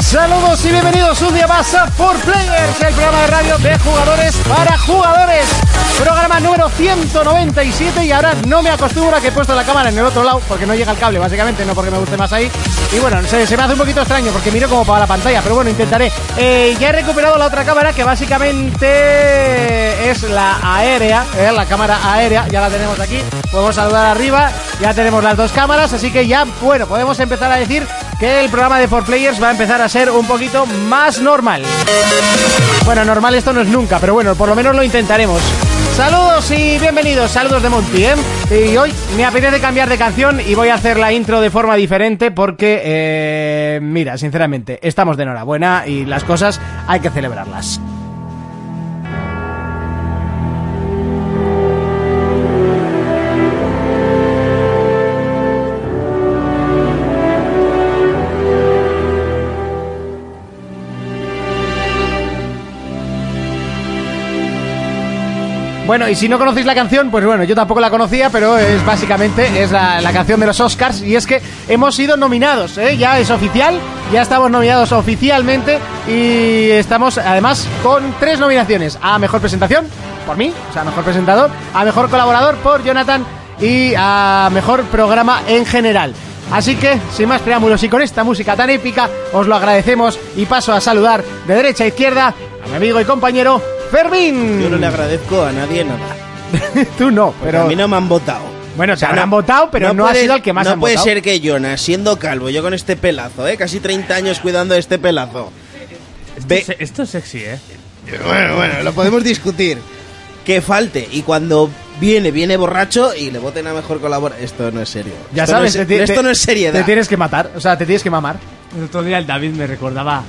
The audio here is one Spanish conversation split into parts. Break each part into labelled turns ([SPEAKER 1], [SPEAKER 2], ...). [SPEAKER 1] Saludos y bienvenidos un día más a For Players, el programa de radio de jugadores para jugadores. Programa número 197 y ahora no me acostumbro a que he puesto la cámara en el otro lado porque no llega el cable, básicamente, no porque me guste más ahí. Y bueno, se, se me hace un poquito extraño porque miro como para la pantalla, pero bueno, intentaré. Eh, ya he recuperado la otra cámara que básicamente es la aérea, eh, la cámara aérea, ya la tenemos aquí. Podemos saludar arriba, ya tenemos las dos cámaras, así que ya, bueno, podemos empezar a decir que el programa de 4Players va a empezar a ser un poquito más normal. Bueno, normal esto no es nunca, pero bueno, por lo menos lo intentaremos. Saludos y bienvenidos, saludos de Monty, ¿eh? Y hoy me apetece cambiar de canción y voy a hacer la intro de forma diferente porque, eh, mira, sinceramente, estamos de enhorabuena y las cosas hay que celebrarlas. Bueno, y si no conocéis la canción, pues bueno, yo tampoco la conocía, pero es básicamente es la, la canción de los Oscars y es que hemos sido nominados, ¿eh? ya es oficial, ya estamos nominados oficialmente y estamos además con tres nominaciones, a Mejor Presentación, por mí, o sea, Mejor Presentador, a Mejor Colaborador, por Jonathan, y a Mejor Programa en general. Así que, sin más preámbulos y con esta música tan épica, os lo agradecemos y paso a saludar de derecha a izquierda a mi amigo y compañero Fermín.
[SPEAKER 2] Yo no le agradezco a nadie nada.
[SPEAKER 1] Tú no,
[SPEAKER 2] Pero a
[SPEAKER 1] pero.
[SPEAKER 2] mí no me han votado.
[SPEAKER 1] Bueno, se habrán votado, pero no, ha
[SPEAKER 2] puede-
[SPEAKER 1] sido el que más
[SPEAKER 2] no
[SPEAKER 1] han
[SPEAKER 2] puede
[SPEAKER 1] votado.
[SPEAKER 2] ser que Jonas, siendo calvo, yo con este pelazo, ¿eh? Casi 30 años cuidando de este pelazo.
[SPEAKER 1] Este
[SPEAKER 2] Ve-
[SPEAKER 3] Se- Esto es sexy, ¿eh?
[SPEAKER 2] bueno, bueno, lo podemos discutir. Que falte. Y cuando viene, viene borracho y le voten a mejor colaborar. Esto no es serio.
[SPEAKER 1] Ya
[SPEAKER 2] Esto no
[SPEAKER 1] sabes,
[SPEAKER 2] es-
[SPEAKER 1] te-
[SPEAKER 2] esto
[SPEAKER 1] te-
[SPEAKER 2] no es seriedad.
[SPEAKER 1] Te tienes que matar, o sea, te tienes que mamar.
[SPEAKER 3] El otro día el David me recordaba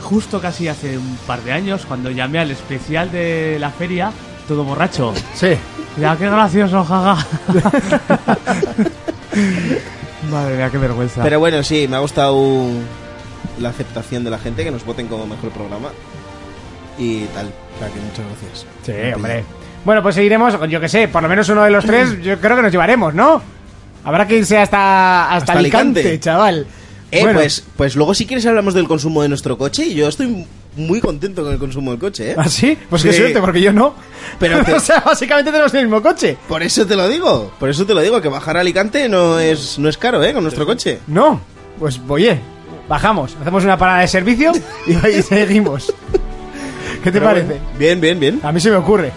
[SPEAKER 3] justo casi hace un par de años cuando llamé al especial de la feria todo borracho.
[SPEAKER 1] Sí.
[SPEAKER 3] Mira, qué gracioso, jaja. Madre mía, qué vergüenza.
[SPEAKER 2] Pero bueno, sí, me ha gustado la aceptación de la gente, que nos voten como mejor programa. Y tal. O sea, que muchas gracias.
[SPEAKER 1] Sí, hombre. Bueno, pues seguiremos, yo que sé, por lo menos uno de los tres, yo creo que nos llevaremos, ¿no? Habrá que irse hasta, hasta,
[SPEAKER 2] Hasta
[SPEAKER 1] Alicante,
[SPEAKER 2] Alicante.
[SPEAKER 1] chaval.
[SPEAKER 2] Eh,
[SPEAKER 1] Bueno,
[SPEAKER 2] pues, pues luego si quieres hablamos del consumo de nuestro coche y yo estoy muy contento con el consumo del coche, ¿eh?
[SPEAKER 1] ¿Ah, sí? Pues qué
[SPEAKER 2] Sí.
[SPEAKER 1] suerte, porque yo no.
[SPEAKER 2] Pero te-
[SPEAKER 1] o sea, básicamente tenemos el mismo coche.
[SPEAKER 2] Por eso te lo digo, por eso te lo digo, que bajar a Alicante no es, no es caro, ¿eh? Con nuestro coche.
[SPEAKER 1] No, pues oye, bajamos, hacemos una parada de servicio y ahí seguimos. ¿Qué te
[SPEAKER 2] Pero
[SPEAKER 1] parece? Ah.
[SPEAKER 2] bueno, Bien, bien, bien.
[SPEAKER 1] A mí se me ocurre.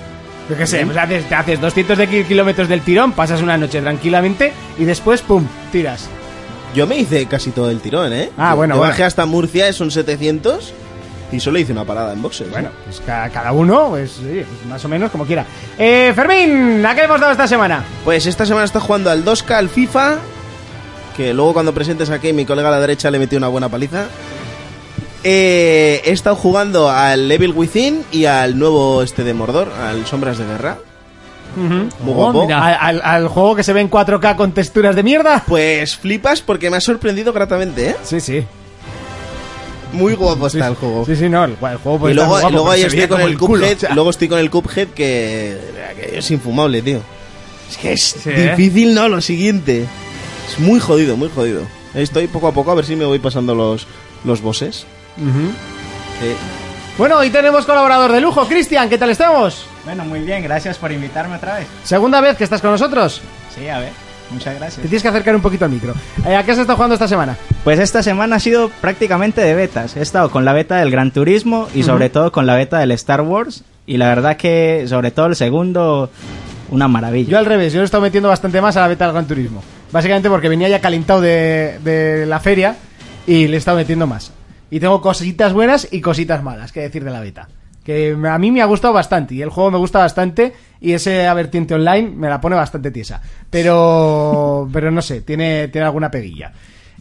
[SPEAKER 1] Yo qué sé, pues haces, te haces 200 de ki- kilómetros del tirón, pasas una noche tranquilamente y después, ¡pum!, tiras.
[SPEAKER 2] Yo me hice casi todo el tirón, ¿eh?
[SPEAKER 1] Ah,
[SPEAKER 2] Yo-
[SPEAKER 1] bueno,
[SPEAKER 2] Yo
[SPEAKER 1] bueno.
[SPEAKER 2] bajé hasta Murcia, son 700 y solo hice una parada en boxes. ¿eh?
[SPEAKER 1] Bueno, pues ca- cada uno, pues oye, pues, más o menos como quiera. Eh, Fermín, ¿a qué le hemos dado esta semana?
[SPEAKER 2] Pues esta semana está jugando al 2K, al FIFA, que luego cuando presentes aquí mi colega a la derecha le metió una buena paliza. Eh, he estado jugando al Evil Within y al nuevo este de Mordor, al Sombras de Guerra. Muy
[SPEAKER 1] Oh,
[SPEAKER 2] guapo.
[SPEAKER 1] mira. Al, al- al juego que se ve en 4K con texturas de mierda?
[SPEAKER 2] Pues flipas porque me ha sorprendido gratamente, ¿eh?
[SPEAKER 1] Sí, sí.
[SPEAKER 2] Muy guapo está el juego.
[SPEAKER 1] Sí, sí, no, el, el juego puede
[SPEAKER 2] Y
[SPEAKER 1] estar
[SPEAKER 2] luego,
[SPEAKER 1] muy Pues guapo,
[SPEAKER 2] y luego
[SPEAKER 1] pero
[SPEAKER 2] ahí
[SPEAKER 1] se
[SPEAKER 2] estoy
[SPEAKER 1] veía
[SPEAKER 2] con
[SPEAKER 1] como
[SPEAKER 2] el
[SPEAKER 1] culo,
[SPEAKER 2] Cuphead,
[SPEAKER 1] o sea.
[SPEAKER 2] luego estoy con el Cuphead que, que es infumable, tío. Es que es
[SPEAKER 3] ¿eh?
[SPEAKER 2] difícil, ¿no? Lo siguiente. Es muy jodido, muy jodido. Estoy poco a poco a ver si me voy pasando los, los bosses. Sí.
[SPEAKER 1] Bueno, hoy tenemos colaborador de lujo, Cristian, ¿qué tal estamos?
[SPEAKER 4] Bueno, muy bien, gracias por invitarme otra vez.
[SPEAKER 1] Segunda vez que estás con nosotros.
[SPEAKER 4] Sí, a ver, muchas
[SPEAKER 1] Te
[SPEAKER 4] gracias.
[SPEAKER 1] tienes que acercar un poquito al micro. Eh, ¿A qué has estado jugando esta semana?
[SPEAKER 4] Pues esta semana ha sido prácticamente de betas. He estado con la beta del Gran Turismo y sobre todo con la beta del Star Wars. Y la verdad que, sobre todo el segundo, una maravilla.
[SPEAKER 1] Yo al revés, yo lo he estado metiendo bastante más a la beta del Gran Turismo. Básicamente porque venía ya calentado de, de la feria y le he estado metiendo más. Y tengo cositas buenas y cositas malas que decir de la beta. Que me- a mí me ha gustado bastante y el juego me gusta bastante y ese vertiente online me la pone bastante tiesa. Pero, pero no sé, tiene, tiene alguna peguilla.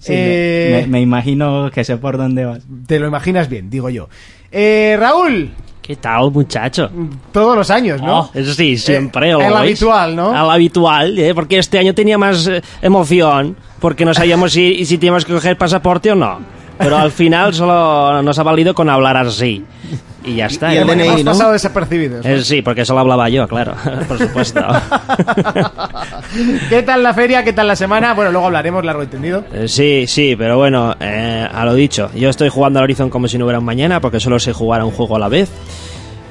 [SPEAKER 4] Sí,
[SPEAKER 1] Eh,
[SPEAKER 4] me, me imagino que sé por dónde vas.
[SPEAKER 1] Te lo imaginas bien, digo yo. Eh, Raúl,
[SPEAKER 5] ¿Qué tal, muchacho?
[SPEAKER 1] todos los años, Pues ¿no?
[SPEAKER 4] Ah,
[SPEAKER 5] Oh, eso sí, siempre.
[SPEAKER 1] Eh,
[SPEAKER 5] ¿o
[SPEAKER 1] el
[SPEAKER 5] veis?
[SPEAKER 1] habitual, ¿no?
[SPEAKER 5] Al habitual, ¿eh? porque este año tenía más eh, emoción, porque no sabíamos si, si teníamos que coger pasaporte o no. Pero al final solo nos ha valido con hablar así. Y ya está.
[SPEAKER 2] Y el
[SPEAKER 5] ¿eh?
[SPEAKER 2] DNI,
[SPEAKER 1] Hemos
[SPEAKER 2] ¿no?
[SPEAKER 1] pasado desapercibidos.
[SPEAKER 5] Eh, sí, porque solo hablaba yo, claro, por supuesto.
[SPEAKER 1] ¿Qué tal la feria? ¿Qué tal la semana? Bueno, luego hablaremos largo y tendido.
[SPEAKER 5] Eh, Sí, sí, pero bueno, eh, a lo dicho, yo estoy jugando al Horizon como si no hubiera un mañana, porque solo sé jugar a un juego a la vez.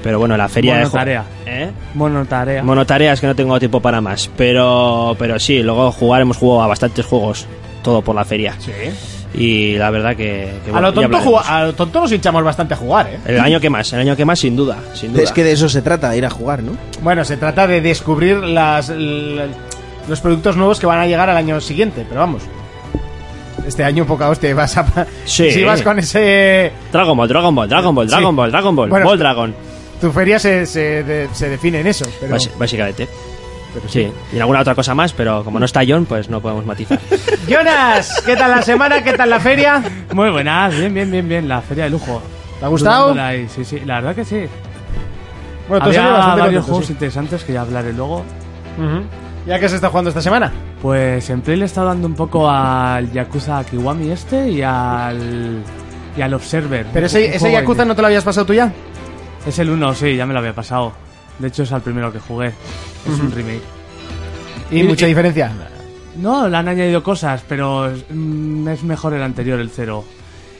[SPEAKER 5] Pero bueno, la feria de
[SPEAKER 3] Monotarea.
[SPEAKER 5] ¿Eh?
[SPEAKER 3] Monotarea.
[SPEAKER 5] Monotareas que no tengo tiempo para más. Pero, pero sí, luego jugar hemos jugado a bastantes juegos, todo por la feria.
[SPEAKER 3] sí.
[SPEAKER 5] Y la verdad que... que
[SPEAKER 1] A
[SPEAKER 5] bueno,
[SPEAKER 1] lo,
[SPEAKER 5] ya
[SPEAKER 1] tonto
[SPEAKER 5] hablaremos.
[SPEAKER 1] juga- a lo tonto nos hinchamos bastante a jugar, ¿eh?
[SPEAKER 5] El año que más, el año que más, sin duda, sin duda.
[SPEAKER 2] Es que de eso se trata, ir a jugar, ¿no?
[SPEAKER 1] Bueno, se trata de descubrir las, l- los productos nuevos que van a llegar al año siguiente, pero vamos. Este año poca hostia vas a...
[SPEAKER 5] Sí.
[SPEAKER 1] Si vas con ese...
[SPEAKER 5] Dragon Ball, Dragon Ball, Dragon Ball,
[SPEAKER 1] Sí.
[SPEAKER 5] Dragon Ball, Dragon Ball,
[SPEAKER 1] Bueno,
[SPEAKER 5] Ball Dragon,
[SPEAKER 1] Tu feria se, se, de- se define en eso. Pero...
[SPEAKER 5] basi- básicamente. sí, y en alguna otra cosa más, pero como no está John, pues no podemos matizar.
[SPEAKER 1] Jonas, ¿qué tal la semana? ¿Qué tal la feria?
[SPEAKER 3] Muy buenas, bien, bien, bien, bien. La feria de lujo.
[SPEAKER 1] ¿Te ha gustado?
[SPEAKER 3] Durándola ahí, Sí, sí, la verdad que sí.
[SPEAKER 1] Bueno, tú has
[SPEAKER 3] Había
[SPEAKER 1] salido
[SPEAKER 3] varios
[SPEAKER 1] bastante
[SPEAKER 3] juegos
[SPEAKER 1] contento,
[SPEAKER 3] interesantes que ya hablaré luego.
[SPEAKER 1] sí. Ujú. ¿Ya que se está jugando esta semana?
[SPEAKER 3] Pues en Play le he estado dando un poco al Yakuza Kiwami este y al. y al Observer.
[SPEAKER 1] Pero ese, ese Yakuza no te lo habías pasado tú ya.
[SPEAKER 3] Es el 1, sí, ya me lo había pasado. De hecho, es al primero que jugué. Es un remake.
[SPEAKER 1] Y,
[SPEAKER 3] Y-
[SPEAKER 1] mucha
[SPEAKER 3] y-
[SPEAKER 1] diferencia.
[SPEAKER 3] No, le han añadido cosas, pero es, mm, es mejor el anterior, el 0.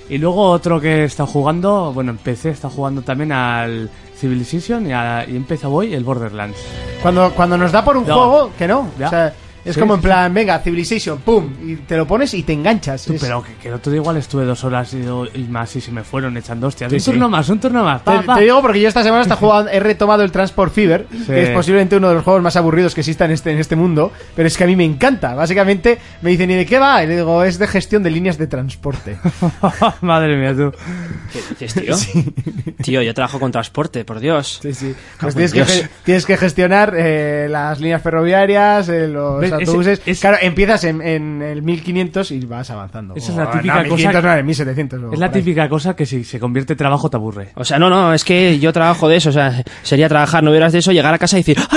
[SPEAKER 3] Y luego otro que está jugando, bueno, empecé, está jugando también al Civilization y, a, y empieza hoy el Borderlands.
[SPEAKER 1] Cuando, cuando nos da por un
[SPEAKER 3] No.
[SPEAKER 1] juego, que no.
[SPEAKER 3] Ya.
[SPEAKER 1] O sea, es
[SPEAKER 3] Sí,
[SPEAKER 1] como en
[SPEAKER 3] sí, sí.
[SPEAKER 1] plan, venga, Civilization, pum. Y te lo pones y te enganchas.
[SPEAKER 3] Tú,
[SPEAKER 1] Es-
[SPEAKER 3] pero que, que el otro día igual estuve dos horas y, y más y se me fueron echando hostias.
[SPEAKER 1] Sí,
[SPEAKER 3] un
[SPEAKER 1] sí.
[SPEAKER 3] turno más, un turno más. pa,
[SPEAKER 1] Te,
[SPEAKER 3] pa.
[SPEAKER 1] te digo porque yo esta semana hasta jugando, he retomado el Transport Fever, que es posiblemente uno de los juegos más aburridos que exista en este, en este mundo, pero es que a mí me encanta. Básicamente me dicen, ¿y de qué va? Y le digo, es de gestión de líneas de transporte. Pues
[SPEAKER 3] Madre mía, tú.
[SPEAKER 5] ¿Qué dices, tío? Tío, yo trabajo con transporte, por Dios.
[SPEAKER 1] Sí, sí.
[SPEAKER 5] Cago
[SPEAKER 1] Pues tienes,
[SPEAKER 5] en
[SPEAKER 1] que,
[SPEAKER 5] Dios.
[SPEAKER 1] ge- tienes que gestionar eh, las líneas ferroviarias, eh, los
[SPEAKER 3] ¿Ves? Ese-
[SPEAKER 1] autobuses.
[SPEAKER 3] es-
[SPEAKER 1] Claro, empiezas en, en el 1500 y vas avanzando.
[SPEAKER 3] Esa es la
[SPEAKER 1] O,
[SPEAKER 3] típica
[SPEAKER 1] no,
[SPEAKER 3] cosa
[SPEAKER 1] 1500
[SPEAKER 3] que-
[SPEAKER 1] no, en 1700. o
[SPEAKER 3] Es la
[SPEAKER 1] por ahí.
[SPEAKER 3] típica cosa que si se convierte en trabajo te aburre.
[SPEAKER 5] O sea, no, no, es que yo trabajo de eso. O sea, sería trabajar no hubieras de eso, llegar a casa y decir, "Ah,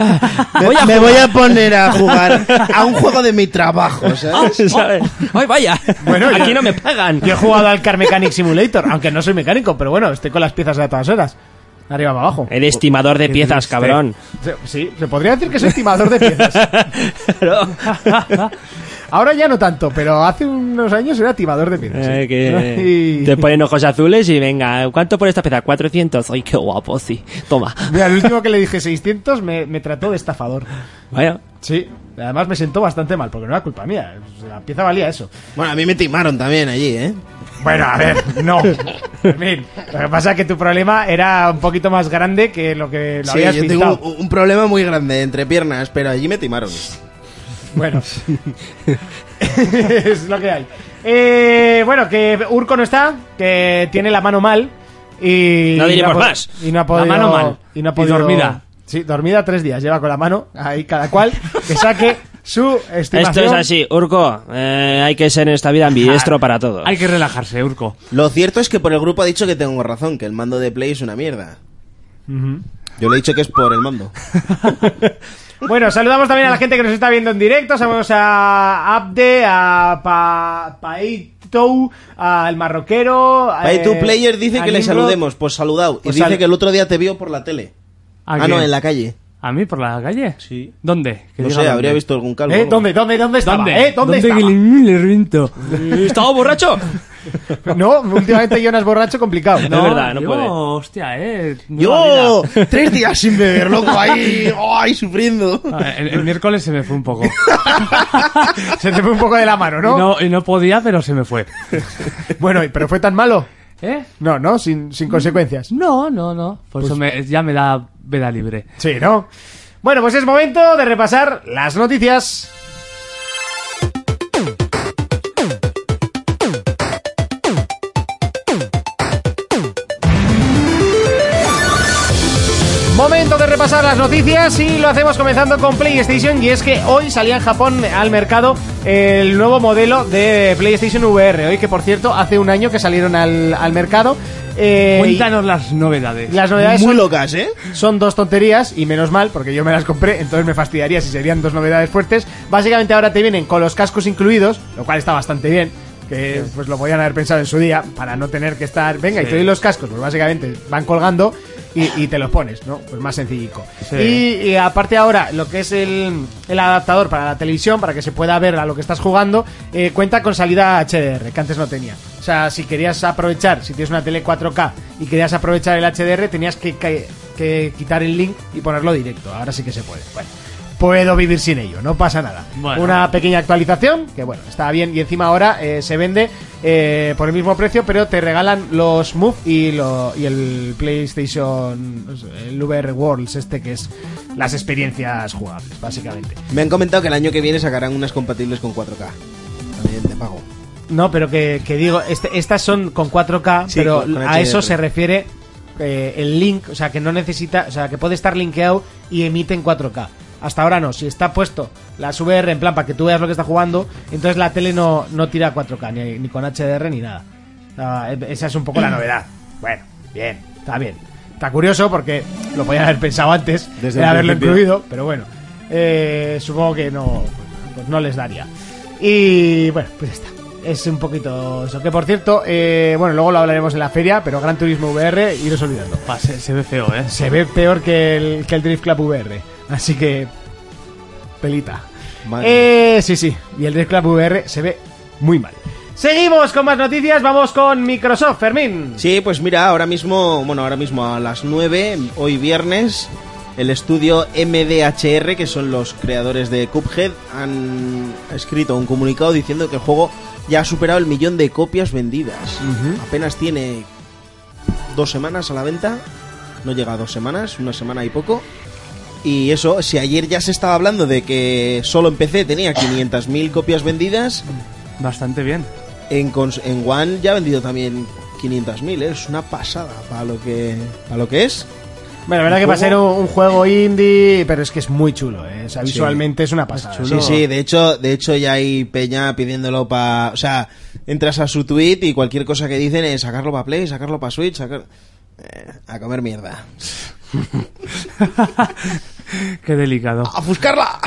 [SPEAKER 5] ah, ah, voy a
[SPEAKER 2] me
[SPEAKER 5] jugar".
[SPEAKER 2] voy a poner a jugar a un juego de mi trabajo, ¿sabes?
[SPEAKER 5] ¿Sabes? ¡Ay, vaya!
[SPEAKER 1] Bueno,
[SPEAKER 5] aquí
[SPEAKER 1] yo-
[SPEAKER 5] no me pagan.
[SPEAKER 1] Yo he jugado al Car Mechanic Simulator, aunque no soy mecánico, pero bueno, estoy con las piezas a todas horas. Arriba para abajo.
[SPEAKER 5] El estimador de
[SPEAKER 3] Qué
[SPEAKER 5] piezas,
[SPEAKER 3] triste.
[SPEAKER 5] cabrón.
[SPEAKER 1] Se- Sí, se podría decir que soy estimador de piezas.
[SPEAKER 5] Claro.
[SPEAKER 1] Ahora ya no tanto, pero hace unos años era timador de piezas. sí.
[SPEAKER 5] Eh, que
[SPEAKER 1] Y-
[SPEAKER 5] Te ponen ojos azules y venga, ¿cuánto por esta pieza? 400. ¡Ay, qué guapo, sí! Toma.
[SPEAKER 1] Mira, el último que le dije 600 me, me trató de estafador.
[SPEAKER 5] Vaya.
[SPEAKER 1] Sí, además me sentó bastante mal, porque no era culpa mía. La pieza valía eso.
[SPEAKER 2] Bueno, a mí me timaron también allí, ¿eh?
[SPEAKER 1] Bueno, a ver, no. Fermín, lo que pasa es que tu problema era un poquito más grande que lo que lo
[SPEAKER 2] Sí,
[SPEAKER 1] habías
[SPEAKER 2] yo
[SPEAKER 1] pintado.
[SPEAKER 2] tengo un, un problema muy grande entre piernas, pero allí me timaron.
[SPEAKER 1] Bueno, es lo que hay. Eh, bueno, que Urco no está, que tiene la mano mal y
[SPEAKER 5] No diremos
[SPEAKER 1] y ha pod-
[SPEAKER 5] más.
[SPEAKER 1] Y no ha podido,
[SPEAKER 3] La mano mal.
[SPEAKER 1] y no ha
[SPEAKER 3] Y
[SPEAKER 1] podido-
[SPEAKER 3] dormida.
[SPEAKER 1] Sí, dormida tres días. Lleva con la mano ahí cada cual que saque su estimación.
[SPEAKER 5] Esto es así, Urco. eh, hay que ser en esta vida ambidiestro para todo.
[SPEAKER 3] Hay que relajarse, Urco.
[SPEAKER 2] Lo cierto es que por el grupo ha dicho que tengo razón, que el mando de Play es una mierda. Yo le he dicho que es por el mando.
[SPEAKER 1] Bueno, saludamos también a la gente que nos está viendo en directo. Saludamos a Abde, a pa, Paito, al marroquero. a-
[SPEAKER 2] Pay to Player dice
[SPEAKER 1] a
[SPEAKER 2] que le
[SPEAKER 1] Nimrod.
[SPEAKER 2] saludemos, pues saludado. Y
[SPEAKER 1] Pues
[SPEAKER 2] dice
[SPEAKER 1] sal-
[SPEAKER 2] que el otro día te vio por la tele.
[SPEAKER 3] ¿A
[SPEAKER 2] ah, no,
[SPEAKER 3] quién?
[SPEAKER 2] en la calle.
[SPEAKER 3] ¿A mí por la calle?
[SPEAKER 2] Sí.
[SPEAKER 3] ¿Dónde? Que
[SPEAKER 2] No sé,
[SPEAKER 3] diga dónde.
[SPEAKER 2] habría visto algún calvo.
[SPEAKER 1] ¿Eh? ¿Dónde, dónde, dónde estaba?
[SPEAKER 3] ¿Dónde?
[SPEAKER 1] ¿Eh? ¿Dónde,
[SPEAKER 3] que
[SPEAKER 1] estaba?
[SPEAKER 3] le, le reviento?
[SPEAKER 5] ¿Estaba borracho?
[SPEAKER 1] No, últimamente Jonas borracho complicado.
[SPEAKER 5] No. Es verdad, no
[SPEAKER 3] yo,
[SPEAKER 5] puede.
[SPEAKER 3] Hostia, eh. nueva
[SPEAKER 2] ¡Yo! Tres días sin beber, loco, ahí, oh, ahí sufriendo.
[SPEAKER 3] vida. Ah, El, el miércoles se me fue un poco.
[SPEAKER 1] Se te fue un poco de la mano,
[SPEAKER 3] Y
[SPEAKER 1] ¿no?
[SPEAKER 3] no, y no podía, pero se me fue.
[SPEAKER 1] Bueno, ¿y- pero fue tan malo.
[SPEAKER 3] ¿Eh?
[SPEAKER 1] No, no, sin, sin consecuencias.
[SPEAKER 3] No, no, no. Por eso me- ya me da veda libre.
[SPEAKER 1] Sí, ¿no? Bueno, pues es momento de repasar las noticias. Momento de repasar las noticias y lo hacemos comenzando con PlayStation y es que hoy salía en Japón al mercado el nuevo modelo de PlayStation VR. Hoy que por cierto hace un año que salieron al, al mercado. eh, y
[SPEAKER 3] Cuéntanos las novedades.
[SPEAKER 1] Las novedades
[SPEAKER 2] Muy
[SPEAKER 1] son-
[SPEAKER 2] locas, ¿eh?
[SPEAKER 1] son dos tonterías y menos mal porque yo me las compré, entonces me fastidiaría si serían dos novedades fuertes. Básicamente ahora te vienen con los cascos incluidos, lo cual está bastante bien. que pues lo podían haber pensado en su día para no tener que estar, venga, y te doy los cascos, pues básicamente van colgando y, y te los pones, ¿no? Pues más sencillico.
[SPEAKER 3] Sí.
[SPEAKER 1] Y, y aparte ahora, lo que es el, el adaptador para la televisión, para que se pueda ver a lo que estás jugando, eh, cuenta con salida HDR, que antes no tenía. O sea, si querías aprovechar, si tienes una tele 4K y querías aprovechar el HDR, tenías que, que- que quitar el link y ponerlo directo. Ahora sí que se puede. Bueno, puedo vivir sin ello, no pasa nada.
[SPEAKER 3] Bueno.
[SPEAKER 1] Una pequeña actualización, que bueno, está bien. Y encima ahora eh, se vende eh, por el mismo precio, pero te regalan los Move y, lo, y el PlayStation, no sé, el VR Worlds, este que es las experiencias jugables, básicamente.
[SPEAKER 2] Me han comentado que el año que viene sacarán unas compatibles con 4K. También de pago.
[SPEAKER 1] No, pero que, que digo, este- estas son con 4K,
[SPEAKER 2] Sí,
[SPEAKER 1] pero
[SPEAKER 2] con- con
[SPEAKER 1] a eso
[SPEAKER 2] HDR.
[SPEAKER 1] se refiere eh, el link, o sea, que no necesita, o sea, que puede estar linkeado y emite en 4K. Hasta ahora no, si está puesto la VR en plan para que tú veas lo que está jugando, entonces la tele no, no tira 4K, ni, ni con HDR ni nada. Ah, e- esa es un
[SPEAKER 2] Mm.
[SPEAKER 1] poco la novedad. Bueno, bien, está bien. Está curioso porque lo podían haber pensado antes
[SPEAKER 2] Desde
[SPEAKER 1] de
[SPEAKER 2] el
[SPEAKER 1] haberlo
[SPEAKER 2] principio.
[SPEAKER 1] incluido sentido, pero bueno, eh, supongo que no, pues no les daría. Y bueno, pues ya está. Es un poquito eso. Que por cierto, eh, bueno, luego lo hablaremos en la feria, pero Gran Turismo VR, iros olvidando.
[SPEAKER 3] Pa, se, se ve feo, ¿eh?
[SPEAKER 1] Se ve peor que el, que el Drift Club VR. Así que. Pelita.
[SPEAKER 2] Madre
[SPEAKER 1] Eh, sí, sí. Y el Drift Club VR se ve muy mal. Seguimos con más noticias. Vamos con Microsoft, Fermín.
[SPEAKER 2] Sí, pues mira, ahora mismo, bueno, ahora mismo a las 9, hoy viernes, el estudio MDHR, que son los creadores de Cuphead, han escrito un comunicado diciendo que el juego ya ha superado el millón de copias vendidas. Apenas tiene dos semanas a la venta, no llega a dos semanas, una semana y poco. Y eso, si ayer ya se estaba hablando de que solo en PC tenía 500.000 copias vendidas,
[SPEAKER 3] Bastante bien.
[SPEAKER 2] en, cons- en One ya ha vendido también 500.000, ¿eh? es una pasada para lo que para lo que es.
[SPEAKER 1] Bueno, la verdad que va a ser un, un juego indie, pero es que es muy chulo. ¿eh? O sea,
[SPEAKER 2] Sí.
[SPEAKER 1] visualmente es una pasada.
[SPEAKER 2] Sí, sí, de hecho, de hecho ya hay Peña pidiéndolo para, o sea, entras a su tweet y cualquier cosa que dicen es sacarlo para Play, sacarlo para Switch, sacar eh, a comer mierda.
[SPEAKER 3] Qué delicado.
[SPEAKER 2] ¡A buscarla!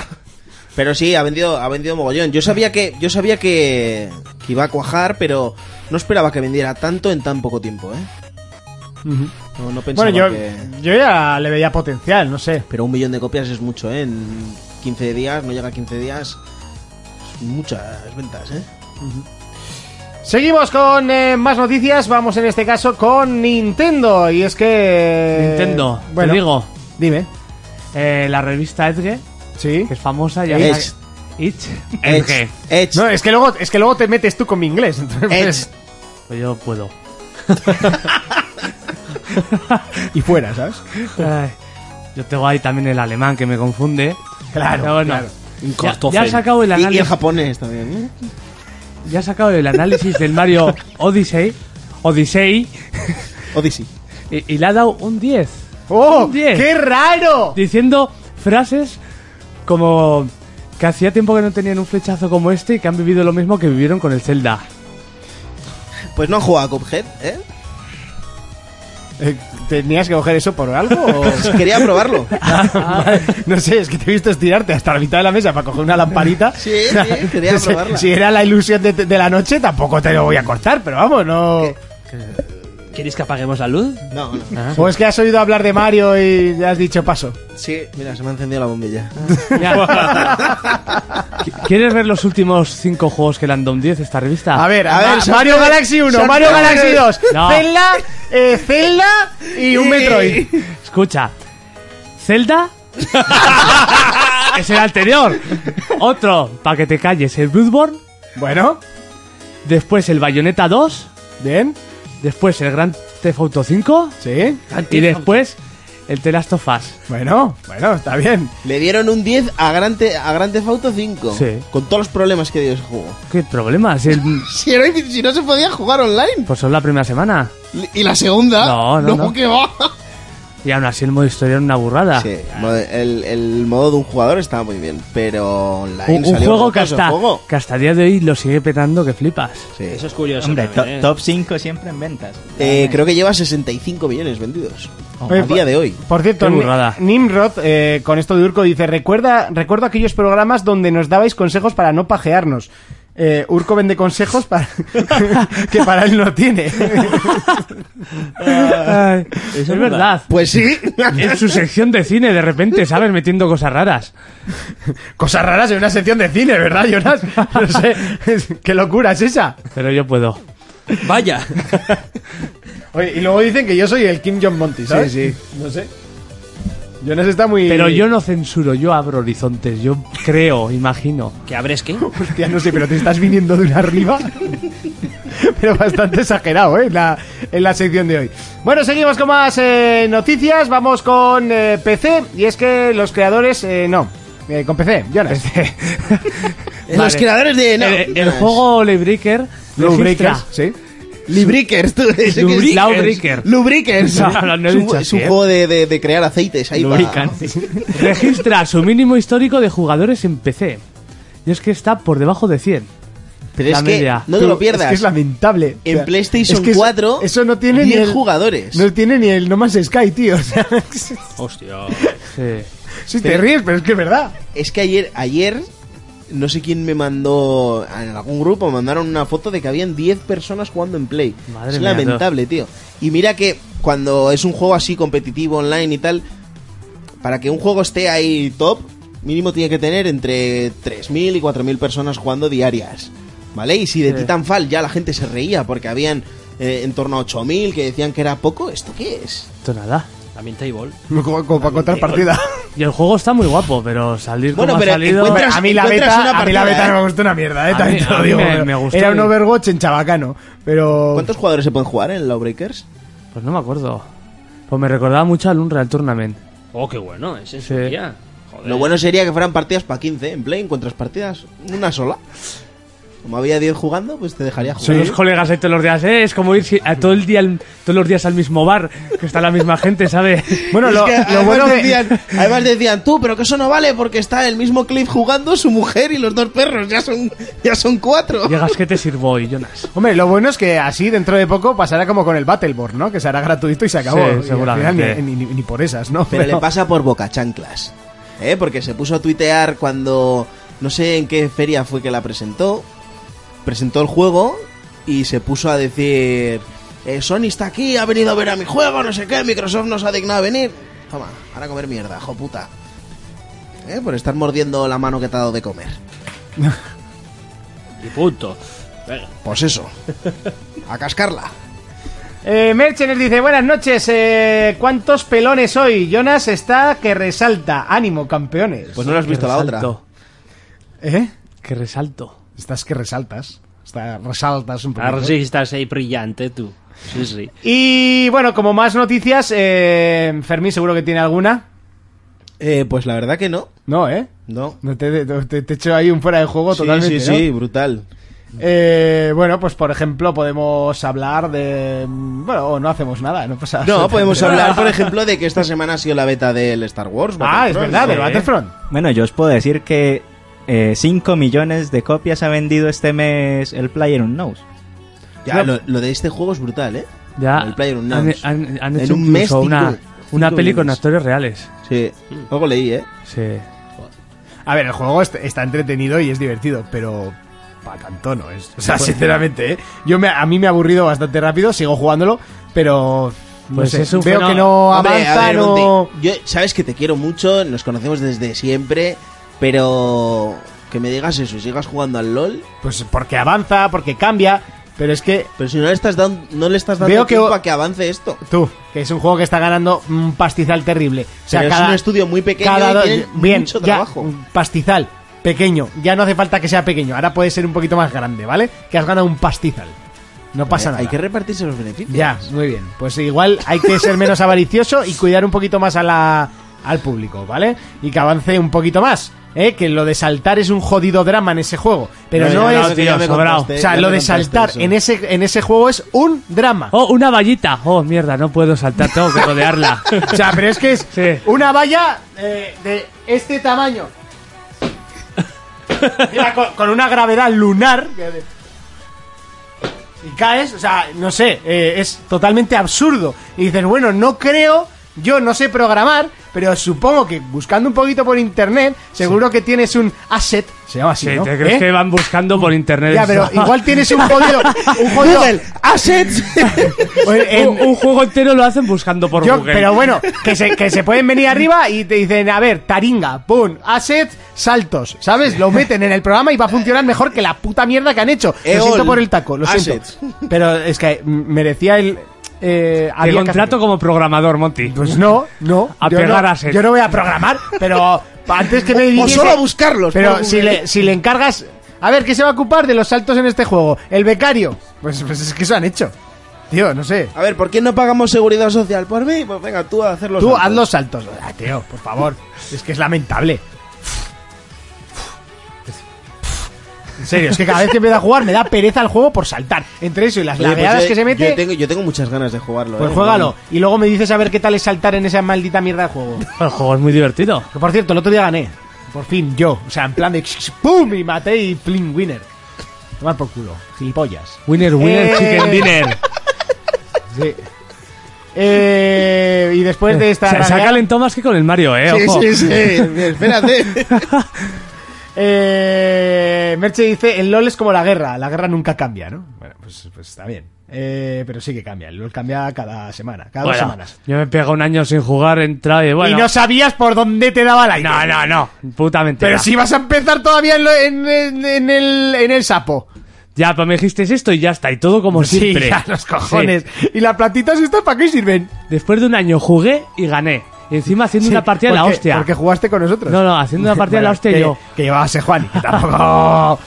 [SPEAKER 2] Pero sí, ha vendido ha vendido mogollón. Yo sabía que yo sabía que que iba a cuajar, pero no esperaba que vendiera tanto en tan poco tiempo, ¿eh? No, no pensaba
[SPEAKER 1] Bueno, yo,
[SPEAKER 2] que
[SPEAKER 1] yo ya le veía potencial, no sé.
[SPEAKER 2] Pero un millón de copias es mucho, ¿eh? En 15 días, no llega a 15 días. es Muchas ventas, ¿eh?
[SPEAKER 1] Seguimos con eh, más noticias. Vamos en este caso con Nintendo. Y es que.
[SPEAKER 3] Nintendo,
[SPEAKER 1] Eh, bueno,
[SPEAKER 3] te digo,
[SPEAKER 1] Dime.
[SPEAKER 3] eh, la revista Edge,
[SPEAKER 1] Sí.
[SPEAKER 3] que es famosa, ya
[SPEAKER 2] Edge.
[SPEAKER 3] sa- Itch.
[SPEAKER 2] Edge,
[SPEAKER 3] Edge.
[SPEAKER 2] Edge,
[SPEAKER 1] No, es que luego, es que luego te metes tú con mi inglés.
[SPEAKER 2] Edge.
[SPEAKER 1] entonces-
[SPEAKER 3] Pues yo puedo.
[SPEAKER 1] Y fuera, ¿sabes?
[SPEAKER 3] Ay, yo tengo ahí también el alemán que me confunde.
[SPEAKER 1] Claro,
[SPEAKER 3] Pero bueno,
[SPEAKER 1] claro.
[SPEAKER 3] Ya, ya ha sacado el
[SPEAKER 2] Y, y el
[SPEAKER 3] análisis,
[SPEAKER 2] japonés también, ¿eh?
[SPEAKER 3] ya ha sacado el análisis del Mario Odyssey, Odyssey
[SPEAKER 2] Odyssey.
[SPEAKER 3] y, y le ha dado un 10,
[SPEAKER 1] ¡Oh!
[SPEAKER 3] Un diez.
[SPEAKER 1] ¡Qué raro!
[SPEAKER 3] diciendo frases como que hacía tiempo que no tenían un flechazo como este y que han vivido lo mismo que vivieron con el Zelda.
[SPEAKER 2] Pues no han jugado a Cuphead, ¿eh?
[SPEAKER 1] Eh, ¿Tenías que coger eso por algo? o-
[SPEAKER 2] Quería probarlo.
[SPEAKER 1] no sé, es que te he visto estirarte hasta la mitad de la mesa para coger una lamparita.
[SPEAKER 2] Sí, sí, quería
[SPEAKER 1] No sé,
[SPEAKER 2] probarla.
[SPEAKER 1] Si era la ilusión de, de la noche, tampoco te lo voy a cortar, pero vamos, no.
[SPEAKER 5] ¿Queréis que apaguemos la luz?
[SPEAKER 2] No, no.
[SPEAKER 1] O es que has oído hablar de Mario y ya has dicho paso.
[SPEAKER 2] Sí, mira, se me ha encendido la bombilla.
[SPEAKER 3] Ya. ¿Qui- ¿Quieres ver los últimos 5 juegos que le han dado un 10 esta revista?
[SPEAKER 1] A ver, a
[SPEAKER 2] Ma-
[SPEAKER 1] ver,
[SPEAKER 2] sorteo-
[SPEAKER 1] Ah. Mario Galaxy 1,
[SPEAKER 2] sorteo-
[SPEAKER 1] Mario Galaxy 2,
[SPEAKER 3] No.
[SPEAKER 1] Zelda, eh, Zelda y un Metroid.
[SPEAKER 3] Escucha. Zelda. es el anterior. Otro, para que te calles, el Bloodborne.
[SPEAKER 1] Bueno,
[SPEAKER 3] Después el Bayonetta 2.
[SPEAKER 1] bien,
[SPEAKER 3] Después el Gran Theft Auto 5.
[SPEAKER 1] sí,
[SPEAKER 3] Y después el The Last of Us.
[SPEAKER 1] bueno, bueno, está bien.
[SPEAKER 2] Le dieron un 10 a Gran, Te- a Grand Theft Auto 5.
[SPEAKER 3] Sí.
[SPEAKER 2] Con todos los problemas que dio ese juego.
[SPEAKER 3] ¿Qué problema? Si, el-
[SPEAKER 2] Si, era difícil, si no se podía jugar online.
[SPEAKER 3] pues son la primera semana.
[SPEAKER 2] Y la segunda.
[SPEAKER 3] No, no, no.
[SPEAKER 2] que va.
[SPEAKER 3] Y aún así el modo historia era una burrada.
[SPEAKER 2] Sí, modo- el, el modo de un jugador estaba muy bien, pero online
[SPEAKER 3] Un, un
[SPEAKER 2] salió
[SPEAKER 3] juego que
[SPEAKER 2] rocoso,
[SPEAKER 3] hasta,
[SPEAKER 2] juego.
[SPEAKER 3] que hasta el día de hoy lo sigue petando que flipas.
[SPEAKER 2] Sí.
[SPEAKER 5] Eso es curioso.
[SPEAKER 4] Hombre, to-
[SPEAKER 5] también, ¿eh?
[SPEAKER 4] top 5 siempre en ventas.
[SPEAKER 2] Eh, creo que lleva 65 millones vendidos
[SPEAKER 3] Oh,
[SPEAKER 1] Oye,
[SPEAKER 2] a día de hoy.
[SPEAKER 1] Por cierto,
[SPEAKER 3] Qué
[SPEAKER 1] Ni-
[SPEAKER 3] burrada.
[SPEAKER 1] Nimrod, eh, con esto de Urco, dice: Recuerda, recuerdo aquellos programas donde nos dabais consejos para no pajearnos. eh, Urco vende consejos para que para él no tiene.
[SPEAKER 3] Ay, Ah, es verdad.
[SPEAKER 2] Pues sí.
[SPEAKER 3] En su sección de cine, de repente, ¿sabes? Metiendo cosas raras.
[SPEAKER 1] Cosas raras en una sección de cine, ¿verdad, Jonas? No sé. ¿Qué locura es esa?
[SPEAKER 3] Pero yo puedo.
[SPEAKER 5] ¿eh? Vaya.
[SPEAKER 1] Oye, y luego dicen que yo soy el Kim Jong Monty, ¿sabes?
[SPEAKER 2] Sí, sí.
[SPEAKER 1] No sé. Jonas está muy.
[SPEAKER 3] Pero yo no censuro, yo abro horizontes, yo creo, imagino.
[SPEAKER 5] ¿Que abres qué?
[SPEAKER 1] Hostia, no sé, pero te estás viniendo de una arriba. Pero bastante exagerado, ¿eh? En la, en la sección de hoy. Bueno, seguimos con más eh, noticias. Vamos con eh, PC. Y es que los creadores. eh, no. Eh, con PC, Jonas.
[SPEAKER 2] Los creadores de. no.
[SPEAKER 3] El, el juego Lawbreaker
[SPEAKER 1] Los
[SPEAKER 3] registra-
[SPEAKER 1] breakers, ¿sí?
[SPEAKER 2] Lubricers, tú. ese que-
[SPEAKER 3] Lubricers. Lawbreaker.
[SPEAKER 2] Lubricers.
[SPEAKER 3] No, no, no he
[SPEAKER 2] es un,
[SPEAKER 3] dicho
[SPEAKER 2] es un
[SPEAKER 3] así, ¿eh?
[SPEAKER 2] juego de, de- de crear aceites. Ahí para-
[SPEAKER 3] registra su mínimo histórico de jugadores en PC. Y es que está por debajo de 100.
[SPEAKER 2] Pero
[SPEAKER 3] La
[SPEAKER 2] es que
[SPEAKER 3] media.
[SPEAKER 2] no te
[SPEAKER 1] Tú,
[SPEAKER 2] lo pierdas.
[SPEAKER 1] Es que es lamentable.
[SPEAKER 2] En PlayStation
[SPEAKER 1] es que eso-
[SPEAKER 2] 4,
[SPEAKER 1] Eso, no tiene ni
[SPEAKER 2] 10
[SPEAKER 1] el,
[SPEAKER 2] jugadores.
[SPEAKER 1] No tiene ni el No Man's Sky, tío. O sea,
[SPEAKER 5] Hostia.
[SPEAKER 3] Sí.
[SPEAKER 1] si te ríes, pero es que es verdad.
[SPEAKER 2] Es que ayer, ayer, no sé quién me mandó, en algún grupo me mandaron una foto de que habían 10 personas jugando en Play.
[SPEAKER 3] Madre
[SPEAKER 2] es
[SPEAKER 3] mía,
[SPEAKER 2] lamentable, tío. Y mira que cuando es un juego así competitivo online y tal, para que un juego esté ahí top, mínimo tiene que tener entre 3.000 y 4.000 personas jugando diarias. ¿Vale? Y si de
[SPEAKER 3] Sí.
[SPEAKER 2] Titanfall ya la gente se reía porque habían eh, en torno a 8.000 que decían que era poco, ¿esto qué es?
[SPEAKER 3] Esto nada.
[SPEAKER 5] También table.
[SPEAKER 1] Como, como para contar partida.
[SPEAKER 3] Y el juego está muy guapo, pero salir
[SPEAKER 2] Bueno,
[SPEAKER 3] como
[SPEAKER 2] pero
[SPEAKER 3] ha salido...
[SPEAKER 2] encuentras-
[SPEAKER 1] a mí la
[SPEAKER 2] encuentras
[SPEAKER 1] beta,
[SPEAKER 2] una
[SPEAKER 1] a mí la
[SPEAKER 2] partida,
[SPEAKER 1] beta
[SPEAKER 2] ¿eh?
[SPEAKER 1] no me gustó una mierda, eh,
[SPEAKER 3] A
[SPEAKER 1] también
[SPEAKER 3] mí-
[SPEAKER 1] te lo
[SPEAKER 3] a mí
[SPEAKER 1] digo.
[SPEAKER 3] me-
[SPEAKER 1] pero
[SPEAKER 3] me gustó
[SPEAKER 1] Era un
[SPEAKER 3] y-
[SPEAKER 1] Overwatch en chabacano, pero
[SPEAKER 2] ¿Cuántos jugadores se pueden jugar en Lawbreakers?
[SPEAKER 3] Pues no me acuerdo. Pues me recordaba mucho al Unreal Tournament.
[SPEAKER 5] Oh, qué bueno, ese es
[SPEAKER 3] Sí.
[SPEAKER 5] el día. Joder.
[SPEAKER 2] Lo bueno sería que fueran partidas para 15. En Play encuentras partidas una sola. Como había 10 jugando, pues te dejaría
[SPEAKER 3] Son
[SPEAKER 2] jugar.
[SPEAKER 3] los colegas ahí todos los días, ¿eh? Es como ir si- a todo el día, al- todos los días al mismo bar, que está la misma gente, ¿sabe?
[SPEAKER 1] bueno,
[SPEAKER 2] Es
[SPEAKER 1] lo,
[SPEAKER 2] que
[SPEAKER 1] lo
[SPEAKER 2] además,
[SPEAKER 1] bueno que-
[SPEAKER 2] decían, además decían, tú, pero que eso no vale porque está el mismo Cliff jugando, su mujer y los dos perros. Ya son, ya son cuatro.
[SPEAKER 3] Llegas que te sirvo hoy, Jonas.
[SPEAKER 1] Hombre, lo bueno es que así dentro de poco pasará como con el Battleborn, ¿no? Que será gratuito y se acabó.
[SPEAKER 3] Sí,
[SPEAKER 1] Y al
[SPEAKER 3] seguramente.
[SPEAKER 1] final Ni, ni- ni- ni por esas, ¿no?
[SPEAKER 2] Pero le pasa por boca chanclas. ¿eh? Porque se puso a tuitear cuando. No sé en qué feria fue que la presentó. Presentó el juego y se puso a decir: eh, Sony está aquí, ha venido a ver a mi juego, no sé qué, Microsoft nos ha dignado a venir. Toma, ahora a comer mierda, hijo puta. ¿Eh? Por estar mordiendo la mano que te ha dado de comer.
[SPEAKER 5] Y punto. Venga.
[SPEAKER 2] Pues eso. A cascarla.
[SPEAKER 1] Eh, Merche nos dice, buenas noches, eh, ¿cuántos pelones hoy? Jonas está que resalta, ánimo, campeones.
[SPEAKER 2] Pues no lo has visto la otra.
[SPEAKER 1] ¿Eh?
[SPEAKER 3] Que resalto.
[SPEAKER 1] Estás que resaltas. Está, resaltas un poquito.
[SPEAKER 5] Ahora sí estás ahí brillante tú. Sí, sí.
[SPEAKER 1] Y bueno, como más noticias, eh, Fermín seguro que tiene alguna.
[SPEAKER 2] Eh, pues la verdad que no.
[SPEAKER 1] No, ¿eh?
[SPEAKER 2] No.
[SPEAKER 1] No te, te, te echo ahí un fuera de juego totalmente.
[SPEAKER 2] sí,
[SPEAKER 1] ¿no?
[SPEAKER 2] sí, brutal.
[SPEAKER 1] Eh, bueno, pues por ejemplo podemos hablar de... mm, Bueno, o no hacemos nada, no pasa
[SPEAKER 2] No, podemos hablar, por ejemplo, de que esta semana ha sido la beta del Star Wars.
[SPEAKER 1] Ah, es
[SPEAKER 2] Battlefront,
[SPEAKER 1] verdad, del
[SPEAKER 2] ¿no?
[SPEAKER 1] Battlefront.
[SPEAKER 4] Bueno, yo os puedo decir que 5 millones de copias ha vendido este mes el Player Unknown.
[SPEAKER 2] Ya, lo, lo de este juego es brutal, ¿eh?
[SPEAKER 3] Ya
[SPEAKER 2] El Player
[SPEAKER 3] han,
[SPEAKER 2] Unknowns.
[SPEAKER 3] han- han
[SPEAKER 2] En
[SPEAKER 3] hecho
[SPEAKER 2] un
[SPEAKER 3] incluso
[SPEAKER 2] mes, cinco-
[SPEAKER 3] una, una
[SPEAKER 2] cinco
[SPEAKER 3] peli con
[SPEAKER 2] millones.
[SPEAKER 3] actores reales.
[SPEAKER 2] Sí, luego leí, ¿eh?
[SPEAKER 3] Sí.
[SPEAKER 1] A ver, el juego est- está entretenido y es divertido, pero pa tanto no es. O sea,
[SPEAKER 2] pues,
[SPEAKER 1] sinceramente, ¿eh? yo me, a mí me ha aburrido bastante rápido, sigo jugándolo, pero no
[SPEAKER 3] Pues
[SPEAKER 1] sé,
[SPEAKER 3] es un
[SPEAKER 1] veo que
[SPEAKER 3] fenómeno.
[SPEAKER 1] no
[SPEAKER 2] Hombre, a
[SPEAKER 1] avanza,
[SPEAKER 2] ver,
[SPEAKER 1] no.
[SPEAKER 2] Monty, Yo, sabes que te quiero mucho, nos conocemos desde siempre, pero que me digas eso, sigas jugando al LOL,
[SPEAKER 1] Pues porque avanza, porque cambia, pero es que
[SPEAKER 2] pero si no le estás dando, no le estás dando
[SPEAKER 1] Veo que-
[SPEAKER 2] tiempo a que avance esto.
[SPEAKER 1] tú, que es un juego que está ganando un pastizal terrible. O sea,
[SPEAKER 2] Pero es
[SPEAKER 1] cada,
[SPEAKER 2] un estudio muy pequeño
[SPEAKER 1] cada
[SPEAKER 2] y
[SPEAKER 1] dos-
[SPEAKER 2] tienen
[SPEAKER 1] bien,
[SPEAKER 2] mucho
[SPEAKER 1] ya,
[SPEAKER 2] trabajo.
[SPEAKER 1] un pastizal pequeño, ya no hace falta que sea pequeño, ahora puede ser un poquito más grande, ¿vale? Que has ganado un pastizal. No pasa
[SPEAKER 2] Eh,
[SPEAKER 1] nada.
[SPEAKER 2] Hay que repartirse los beneficios.
[SPEAKER 1] Ya, muy bien. Pues igual hay que ser menos avaricioso y cuidar un poquito más a la, al público, ¿vale? Y que avance un poquito más. ¿eh? Que lo de saltar es un jodido drama en ese juego. Pero
[SPEAKER 2] No,
[SPEAKER 1] no,
[SPEAKER 2] ya,
[SPEAKER 1] es.
[SPEAKER 2] no, tío, ya me
[SPEAKER 1] sobrao.
[SPEAKER 2] contaste,
[SPEAKER 1] o sea,
[SPEAKER 2] ya
[SPEAKER 1] lo
[SPEAKER 2] me
[SPEAKER 1] de
[SPEAKER 2] contaste
[SPEAKER 1] saltar
[SPEAKER 2] eso.
[SPEAKER 1] en ese, en ese juego es un drama.
[SPEAKER 3] ¡Oh, una vallita! ¡Oh, mierda! No puedo saltar, tengo que rodearla.
[SPEAKER 1] O sea, pero es que es
[SPEAKER 3] Sí.
[SPEAKER 1] una valla eh, de este tamaño. Mira, con, con una gravedad lunar. Y caes, o sea, no sé, eh, es totalmente absurdo. Y dices, bueno, no creo, yo no sé programar, pero supongo que buscando un poquito por internet, seguro que tienes un asset, se llama así,
[SPEAKER 3] Sí,
[SPEAKER 1] ¿no?
[SPEAKER 3] ¿Te crees
[SPEAKER 1] ¿Eh?
[SPEAKER 3] que van buscando por internet?
[SPEAKER 1] Ya, pero igual tienes un jodido, un jodido
[SPEAKER 2] Assets.
[SPEAKER 1] Bueno, en-
[SPEAKER 3] un, un juego entero lo hacen buscando por
[SPEAKER 1] yo-
[SPEAKER 3] Google.
[SPEAKER 1] pero bueno, que se, que se pueden venir arriba y te dicen, a ver, taringa, pum, asset, saltos, ¿sabes? Lo meten en el programa y va a funcionar mejor que la puta mierda que han hecho. Lo
[SPEAKER 2] Eol,
[SPEAKER 1] siento por el taco, lo
[SPEAKER 2] assets.
[SPEAKER 1] siento. Pero es que mm, merecía el... Eh,
[SPEAKER 3] Te
[SPEAKER 1] había que
[SPEAKER 3] contrato como programador, Monty.
[SPEAKER 1] Pues no, no.
[SPEAKER 3] A
[SPEAKER 1] yo
[SPEAKER 3] pegar
[SPEAKER 1] no,
[SPEAKER 3] assets.
[SPEAKER 1] Yo no voy a programar, pero antes que me
[SPEAKER 2] O
[SPEAKER 1] dijese-
[SPEAKER 2] solo a buscarlos. por
[SPEAKER 1] Pero
[SPEAKER 2] Google.
[SPEAKER 1] si le, si le encargas... A ver, ¿qué se va a ocupar de los saltos en este juego? ¿El becario? Pues, pues es que eso han hecho. Tío, no sé.
[SPEAKER 2] A ver, ¿por qué no pagamos seguridad social? Por mí, pues venga, tú a hacerlo.
[SPEAKER 1] Tú haz los saltos. Ah, tío, por favor. Es que es lamentable. En serio, es que cada vez que empiezo a jugar me da pereza el juego por saltar. Entre eso y las lagueadas que se mete...
[SPEAKER 2] pues Yo tengo, yo tengo muchas ganas de jugarlo.
[SPEAKER 1] Pues
[SPEAKER 2] eh.
[SPEAKER 1] juégalo. Y luego me dices a ver qué tal es saltar en esa maldita mierda de juego.
[SPEAKER 3] El juego es muy divertido.
[SPEAKER 1] Que por cierto, el otro día gané. Por fin, yo. O sea, en plan de... ¡Pum! Y maté y pling, winner. Tomar por culo. Gilipollas.
[SPEAKER 3] Winner, winner,
[SPEAKER 1] Eh.
[SPEAKER 3] chicken dinner.
[SPEAKER 1] Sí. Eh, y después de esta...
[SPEAKER 3] Se, se ha
[SPEAKER 1] rabiada-
[SPEAKER 3] calentado más que con el Mario, eh.
[SPEAKER 2] Sí,
[SPEAKER 3] Ojo.
[SPEAKER 2] sí, sí. Espérate.
[SPEAKER 1] Eh, Merche dice, el LOL es como la guerra, la guerra nunca cambia, ¿no? Bueno, pues, pues está bien. Eh, pero sí que cambia, el LOL cambia cada semana, cada dos
[SPEAKER 3] Bueno,
[SPEAKER 1] semanas.
[SPEAKER 3] yo me pego un año sin jugar, entra y bueno.
[SPEAKER 1] Y no sabías por dónde te daba la
[SPEAKER 3] no, no, no. Puta mentira.
[SPEAKER 1] Pero si vas a empezar todavía en, lo- en- en- en el, en el sapo.
[SPEAKER 3] Ya, pero me dijisteis esto y ya está. Y todo como siempre.
[SPEAKER 1] Sí, a los cojones. ¿Y las plantitas estas para qué sirven?
[SPEAKER 3] Sí. Después de un año jugué y gané. Y encima haciendo una partida de la
[SPEAKER 1] Porque-
[SPEAKER 3] hostia.
[SPEAKER 1] Porque jugaste con nosotros.
[SPEAKER 3] No, no, haciendo una partida de la
[SPEAKER 1] Bueno,
[SPEAKER 3] hostia
[SPEAKER 1] que,
[SPEAKER 3] yo.
[SPEAKER 1] Que llevabas a Juan, que tampoco.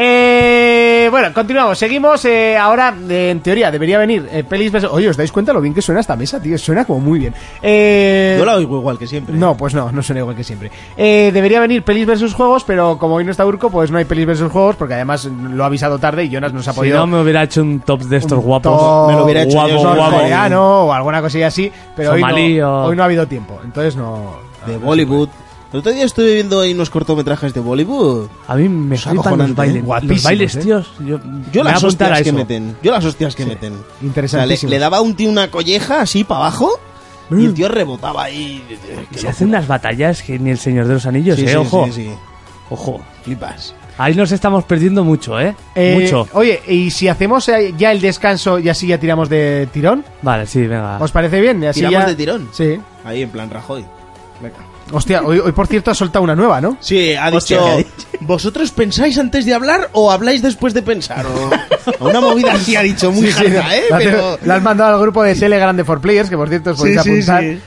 [SPEAKER 1] Eh, bueno, continuamos, seguimos. eh, ahora, eh, en teoría, debería venir eh, Pelis vs. Oye, ¿os dais cuenta lo bien que suena esta mesa, tío? Suena como muy bien. Eh,
[SPEAKER 2] Yo la oigo igual que siempre.
[SPEAKER 1] no, pues no, no suena igual que siempre. Eh, debería venir Pelis vs. Juegos, pero como hoy no está Urco, pues no hay Pelis vs. Juegos, porque además lo ha avisado tarde y Jonas nos ha
[SPEAKER 3] Si
[SPEAKER 1] podido.
[SPEAKER 3] no me hubiera hecho un top de estos guapos.
[SPEAKER 1] top,
[SPEAKER 2] Me lo hubiera hecho
[SPEAKER 3] guapo,
[SPEAKER 2] yo solo.
[SPEAKER 3] guapo.
[SPEAKER 1] coreano o alguna cosilla así, pero hoy
[SPEAKER 3] Somalí
[SPEAKER 1] no,
[SPEAKER 3] o-
[SPEAKER 1] hoy no ha habido tiempo, entonces no.
[SPEAKER 2] De Bollywood. El otro día estuve viendo ahí unos cortometrajes de Bollywood.
[SPEAKER 3] A mí me
[SPEAKER 2] Es
[SPEAKER 3] flipan
[SPEAKER 2] acojonante,
[SPEAKER 3] los bailes.
[SPEAKER 2] ¿eh?
[SPEAKER 3] Los
[SPEAKER 2] Guapísimos,
[SPEAKER 3] bailes,
[SPEAKER 2] ¿eh?
[SPEAKER 3] tíos. Yo,
[SPEAKER 2] Yo
[SPEAKER 3] me voy a
[SPEAKER 2] las
[SPEAKER 3] apuntar
[SPEAKER 2] hostias
[SPEAKER 3] a
[SPEAKER 2] que
[SPEAKER 3] eso.
[SPEAKER 2] meten. Yo las hostias que meten. O sea,
[SPEAKER 1] Interesantísimo. Mm.
[SPEAKER 2] le, le daba a un tío una colleja así para abajo y el tío rebotaba ahí.
[SPEAKER 3] Se hacen unas batallas que ni el Señor de los Anillos,
[SPEAKER 2] Sí,
[SPEAKER 3] eh.
[SPEAKER 2] sí,
[SPEAKER 3] ojo.
[SPEAKER 2] sí, sí.
[SPEAKER 3] Ojo.
[SPEAKER 2] Flipas.
[SPEAKER 3] Ahí nos estamos perdiendo mucho, eh.
[SPEAKER 1] Eh,
[SPEAKER 3] mucho.
[SPEAKER 1] Oye, y si hacemos eh, ya el descanso y así ya tiramos de tirón,
[SPEAKER 3] Vale, sí, venga.
[SPEAKER 1] ¿os parece bien? Y Así
[SPEAKER 2] ¿Tiramos
[SPEAKER 1] ya-
[SPEAKER 2] de tirón?
[SPEAKER 1] Sí.
[SPEAKER 2] Ahí en plan Rajoy. Venga.
[SPEAKER 1] Hostia, hoy, hoy, por cierto ha soltado una nueva, ¿no?
[SPEAKER 2] Sí, ha
[SPEAKER 4] Hostia,
[SPEAKER 2] dicho,
[SPEAKER 4] ¿qué ha dicho?
[SPEAKER 2] ¿vosotros pensáis antes de hablar o habláis después de pensar? O, o una movida así ha dicho, muy jarga, ¿eh?
[SPEAKER 1] La,
[SPEAKER 2] Pero...
[SPEAKER 1] la has mandado al grupo de Telegram de For Players, que por cierto os podéis
[SPEAKER 2] Sí, sí,
[SPEAKER 1] apuntar.
[SPEAKER 2] sí.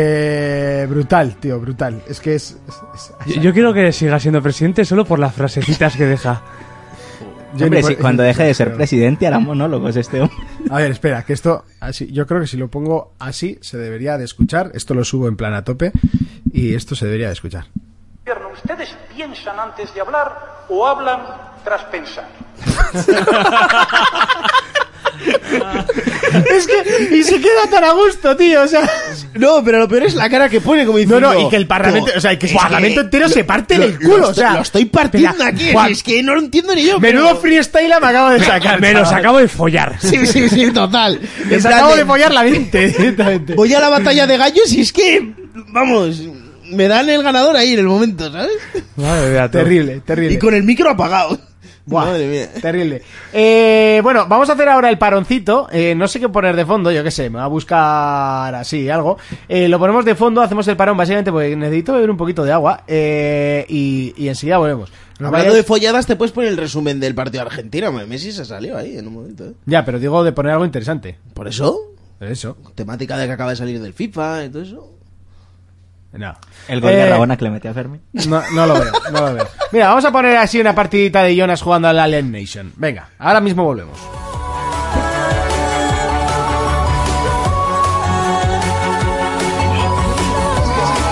[SPEAKER 1] Eh, brutal, tío, brutal. Es que es. es- es-
[SPEAKER 3] Yo, yo quiero que siga siendo presidente solo por las frasecitas que deja.
[SPEAKER 1] yo
[SPEAKER 4] Hombre,
[SPEAKER 1] ni por-
[SPEAKER 4] si cuando deje de ser presidente hará monólogos este hombre.
[SPEAKER 1] A ver, espera, que esto. Así, yo creo que si lo pongo así, se debería de escuchar. Esto lo subo en plan a tope. Y esto se debería de escuchar.
[SPEAKER 6] gobierno, ¿ustedes piensan antes de hablar o hablan tras pensar?
[SPEAKER 1] es que. Y se queda tan a gusto, tío. O sea.
[SPEAKER 2] No, pero lo peor es la cara que pone como
[SPEAKER 1] No,
[SPEAKER 2] diciendo...
[SPEAKER 1] no, y que el parlamento, o sea, que el parlamento entero se parte
[SPEAKER 2] lo-
[SPEAKER 1] del culo,
[SPEAKER 2] lo
[SPEAKER 1] o
[SPEAKER 2] estoy-
[SPEAKER 1] sea,
[SPEAKER 2] Lo estoy partiendo
[SPEAKER 1] Mira,
[SPEAKER 2] aquí,
[SPEAKER 1] Juan,
[SPEAKER 2] es que no lo entiendo ni yo.
[SPEAKER 1] menudo
[SPEAKER 2] pero-
[SPEAKER 1] freestyle me acabo de sacar.
[SPEAKER 3] Me los
[SPEAKER 1] chaval.
[SPEAKER 3] acabo de follar.
[SPEAKER 2] Sí, sí, sí, total. En
[SPEAKER 1] Les
[SPEAKER 2] plan
[SPEAKER 1] acabo
[SPEAKER 2] de-
[SPEAKER 1] de follar la mente directamente.
[SPEAKER 2] Voy a la batalla de gallos y es que, vamos, me dan el ganador ahí en el momento, ¿sabes?
[SPEAKER 3] Madre mía, tú.
[SPEAKER 1] Terrible, terrible.
[SPEAKER 2] Y con el micro apagado.
[SPEAKER 1] Buah,
[SPEAKER 2] Madre mía.
[SPEAKER 1] Terrible. Eh, bueno, vamos a hacer ahora el paroncito. Eh, no sé qué poner de fondo, yo qué sé, me va a buscar así algo. Eh, lo ponemos de fondo, hacemos el parón básicamente porque necesito beber un poquito de agua eh, y, y enseguida volvemos. No
[SPEAKER 2] Hablando
[SPEAKER 1] vayáis-
[SPEAKER 2] de folladas, te puedes poner el resumen del partido de Argentina. hombre, Messi se salió ahí en un momento. ¿eh?
[SPEAKER 1] Ya, pero digo de poner algo interesante.
[SPEAKER 2] Por eso,
[SPEAKER 1] Eso.
[SPEAKER 2] temática de que acaba de salir del FIFA y todo eso.
[SPEAKER 1] No.
[SPEAKER 4] El gol de
[SPEAKER 1] Eh,
[SPEAKER 4] Rabona que le metió a Fermi.
[SPEAKER 1] No, no lo veo, no lo veo. Mira, vamos a poner así una partidita de Jonas jugando al Alien Nation. Venga, ahora mismo volvemos.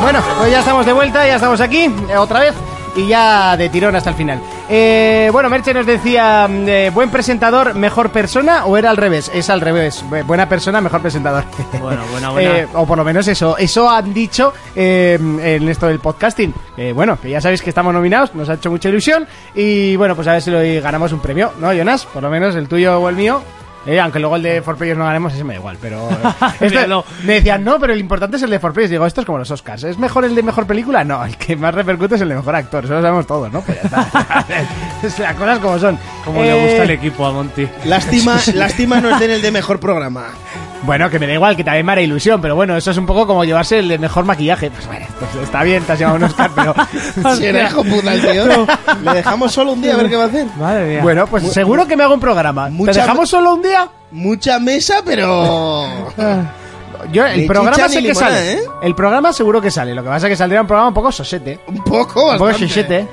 [SPEAKER 1] Bueno, pues ya estamos de vuelta, ya estamos aquí, eh, otra vez, y ya de tirón hasta el final. Eh, bueno, Merche nos decía, mm, eh, ¿buen presentador, mejor persona o era al revés? Es al revés, bu- buena persona, mejor presentador.
[SPEAKER 3] Bueno, buena, buena.
[SPEAKER 1] Eh, o por lo menos eso, eso han dicho eh, en esto del podcasting. Eh, bueno, que ya sabéis que estamos nominados, nos ha hecho mucha ilusión, y bueno, pues a ver si lo ganamos un premio, ¿no, Jonas? Por lo menos el tuyo o el mío. Eh, aunque luego el de For Players no ganemos, ese me da igual, pero... Este-
[SPEAKER 3] Míralo.
[SPEAKER 1] me decían, no, pero el importante es el de For Players. Digo, esto es como los Oscars. ¿Es mejor el de mejor película? No, el que más repercute es el de mejor actor. Eso lo sabemos todos, ¿no? Pues ya está. Es Las cosas como son.
[SPEAKER 3] Como le gusta
[SPEAKER 1] Eh,
[SPEAKER 3] el equipo a Monty.
[SPEAKER 2] Lástima, lástima no esté en el de mejor programa.
[SPEAKER 1] Bueno, que me da igual, que también me hará ilusión, pero bueno, eso es un poco como llevarse el de mejor maquillaje. Pues bueno, pues está bien, te has llevado un Oscar, pero...
[SPEAKER 2] Si era hijo puta el tío. Le dejamos solo un día a ver qué va a hacer.
[SPEAKER 3] Madre mía.
[SPEAKER 1] Bueno, pues seguro que me hago un programa. ¿Te
[SPEAKER 2] Mucha-
[SPEAKER 1] dejamos solo un día?
[SPEAKER 2] Mucha mesa, pero.
[SPEAKER 1] Yo, el
[SPEAKER 2] Ni
[SPEAKER 1] programa
[SPEAKER 2] chicha
[SPEAKER 1] sé
[SPEAKER 2] ni
[SPEAKER 1] que
[SPEAKER 2] limonada,
[SPEAKER 1] sale.
[SPEAKER 2] ¿eh?
[SPEAKER 1] El programa seguro que sale. Lo que pasa es que saldrá un programa un poco sosete.
[SPEAKER 2] Un poco,
[SPEAKER 1] Un poco
[SPEAKER 2] bastante.
[SPEAKER 1] sosete.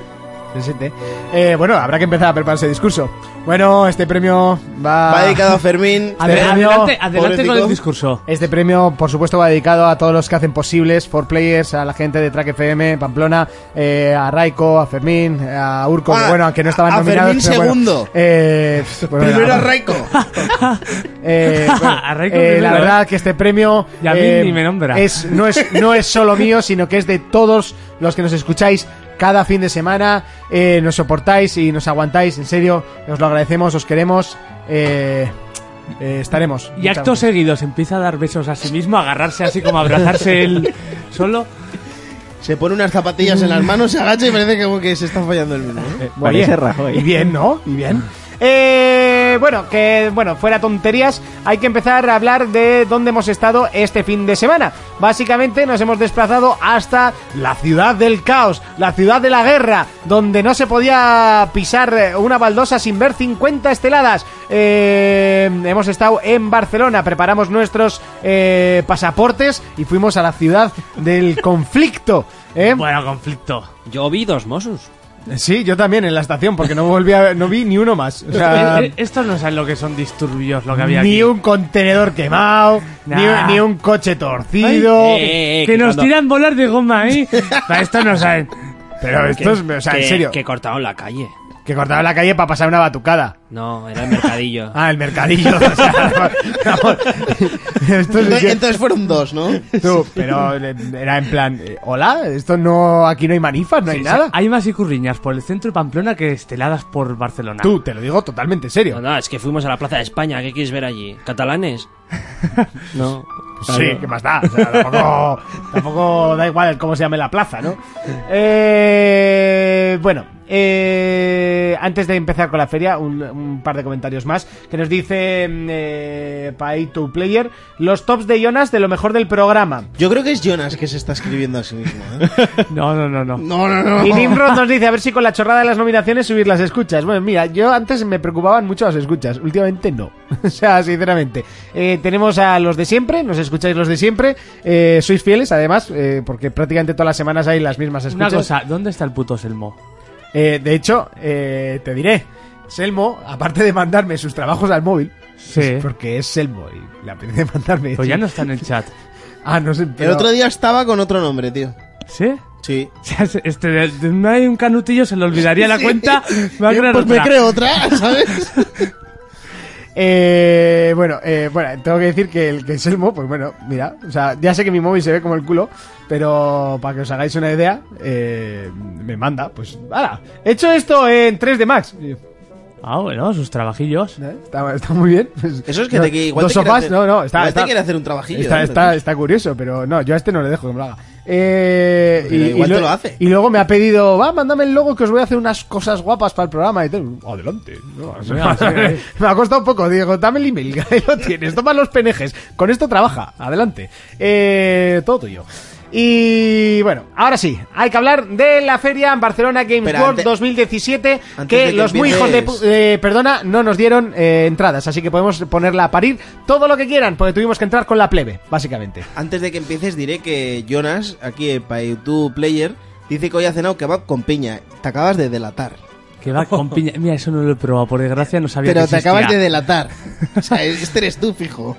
[SPEAKER 1] Sosete. Eh, bueno, habrá que empezar a prepararse discurso. Bueno, este premio va.
[SPEAKER 2] Va dedicado a Fermín.
[SPEAKER 3] Ade-
[SPEAKER 1] Fernando,
[SPEAKER 3] adelante adelante con
[SPEAKER 2] pobretico.
[SPEAKER 3] el discurso.
[SPEAKER 1] Este premio, por supuesto, va dedicado a todos los que hacen posibles, for players, a la gente de Track FM, Pamplona, eh, a Raico, a Fermín, eh, a Urco,
[SPEAKER 2] Ah,
[SPEAKER 1] que bueno, aunque no estaban
[SPEAKER 2] a
[SPEAKER 1] nominados.
[SPEAKER 2] Fermín
[SPEAKER 1] pero bueno.
[SPEAKER 2] segundo.
[SPEAKER 1] Eh, pf, bueno,
[SPEAKER 2] Primero
[SPEAKER 1] a-
[SPEAKER 2] a Raico.
[SPEAKER 1] Eh, bueno,
[SPEAKER 3] A Raico
[SPEAKER 1] eh,
[SPEAKER 3] primero,
[SPEAKER 1] la
[SPEAKER 3] ¿eh?
[SPEAKER 1] verdad que este premio
[SPEAKER 3] Y a mí
[SPEAKER 1] eh,
[SPEAKER 3] ni me nombra.
[SPEAKER 1] Es, no, es, no es solo mío, sino que es de todos los que nos escucháis cada fin de semana. Eh, nos soportáis y nos aguantáis, en serio. Os lo agradecemos, os queremos. eh, eh, estaremos.
[SPEAKER 3] Y
[SPEAKER 1] Muchas
[SPEAKER 3] actos
[SPEAKER 1] gracias.
[SPEAKER 3] seguidos empieza a dar besos a sí mismo, a agarrarse así como a abrazarse él solo.
[SPEAKER 2] Se pone unas zapatillas en las manos, se agacha y parece que, que se está fallando el mismo. ¿eh?
[SPEAKER 1] Muy
[SPEAKER 4] Parece
[SPEAKER 1] bien.
[SPEAKER 4] Rajoy.
[SPEAKER 1] Y bien, ¿no? Y bien. Eh, bueno, que bueno, fuera tonterías, hay que empezar a hablar de dónde hemos estado este fin de semana. Básicamente nos hemos desplazado hasta la ciudad del caos, la ciudad de la guerra, donde no se podía pisar eh, una baldosa sin ver 50 esteladas. Eh, hemos estado en Barcelona, preparamos nuestros eh, pasaportes y fuimos a la ciudad del conflicto. ¿eh?
[SPEAKER 3] Bueno, conflicto.
[SPEAKER 5] Yo vi dos Mosus.
[SPEAKER 1] Sí, yo también en la estación, porque no volví a, no vi ni uno más. O sea,
[SPEAKER 3] Eh, eh, Estos no saben lo que son disturbios, lo que había
[SPEAKER 1] ni
[SPEAKER 3] aquí.
[SPEAKER 1] un contenedor quemado,
[SPEAKER 3] Nah.
[SPEAKER 1] ni, un- ni un coche torcido.
[SPEAKER 5] Ay, eh.
[SPEAKER 3] que
[SPEAKER 5] que
[SPEAKER 3] nos
[SPEAKER 5] cuando-
[SPEAKER 3] tiran volar de goma ahí. Para esto no saben.
[SPEAKER 1] Pero esto es, o sea, en serio,
[SPEAKER 5] Que cortaron la calle.
[SPEAKER 1] que cortaban la calle para pasar una batucada.
[SPEAKER 5] No, era el mercadillo.
[SPEAKER 1] Ah, el mercadillo. o sea, vamos, esto es-
[SPEAKER 2] Entonces, entonces fueron dos, ¿no?
[SPEAKER 1] tú, pero eh, era en plan, eh, hola, esto no, aquí no hay manifas, no hay
[SPEAKER 3] Sí,
[SPEAKER 1] nada.
[SPEAKER 3] sí, Hay más icurriñas por el centro de Pamplona que esteladas por Barcelona.
[SPEAKER 1] Tú, te lo digo totalmente en serio.
[SPEAKER 5] No, no, es que fuimos a la Plaza de España. ¿Qué quieres ver allí? ¿Catalanes? No.
[SPEAKER 1] Sí, ¿qué más da? O sea, tampoco, tampoco da igual el cómo se llame la plaza, ¿no? Eh, bueno, eh, antes de empezar con la feria, un, un par de comentarios más que nos dice mm, eh, Pay to Player los tops de Jonas de lo mejor del programa.
[SPEAKER 2] Yo creo que es Jonas que se está escribiendo a sí mismo. ¿eh?
[SPEAKER 3] No, no, no, no.
[SPEAKER 2] No, no, no.
[SPEAKER 1] Y Nimrod nos dice, a ver si con la chorrada de las nominaciones subir las escuchas. Bueno, mira, yo antes me preocupaban mucho las escuchas, últimamente no. O sea, sinceramente. Eh, tenemos a los de siempre, nos escucháis los de siempre, eh, sois fieles además, eh, porque prácticamente todas las semanas hay las mismas
[SPEAKER 3] Una
[SPEAKER 1] escuchas.
[SPEAKER 3] cosa, ¿dónde está el puto Selmo?
[SPEAKER 1] Eh, de hecho, eh, te diré, Selmo, aparte de mandarme sus trabajos al móvil,
[SPEAKER 3] Sí.
[SPEAKER 1] es porque es Selmo y la pide mandarme...
[SPEAKER 3] Pues ya no está en el chat.
[SPEAKER 1] Ah, no sé,
[SPEAKER 2] El
[SPEAKER 1] pero-
[SPEAKER 2] otro día estaba con otro nombre, tío.
[SPEAKER 3] ¿Sí?
[SPEAKER 2] Sí.
[SPEAKER 3] O sea, se- Este, de, de- no hay un canutillo, se le olvidaría la
[SPEAKER 2] Sí.
[SPEAKER 3] cuenta. Va a
[SPEAKER 2] Yo,
[SPEAKER 3] crear
[SPEAKER 2] pues me
[SPEAKER 3] otra.
[SPEAKER 2] creo otra, ¿sabes?
[SPEAKER 1] Eh, bueno, eh, bueno, tengo que decir que el que es Elmo, pues bueno, mira, o sea, ya sé que mi móvil se ve como el culo, pero para que os hagáis una idea, eh, me manda, pues, ¡hala! He hecho esto en 3D Max. Y yo,
[SPEAKER 3] Ah, bueno, sus trabajillos.
[SPEAKER 1] ¿eh? Está, está muy bien. Pues,
[SPEAKER 2] Eso es que
[SPEAKER 1] no,
[SPEAKER 2] te que igual
[SPEAKER 1] Dos
[SPEAKER 2] te quiere
[SPEAKER 1] sofás,
[SPEAKER 2] hacer-
[SPEAKER 1] no, no, está,
[SPEAKER 2] igual
[SPEAKER 1] está,
[SPEAKER 2] te quiere hacer un trabajillo.
[SPEAKER 1] está,
[SPEAKER 2] ¿eh?
[SPEAKER 1] está, está curioso, pero no, yo a este no le dejo que me lo haga. Eh,
[SPEAKER 2] Pero igual te lo hace.
[SPEAKER 1] y luego me ha pedido, va, mándame el logo que os voy a hacer unas cosas guapas para el programa. Y tal. Adelante. No, o sea,
[SPEAKER 3] Mira, sí, sí.
[SPEAKER 1] me ha costado un poco, Diego, dame el email, que ahí lo tienes, toma los penejes, con esto trabaja, adelante. Eh, todo tuyo. Y bueno, ahora sí, hay que hablar de la feria en Barcelona Games
[SPEAKER 2] Pero
[SPEAKER 1] World
[SPEAKER 2] antes-
[SPEAKER 1] 2017,
[SPEAKER 2] antes de
[SPEAKER 1] que
[SPEAKER 2] que
[SPEAKER 1] los muy hijos de... pu-
[SPEAKER 2] empieces.
[SPEAKER 1] eh, perdona, no nos dieron eh, entradas, así que podemos ponerla a parir todo lo que quieran, porque tuvimos que entrar con la plebe, básicamente.
[SPEAKER 2] Antes de que empieces, diré que Jonas, aquí en YouTube Player, dice que hoy ha cenado kebab con piña. Te acabas de delatar.
[SPEAKER 3] Que va con piña. Mira, eso no lo he probado, por desgracia no sabía
[SPEAKER 2] Pero
[SPEAKER 3] que
[SPEAKER 2] te
[SPEAKER 3] existía.
[SPEAKER 2] acabas de delatar. O sea, este eres tú, fijo.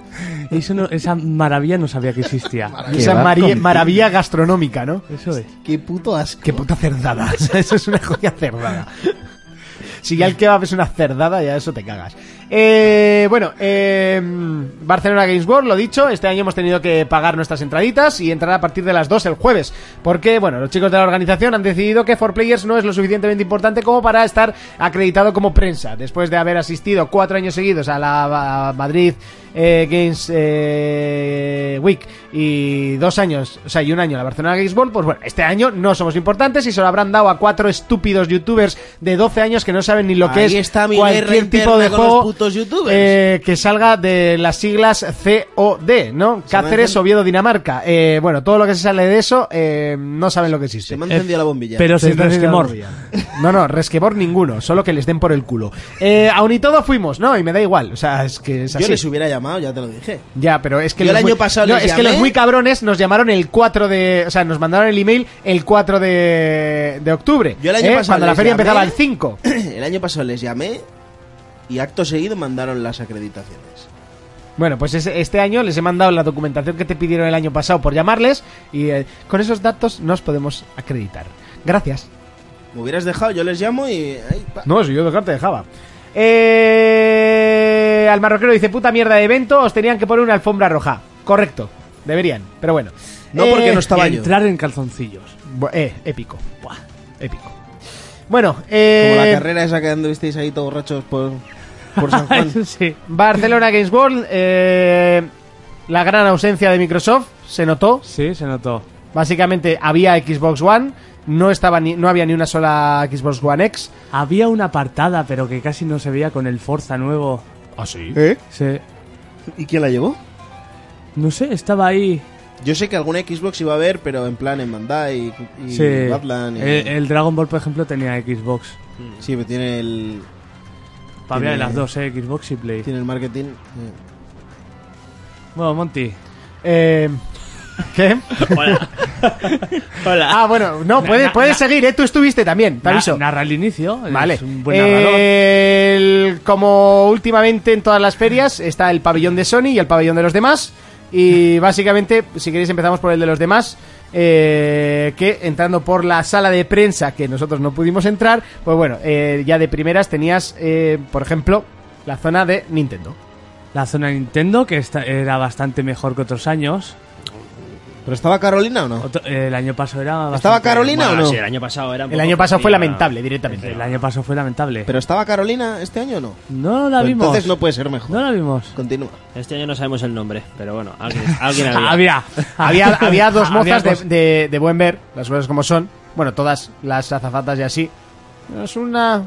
[SPEAKER 3] Eso no- esa maravilla no sabía que existía.
[SPEAKER 1] Esa
[SPEAKER 4] va
[SPEAKER 1] mari- maravilla gastronómica, ¿no?
[SPEAKER 3] Eso es.
[SPEAKER 2] Qué puto asco.
[SPEAKER 1] Qué puta cerdada. O sea, eso es una jodida cerdada. Si ya el kebab es una cerdada, ya eso te cagas. Eh, bueno, eh, Barcelona Games World, lo dicho, este año hemos tenido que pagar nuestras entraditas y entrar a partir de las 2 el jueves. Porque, bueno, los chicos de la organización han decidido que 4Players no es lo suficientemente importante como para estar acreditado como prensa. Después de haber asistido cuatro años seguidos a la a Madrid eh, Games eh, Week y dos años, o sea, y un año la Barcelona Games World, pues bueno, este año no somos importantes y se lo habrán dado a cuatro estúpidos youtubers de 12 años que no saben ni lo que
[SPEAKER 2] Ahí
[SPEAKER 1] es
[SPEAKER 2] está mi guerra
[SPEAKER 1] cualquier
[SPEAKER 2] interna
[SPEAKER 1] tipo de
[SPEAKER 2] con los
[SPEAKER 1] juego
[SPEAKER 2] putos youtubers.
[SPEAKER 1] eh, que salga de las siglas COD, ¿no? Cáceres,
[SPEAKER 2] entiende.
[SPEAKER 1] Oviedo, Dinamarca. Eh, bueno, todo lo que se sale de eso eh, no saben lo que existe.
[SPEAKER 2] Se me ha encendido la bombilla.
[SPEAKER 3] Pero
[SPEAKER 1] Se
[SPEAKER 3] sin
[SPEAKER 1] está haciendo
[SPEAKER 3] resquemor.
[SPEAKER 1] la novia. No, no, resquemor ninguno, solo que les den por el culo. Eh, aun y todo fuimos, ¿no? Y me da igual, o sea, es que es
[SPEAKER 2] Yo
[SPEAKER 1] así.
[SPEAKER 2] les hubiera llamado, ya te lo dije.
[SPEAKER 1] Ya, pero es que
[SPEAKER 2] Yo el
[SPEAKER 1] los
[SPEAKER 2] año
[SPEAKER 1] muy-
[SPEAKER 2] pasado
[SPEAKER 1] no,
[SPEAKER 2] les
[SPEAKER 1] es que
[SPEAKER 2] llamé.
[SPEAKER 1] los muy cabrones nos llamaron el 4 de, o sea, nos mandaron el email el 4 de, de octubre.
[SPEAKER 2] Yo el año
[SPEAKER 1] ¿eh?
[SPEAKER 2] pasado
[SPEAKER 1] cuando la
[SPEAKER 2] les
[SPEAKER 1] feria
[SPEAKER 2] llamé.
[SPEAKER 1] empezaba el 5.
[SPEAKER 2] El año pasado les llamé y acto seguido mandaron las acreditaciones.
[SPEAKER 1] Bueno, pues ese- este año les he mandado la documentación que te pidieron el año pasado por llamarles y eh, con esos datos nos podemos acreditar. Gracias.
[SPEAKER 2] Me hubieras dejado, yo les llamo y... ay, pa.
[SPEAKER 1] No, si yo de te dejaba. Eh, al marroquero dice, puta mierda de evento, os tenían que poner una alfombra roja. Correcto, deberían, pero bueno.
[SPEAKER 2] No, porque
[SPEAKER 1] Eh,
[SPEAKER 2] no estaba
[SPEAKER 3] Y
[SPEAKER 2] yo.
[SPEAKER 3] entrar en calzoncillos.
[SPEAKER 1] bu- Eh, épico. Buah, épico. Bueno, eh,
[SPEAKER 2] Como la carrera esa que anduvisteis ahí todos borrachos por, por San Juan.
[SPEAKER 3] sí.
[SPEAKER 1] Barcelona Games World, eh, la gran ausencia de Microsoft se notó.
[SPEAKER 3] Sí, se notó.
[SPEAKER 1] Básicamente había Xbox One, no estaba ni, no había ni una sola Xbox One X.
[SPEAKER 3] Había una apartada, pero que casi no se veía con el Forza nuevo.
[SPEAKER 1] Ah, sí.
[SPEAKER 2] ¿Eh?
[SPEAKER 3] Se...
[SPEAKER 2] ¿Y quién la llevó?
[SPEAKER 3] No sé, estaba ahí.
[SPEAKER 2] Yo sé que alguna Xbox iba a haber, pero en plan en Bandai y, y
[SPEAKER 3] Sí. Eh,
[SPEAKER 2] Batland. y-
[SPEAKER 3] El, el Dragon Ball, por ejemplo, tenía Xbox.
[SPEAKER 2] Sí, pero tiene el,
[SPEAKER 3] Para ver
[SPEAKER 2] Tiene-
[SPEAKER 3] las dos, eh, Xbox y Play.
[SPEAKER 2] tiene el marketing. Eh,
[SPEAKER 3] Bueno, Monty.
[SPEAKER 1] Eh, ¿Qué?
[SPEAKER 5] Hola. Hola.
[SPEAKER 1] Ah, bueno, no, puedes,
[SPEAKER 3] na-
[SPEAKER 1] puedes
[SPEAKER 3] na-
[SPEAKER 1] seguir, ¿eh? Tú estuviste también, te
[SPEAKER 3] Na-
[SPEAKER 1] aviso.
[SPEAKER 3] narra el inicio.
[SPEAKER 1] Vale.
[SPEAKER 3] Es un buen narrador.
[SPEAKER 2] Eh,
[SPEAKER 1] El- como últimamente en todas las ferias, está el pabellón de Sony y el pabellón de los demás. Y básicamente, si queréis, empezamos por el de los demás. eh, que entrando por la sala de prensa que nosotros no pudimos entrar, pues bueno, eh, ya de primeras tenías, eh, por ejemplo, la zona de Nintendo.
[SPEAKER 3] La zona Nintendo, que esta- era bastante mejor que otros años.
[SPEAKER 2] ¿Pero estaba Carolina o no?
[SPEAKER 3] Otro- eh, el año pasado era. bastante-
[SPEAKER 2] ¿Estaba Carolina o
[SPEAKER 5] Bueno,
[SPEAKER 2] no?
[SPEAKER 5] sí, el año pasado era un
[SPEAKER 1] El
[SPEAKER 5] poco
[SPEAKER 1] año pasado fue
[SPEAKER 5] flojilla.
[SPEAKER 1] lamentable directamente.
[SPEAKER 3] El año pasado fue lamentable.
[SPEAKER 2] ¿Pero estaba Carolina este año o no?
[SPEAKER 3] no la
[SPEAKER 2] Pues
[SPEAKER 3] vimos.
[SPEAKER 2] Entonces no puede ser mejor.
[SPEAKER 3] No la vimos.
[SPEAKER 2] Continúa.
[SPEAKER 5] Este año no sabemos el nombre, pero bueno, alguien, alguien había.
[SPEAKER 3] Había.
[SPEAKER 1] Había, había dos mozas de,
[SPEAKER 3] dos.
[SPEAKER 1] de- de buen ver, las cosas como son. Bueno, todas las azafatas y así. Es una.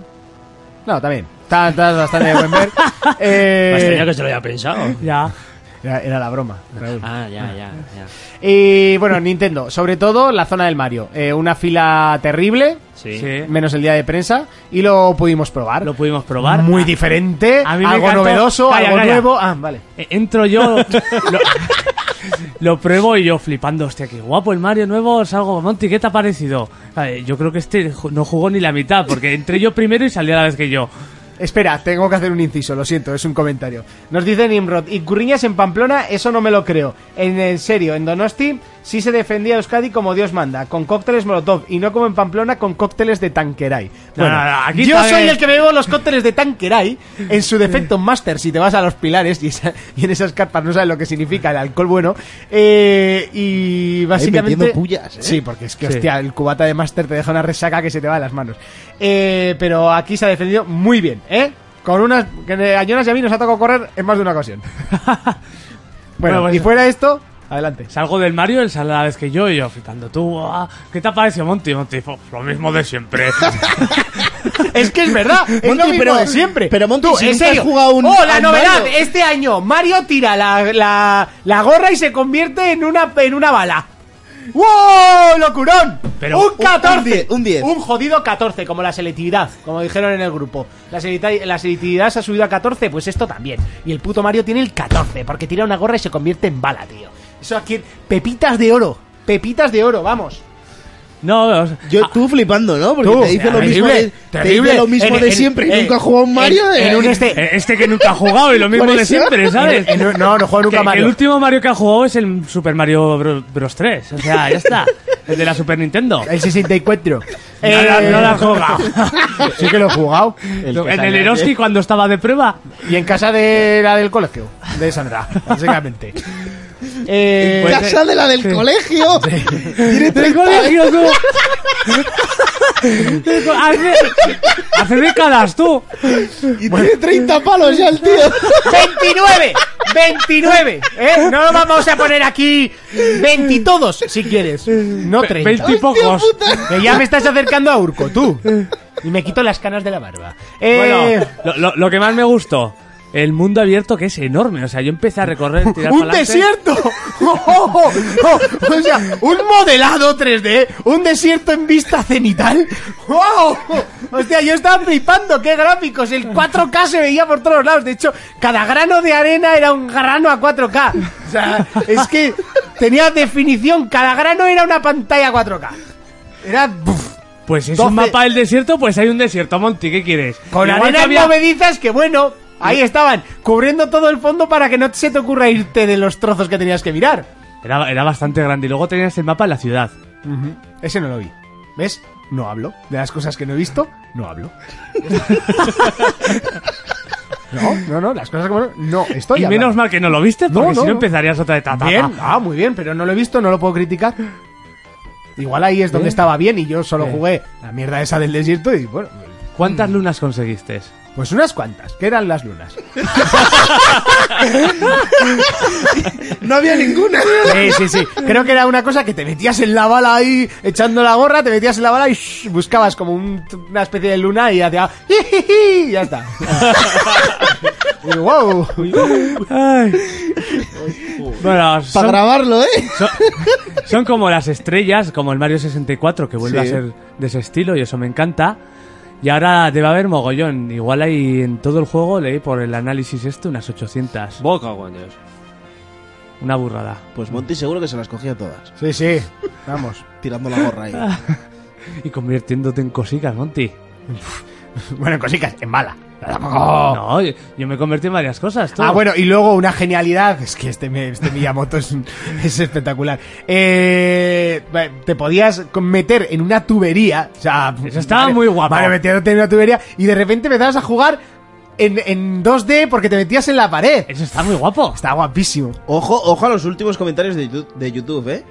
[SPEAKER 1] No, también. Estaban todas bastante de buen ver. Eh,
[SPEAKER 5] Me extraña que se lo haya pensado.
[SPEAKER 3] Ya.
[SPEAKER 1] era, era la broma, Raúl.
[SPEAKER 5] Ah, ya, ya, ya.
[SPEAKER 1] Y bueno, Nintendo, sobre todo la zona del Mario. Eh, una fila terrible,
[SPEAKER 5] Sí.
[SPEAKER 3] Sí.
[SPEAKER 1] menos el día de prensa, y lo pudimos probar.
[SPEAKER 3] Lo pudimos probar. Ah,
[SPEAKER 1] Muy diferente,
[SPEAKER 3] A mí me
[SPEAKER 1] algo
[SPEAKER 3] encantó.
[SPEAKER 1] novedoso,
[SPEAKER 3] Calla,
[SPEAKER 1] algo
[SPEAKER 3] calla.
[SPEAKER 1] nuevo. Ah, vale.
[SPEAKER 3] Eh, Entro yo. lo, lo pruebo y yo flipando. Hostia, qué guapo el Mario nuevo. Salgo, Monty, ¿qué te ha parecido? Eh, Yo creo que este ju- no jugó ni la mitad, porque entré yo primero y salí a la vez que yo.
[SPEAKER 1] Espera, tengo que hacer un inciso, lo siento, es un comentario. Nos dice Nimrod, y Curriñas en Pamplona, eso no me lo creo. En, en serio, en Donosti sí se defendía a Euskadi como Dios manda, con cócteles Molotov, y no como en Pamplona con cócteles de Tanqueray.
[SPEAKER 3] No, no, no, aquí
[SPEAKER 1] yo
[SPEAKER 3] también-
[SPEAKER 1] soy el que bebo los cócteles de Tanqueray, en su defecto Master, si te vas a los pilares y, esa- y en esas carpas no sabes lo que significa el alcohol bueno. eh, y básicamente...
[SPEAKER 2] metiendo pullas, ¿eh?
[SPEAKER 1] Sí, porque es que,
[SPEAKER 3] Sí.
[SPEAKER 1] hostia, el cubata de Master te deja una resaca que se te va de las manos. Eh, pero aquí se ha defendido muy bien, ¿eh? Con unas. que a Jonas y a mí nos ha tocado correr en más de una ocasión. bueno,
[SPEAKER 3] Bueno, pues-
[SPEAKER 1] y fuera esto, adelante.
[SPEAKER 3] Salgo del Mario, él sale a la vez que yo y yo flipando. Tú, ah, ¿qué te ha parecido, Monty? Monty, "Pues, lo mismo de siempre.
[SPEAKER 1] es que es verdad, es
[SPEAKER 2] Monty,
[SPEAKER 1] lo mismo
[SPEAKER 2] pero-
[SPEAKER 1] de siempre.
[SPEAKER 2] pero, Monty,
[SPEAKER 1] Tú,
[SPEAKER 2] si
[SPEAKER 1] en
[SPEAKER 2] nunca has
[SPEAKER 1] serio.
[SPEAKER 2] jugado un-
[SPEAKER 1] ¡Oh, la
[SPEAKER 2] al
[SPEAKER 1] novedad!
[SPEAKER 2] Mario.
[SPEAKER 1] Este año, Mario tira la, la, la gorra y se convierte en una, en una bala. ¡Wow! ¡Locurón!
[SPEAKER 3] Pero-
[SPEAKER 1] ¡Un
[SPEAKER 2] un
[SPEAKER 1] 14!
[SPEAKER 2] 10, un 10.
[SPEAKER 1] Un jodido 14, como la selectividad, como dijeron en el grupo. La, selectividad- la selectividad se ha subido a 14, pues esto también. Y el puto Mario tiene el 14, porque tira una gorra y se convierte en bala, tío. Eso aquí, pepitas de oro. Pepitas de oro, vamos.
[SPEAKER 3] no, o sea,
[SPEAKER 2] Yo, tú flipando, ¿no? Porque
[SPEAKER 1] Tú,
[SPEAKER 2] te dice lo mismo de, te dice lo mismo
[SPEAKER 1] En-
[SPEAKER 2] de
[SPEAKER 1] en-
[SPEAKER 2] siempre
[SPEAKER 1] en-
[SPEAKER 2] y nunca ha jugado un Mario.
[SPEAKER 1] En,
[SPEAKER 2] eh.
[SPEAKER 1] en un este.
[SPEAKER 3] eh, este que nunca ha jugado y lo mismo
[SPEAKER 2] Por
[SPEAKER 3] de
[SPEAKER 2] eso.
[SPEAKER 3] siempre, ¿sabes?
[SPEAKER 1] en un- no, no juego nunca
[SPEAKER 3] Que- que
[SPEAKER 1] Mario.
[SPEAKER 3] El último Mario que ha jugado es el Super Mario Bro- Bros. 3. O sea, ya está. El de la Super Nintendo.
[SPEAKER 1] El 64.
[SPEAKER 3] Eh, no, la- no la has jugado.
[SPEAKER 1] sí que lo he jugado.
[SPEAKER 3] en el Eroski cuando estaba de prueba.
[SPEAKER 1] Y en casa de la del colegio, de Sandra, básicamente. Eh,
[SPEAKER 3] Pues, eh,
[SPEAKER 2] casa de la del colegio. Tiene
[SPEAKER 3] ¡Del
[SPEAKER 2] 30 años.
[SPEAKER 3] colegio tú! Del co- hace, hace décadas tú.
[SPEAKER 2] Y tiene 30 palos ya el tío.
[SPEAKER 1] 29, 29, ¿eh? No lo vamos a poner aquí 20 todos, si quieres. No 30.
[SPEAKER 3] 20 y pocos.
[SPEAKER 1] Que ya me estás acercando a Urco, tú. Y me quito las canas de la barba. Eh,
[SPEAKER 3] Bueno, lo, lo- lo que más me gustó, el mundo abierto que es enorme. O sea, yo empecé a recorrer, tirar
[SPEAKER 1] ¡Un
[SPEAKER 3] pa'lante.
[SPEAKER 1] desierto! Oh, oh, oh, oh. O sea, un modelado 3D, un desierto en vista cenital. ¡Wow! Hostia, yo estaba flipando, qué gráficos. El 4K se veía por todos lados. De hecho, cada grano de arena era un grano a 4K. O sea, es que tenía definición, cada grano era una pantalla 4K. Era buf,
[SPEAKER 3] Pues si es
[SPEAKER 1] 12.
[SPEAKER 3] un mapa del desierto, pues hay un desierto, Monty. ¿Qué quieres?
[SPEAKER 1] con
[SPEAKER 3] Igual
[SPEAKER 1] arenas
[SPEAKER 3] que había-
[SPEAKER 1] movedizas que bueno, ahí estaban, cubriendo todo el fondo para que no se te ocurra irte de los trozos que tenías que mirar.
[SPEAKER 3] era, era bastante grande. Y luego tenías el mapa de la ciudad.
[SPEAKER 1] Ese no lo vi. ¿Ves? No hablo. De las cosas que no he visto, no hablo. no, no, no. Las cosas como no. No, estoy
[SPEAKER 3] y menos
[SPEAKER 1] hablando.
[SPEAKER 3] mal que no lo viste, porque
[SPEAKER 1] No,
[SPEAKER 3] si
[SPEAKER 1] no,
[SPEAKER 3] no
[SPEAKER 1] no.
[SPEAKER 3] empezarías otra de tata.
[SPEAKER 1] Bien. Ah, muy bien, pero no lo he visto, no lo puedo criticar. Igual ahí es donde estaba bien y yo solo
[SPEAKER 3] Bien.
[SPEAKER 1] jugué la mierda esa del desierto y bueno.
[SPEAKER 3] ¿Cuántas lunas conseguiste?
[SPEAKER 1] Pues unas cuantas, que eran las lunas.
[SPEAKER 2] No había ninguna.
[SPEAKER 1] Sí, Eh, sí, sí. Creo que era una cosa que te metías en la bala ahí, echando la gorra, te metías en la bala y shh, buscabas como un- una especie de luna y hacía... "Jijiji", Y ya está. Y wow.
[SPEAKER 3] Ay. Bueno,
[SPEAKER 2] Para
[SPEAKER 3] son,
[SPEAKER 2] grabarlo, ¿eh?
[SPEAKER 3] son- son como las estrellas, como el Mario 64, que vuelve
[SPEAKER 2] Sí.
[SPEAKER 3] a ser de ese estilo y eso me encanta. Y ahora debe haber mogollón. Igual hay en todo el juego, leí por el análisis este, unas 800.
[SPEAKER 5] Boca, con Dios.
[SPEAKER 3] Una burrada.
[SPEAKER 2] Pues Monty seguro que se las cogía todas.
[SPEAKER 1] Sí, sí. Vamos. Ah.
[SPEAKER 2] Tirando la gorra ahí.
[SPEAKER 3] Y convirtiéndote en cositas, Monty.
[SPEAKER 1] Bueno, cositas, en bala.
[SPEAKER 3] No, yo, yo me convertí en varias cosas. tú.
[SPEAKER 1] Oh. Ah, bueno, y luego una genialidad. Es que este, me- este Miyamoto es, un- es espectacular. Eh, te podías con- meter en una tubería. O sea,
[SPEAKER 3] Eso estaba muy guapo.
[SPEAKER 1] Vale, metiéndote en una tubería y de repente empezabas a jugar en, en 2D porque te metías en la pared.
[SPEAKER 3] Eso está muy guapo.
[SPEAKER 1] Está guapísimo.
[SPEAKER 2] Ojo, ojo a los últimos comentarios de YouTube, de YouTube, ¿eh?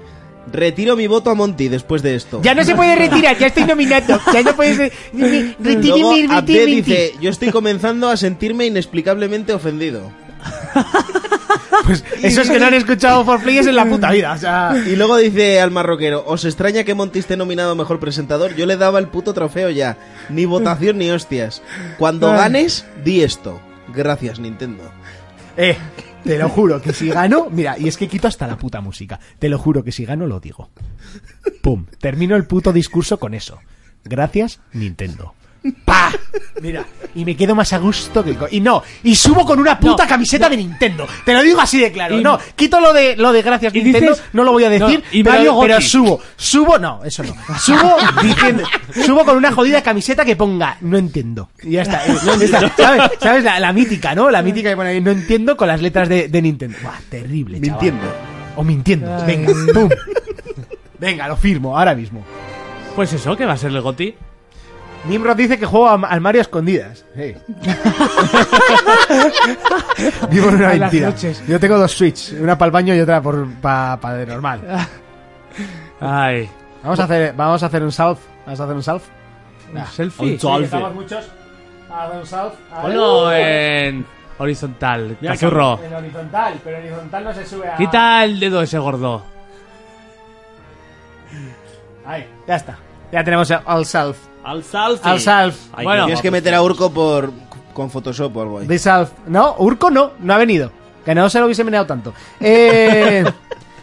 [SPEAKER 2] Retiro mi voto a Monty después de esto.
[SPEAKER 1] Ya no se puede retirar, ya estoy nominado. Ya no puedes. eh, re- re- Retirar
[SPEAKER 2] Luego,
[SPEAKER 1] mi-
[SPEAKER 2] Abdé
[SPEAKER 1] retirar mi-
[SPEAKER 2] dice, yo estoy comenzando a sentirme inexplicablemente ofendido.
[SPEAKER 1] Pues eso es que no han escuchado For Players en la puta vida. O sea.
[SPEAKER 2] Y luego dice al marroquero, os extraña que Monty esté nominado a Mejor Presentador, yo le daba el puto trofeo ya. Ni votación ni hostias. Cuando
[SPEAKER 1] Ah.
[SPEAKER 2] ganes, di esto. Gracias, Nintendo.
[SPEAKER 1] Eh, te lo juro que si gano, mira, y es que quito hasta la puta música. Te lo juro que si gano lo digo. Pum, termino el puto discurso con eso. Gracias, Nintendo. ¡Pa! Mira, y me quedo más a gusto que el co- y no, y subo con una puta camiseta de Nintendo. Te lo digo así de claro.
[SPEAKER 3] Y-
[SPEAKER 1] no, quito lo de lo de gracias
[SPEAKER 3] y
[SPEAKER 1] Nintendo,
[SPEAKER 3] dices-
[SPEAKER 1] no lo voy a decir,
[SPEAKER 3] no, y
[SPEAKER 1] pero,
[SPEAKER 3] Mario
[SPEAKER 1] pero
[SPEAKER 3] Gotti.
[SPEAKER 1] subo, subo, no, eso no. Subo diciendo, subo con una jodida camiseta que ponga no entiendo. Y ya está, eh, no entiendo. ¿Sabes? ¿Sabes? La, la mítica, ¿no? La mítica que pone ahí, no entiendo con las letras de, de Nintendo. Buah, terrible, chaval.
[SPEAKER 2] Mintiendo.
[SPEAKER 1] O mintiendo. Venga, pum. Venga, lo firmo ahora mismo.
[SPEAKER 3] Pues eso, que va a ser el Goti.
[SPEAKER 1] Nimrod dice que juego a- al Mario a escondidas. Sí. Vivo en una
[SPEAKER 3] A las
[SPEAKER 1] mentira.
[SPEAKER 3] noches.
[SPEAKER 1] Yo tengo dos Switch, una para el baño y otra por para pa de normal.
[SPEAKER 3] Ay.
[SPEAKER 1] Vamos a hacer, vamos a hacer un self. Vamos a hacer un self.
[SPEAKER 3] Un selfie.
[SPEAKER 1] estamos muchos. A hacer un self. A ver. Uh,
[SPEAKER 3] Ponlo en horizontal,
[SPEAKER 1] Mira,
[SPEAKER 3] cachorro.
[SPEAKER 1] En horizontal, pero en horizontal no se sube a.
[SPEAKER 3] Quita el dedo ese gordo.
[SPEAKER 1] Ahí, ya está. Ya tenemos al self.
[SPEAKER 5] Al salf.
[SPEAKER 1] Al self.
[SPEAKER 5] Ay,
[SPEAKER 3] Bueno,
[SPEAKER 2] Tienes que meter a Urco por con Photoshop o algo ahí.
[SPEAKER 1] The South. No, Urco no, no ha venido. Que no se lo hubiese meneado tanto. Eh,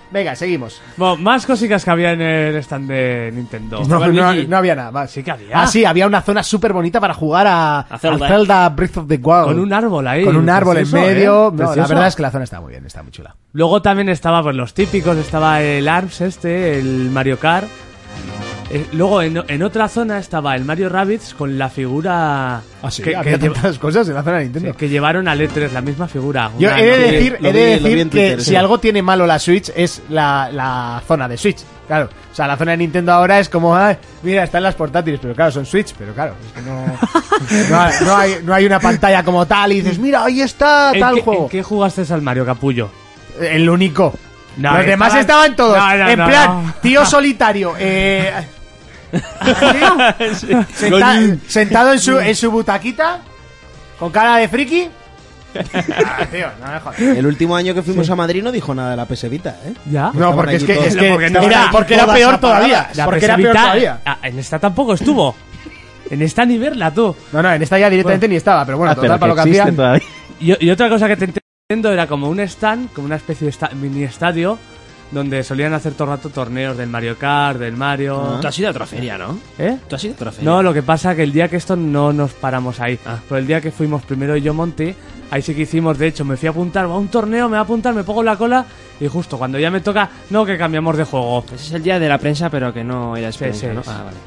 [SPEAKER 1] venga, seguimos.
[SPEAKER 3] Bueno, más cositas que había en el stand de Nintendo.
[SPEAKER 1] No, no,
[SPEAKER 5] Luigi.
[SPEAKER 1] no había nada más.
[SPEAKER 3] Sí que había.
[SPEAKER 1] Ah, sí, había una zona súper bonita para jugar a, a Zelda.
[SPEAKER 5] Zelda.
[SPEAKER 1] Breath of the Wild.
[SPEAKER 3] Con un árbol ahí.
[SPEAKER 1] Con un árbol en
[SPEAKER 3] Precioso,
[SPEAKER 1] medio. No,
[SPEAKER 3] ¿eh?
[SPEAKER 1] la
[SPEAKER 3] Precioso.
[SPEAKER 1] verdad es que la zona está muy bien, está muy chula.
[SPEAKER 3] Luego también estaba pues, los típicos, estaba el ARMS este, el Mario Kart. Eh, luego en, en otra zona estaba el Mario Rabbids con la figura
[SPEAKER 7] Ah, sí,
[SPEAKER 3] que,
[SPEAKER 7] había
[SPEAKER 3] que lleva-
[SPEAKER 7] tantas cosas en la zona de Nintendo.
[SPEAKER 3] que llevaron al E3, la misma figura.
[SPEAKER 1] Yo eh,
[SPEAKER 3] Una-
[SPEAKER 1] he de
[SPEAKER 2] lo vi-
[SPEAKER 1] decir,
[SPEAKER 2] lo
[SPEAKER 1] he de
[SPEAKER 2] vi- lo
[SPEAKER 1] decir
[SPEAKER 2] vi en Twitter,
[SPEAKER 1] que
[SPEAKER 2] sí.
[SPEAKER 1] si algo tiene malo la Switch es la, la zona de Switch. Claro, o sea, la zona de Nintendo ahora es como, ah, mira, están las portátiles, pero claro, son Switch, pero claro, es que no, no, hay, no hay- no hay una pantalla como tal y dices, mira, ahí está
[SPEAKER 3] ¿En
[SPEAKER 1] tal
[SPEAKER 3] qué-
[SPEAKER 1] juego.
[SPEAKER 3] en qué jugaste al Mario Capullo?
[SPEAKER 1] El único.
[SPEAKER 3] No,
[SPEAKER 1] Los demás
[SPEAKER 3] estaban-
[SPEAKER 1] estaban todos.
[SPEAKER 3] No, no,
[SPEAKER 1] en
[SPEAKER 3] no,
[SPEAKER 1] plan,
[SPEAKER 3] no.
[SPEAKER 1] tío solitario. Eh, así, senta- sentado en su, en su butaquita. Con cara de friki. Ah, tío, no me jodas.
[SPEAKER 2] El último año que fuimos a Madrid no dijo nada de la pesevita, ¿eh?
[SPEAKER 3] ¿Ya?
[SPEAKER 1] No,
[SPEAKER 2] Estaban
[SPEAKER 1] porque es
[SPEAKER 2] allí
[SPEAKER 1] que,
[SPEAKER 2] todos.
[SPEAKER 1] es que
[SPEAKER 3] Porque no
[SPEAKER 1] era-
[SPEAKER 3] estaban
[SPEAKER 1] porque era
[SPEAKER 2] todas
[SPEAKER 1] peor
[SPEAKER 2] apagadas.
[SPEAKER 1] todavía.
[SPEAKER 3] La
[SPEAKER 1] Porque era peor
[SPEAKER 3] PS Vita-
[SPEAKER 1] todavía.
[SPEAKER 3] ah, en esta tampoco estuvo. En esta ni verla tú.
[SPEAKER 1] No, no, en esta ya directamente ni estaba, pero bueno,
[SPEAKER 4] Ah,
[SPEAKER 1] total,
[SPEAKER 4] pero
[SPEAKER 1] para lo que
[SPEAKER 4] existe
[SPEAKER 1] hacían.
[SPEAKER 4] todavía.
[SPEAKER 3] Y, y otra cosa que te entiendo era como un stand, como una especie de esta- mini estadio, donde solían hacer todo el rato torneos del Mario Kart, del Mario.
[SPEAKER 2] Ah.
[SPEAKER 5] Tú has ido a otra feria, ¿no?
[SPEAKER 3] ¿Eh?
[SPEAKER 5] Tú has ido a otra feria.
[SPEAKER 3] No, lo que pasa que el día que esto no nos paramos ahí.
[SPEAKER 2] Ah.
[SPEAKER 3] Pero el día que fuimos primero yo Monty, ahí sí que hicimos, de hecho, me fui a apuntar a un torneo, me va a apuntar, me pongo la cola y justo cuando ya me toca, no, que cambiamos de juego.
[SPEAKER 5] Ese es el día de la prensa, pero que no era prensa,
[SPEAKER 3] sí,
[SPEAKER 5] ¿no?
[SPEAKER 3] sí.
[SPEAKER 5] Ah, vale.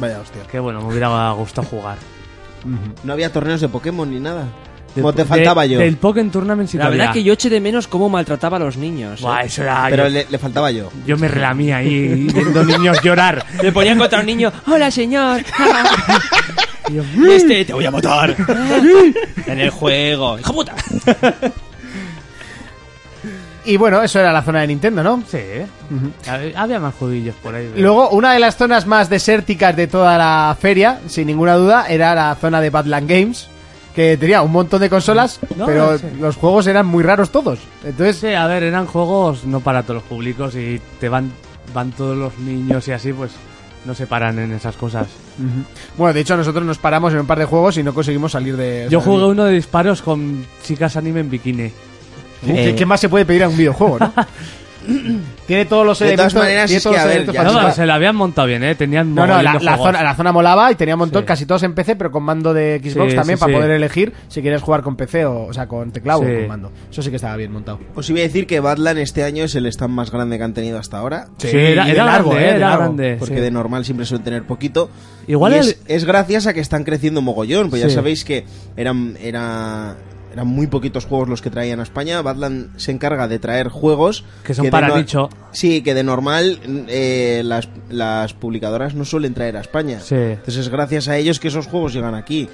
[SPEAKER 2] Vaya hostia.
[SPEAKER 3] Que bueno, me hubiera gustado jugar.
[SPEAKER 2] No había torneos de Pokémon ni nada.
[SPEAKER 3] Del-
[SPEAKER 2] Como Pues te faltaba
[SPEAKER 3] de-
[SPEAKER 2] yo.
[SPEAKER 3] Del Pokémon Tournament sí
[SPEAKER 5] La
[SPEAKER 3] que
[SPEAKER 5] verdad
[SPEAKER 3] había.
[SPEAKER 5] que yo eché de menos cómo maltrataba a los niños.
[SPEAKER 3] Buah,
[SPEAKER 5] ¿eh?
[SPEAKER 3] eso era-
[SPEAKER 2] Pero
[SPEAKER 3] yo,
[SPEAKER 2] le, le faltaba yo.
[SPEAKER 3] yo me relamía ahí viendo niños llorar.
[SPEAKER 5] Le ponían contra un niño, hola señor.
[SPEAKER 3] Y yo,
[SPEAKER 5] Y este, te voy a matar. en el juego. ¡Hijo puta!
[SPEAKER 1] Y bueno, eso era la zona de Nintendo, ¿no?
[SPEAKER 3] Sí, ¿eh? Hab- Había más juguillos por ahí. pero-
[SPEAKER 1] Luego, una de las zonas más desérticas de toda la feria, sin ninguna duda, era la zona de Badland Games, que tenía un montón de consolas,
[SPEAKER 3] No,
[SPEAKER 1] pero
[SPEAKER 3] sí.
[SPEAKER 1] los juegos eran muy raros todos. Entonces,
[SPEAKER 3] Sí, a ver, eran juegos no para todos los públicos y te van, van todos los niños y así, pues no se paran en esas cosas.
[SPEAKER 1] bueno, de hecho nosotros nos paramos en un par de juegos y no conseguimos salir de...
[SPEAKER 3] Yo
[SPEAKER 1] salir.
[SPEAKER 3] jugué uno de disparos con chicas anime en bikini.
[SPEAKER 1] Uh, ¿Qué,
[SPEAKER 4] Eh,
[SPEAKER 1] qué más se puede pedir a un videojuego, no? tiene todos los
[SPEAKER 2] De todas
[SPEAKER 1] elementos...
[SPEAKER 2] maneras,
[SPEAKER 1] tiene
[SPEAKER 2] es
[SPEAKER 1] todos
[SPEAKER 2] que,
[SPEAKER 1] los
[SPEAKER 2] a ver,
[SPEAKER 1] elementos
[SPEAKER 2] ya
[SPEAKER 1] para
[SPEAKER 3] No,
[SPEAKER 1] jugar.
[SPEAKER 3] se la habían montado bien, ¿eh? Tenían
[SPEAKER 1] No, no,
[SPEAKER 3] mogollón
[SPEAKER 1] la,
[SPEAKER 3] de
[SPEAKER 1] la
[SPEAKER 3] juegos.
[SPEAKER 1] zona, la zona molaba y tenía un montón,
[SPEAKER 3] Sí.
[SPEAKER 1] casi todos en PC, pero con mando de Xbox
[SPEAKER 3] Sí,
[SPEAKER 1] también
[SPEAKER 3] sí,
[SPEAKER 1] para
[SPEAKER 3] sí.
[SPEAKER 1] poder elegir si quieres jugar con PC o, o sea, con teclado
[SPEAKER 3] Sí.
[SPEAKER 1] o con mando. Eso sí que estaba bien montado.
[SPEAKER 2] Os iba a decir que Badland este año es el stand más grande que han tenido hasta ahora.
[SPEAKER 3] Sí, era,
[SPEAKER 1] y de
[SPEAKER 3] era
[SPEAKER 1] largo,
[SPEAKER 3] grande,
[SPEAKER 1] eh, de
[SPEAKER 3] era
[SPEAKER 1] largo,
[SPEAKER 3] grande.
[SPEAKER 2] Porque
[SPEAKER 3] sí.
[SPEAKER 2] de normal siempre suelen tener poquito.
[SPEAKER 3] Igual
[SPEAKER 2] Y
[SPEAKER 3] el-
[SPEAKER 2] es, es gracias a que están creciendo mogollón. Pues ya
[SPEAKER 3] Sí.
[SPEAKER 2] sabéis que eran, era, eran muy poquitos juegos los que traían a España. Badland se encarga de traer juegos.
[SPEAKER 3] Que son
[SPEAKER 2] de
[SPEAKER 3] para
[SPEAKER 2] no-
[SPEAKER 3] nicho.
[SPEAKER 2] Sí, que de normal eh, las, las publicadoras no suelen traer a España.
[SPEAKER 3] Sí.
[SPEAKER 2] Entonces es gracias a ellos que esos juegos llegan aquí.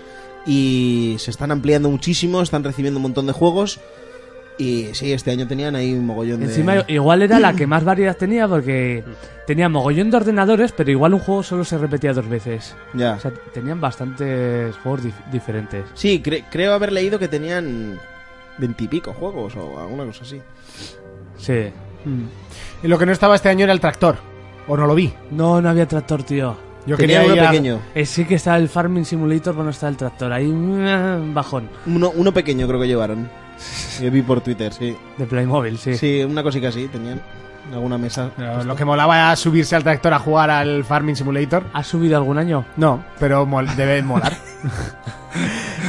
[SPEAKER 2] Y se están ampliando muchísimo, están recibiendo un montón de juegos. Y sí, este año tenían ahí un mogollón
[SPEAKER 3] Encima,
[SPEAKER 2] de...
[SPEAKER 3] igual era la que más variedad tenía porque tenía mogollón de ordenadores, pero igual un juego solo se repetía dos veces.
[SPEAKER 2] Ya.
[SPEAKER 3] O sea, tenían bastantes juegos dif- diferentes.
[SPEAKER 2] Sí, cre- creo haber leído que tenían veintipico juegos o alguna cosa así.
[SPEAKER 3] Sí.
[SPEAKER 1] Y lo que no estaba este año era el tractor. O no lo vi.
[SPEAKER 3] No, no había tractor, tío.
[SPEAKER 1] Yo
[SPEAKER 2] Tenía
[SPEAKER 1] quería
[SPEAKER 2] uno
[SPEAKER 1] ir a-
[SPEAKER 2] pequeño.
[SPEAKER 3] Eh, sí que está el Farming Simulator, pero no está el tractor. Ahí, mm, bajón.
[SPEAKER 2] Uno, uno pequeño creo que llevaron. Yo vi por Twitter, sí.
[SPEAKER 3] De Playmobil, sí.
[SPEAKER 2] Sí, una cosica así tenían. En alguna mesa.
[SPEAKER 1] Pero lo que molaba era subirse al tractor a jugar al Farming Simulator.
[SPEAKER 3] ¿Has subido algún año?
[SPEAKER 1] No, pero mol- debe molar.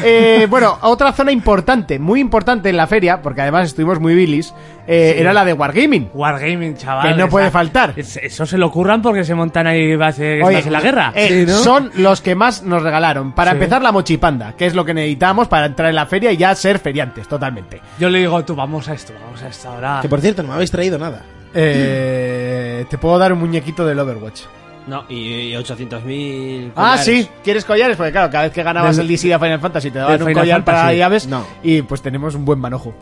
[SPEAKER 1] Eh, bueno, otra zona importante, muy importante en la feria, porque además estuvimos muy bilis, eh, era la de Wargaming.
[SPEAKER 3] Wargaming, chaval.
[SPEAKER 1] Que no
[SPEAKER 3] esa-
[SPEAKER 1] puede faltar.
[SPEAKER 3] es- Eso se lo curran porque se montan ahí bases
[SPEAKER 1] Oye,
[SPEAKER 3] en la guerra.
[SPEAKER 1] eh,
[SPEAKER 3] Sí, ¿no?
[SPEAKER 1] Son los que más nos regalaron. Para
[SPEAKER 3] Sí.
[SPEAKER 1] empezar, la mochipanda, que es lo que necesitamos para entrar en la feria y ya ser feriantes, totalmente.
[SPEAKER 3] Yo le digo, tú, vamos a esto, vamos a esto ahora.
[SPEAKER 2] Que por cierto, no me habéis traído nada.
[SPEAKER 1] Eh, te puedo dar un muñequito del Overwatch.
[SPEAKER 5] No, y, y 800.000.
[SPEAKER 1] Ah,
[SPEAKER 5] collares.
[SPEAKER 1] sí, ¿quieres collares? Porque claro, cada vez que ganabas el DC de Final Fantasy te daban
[SPEAKER 3] del
[SPEAKER 1] un
[SPEAKER 3] Final
[SPEAKER 1] collar para
[SPEAKER 3] Fantasy.
[SPEAKER 1] llaves
[SPEAKER 2] No.
[SPEAKER 1] y pues tenemos un buen manojo.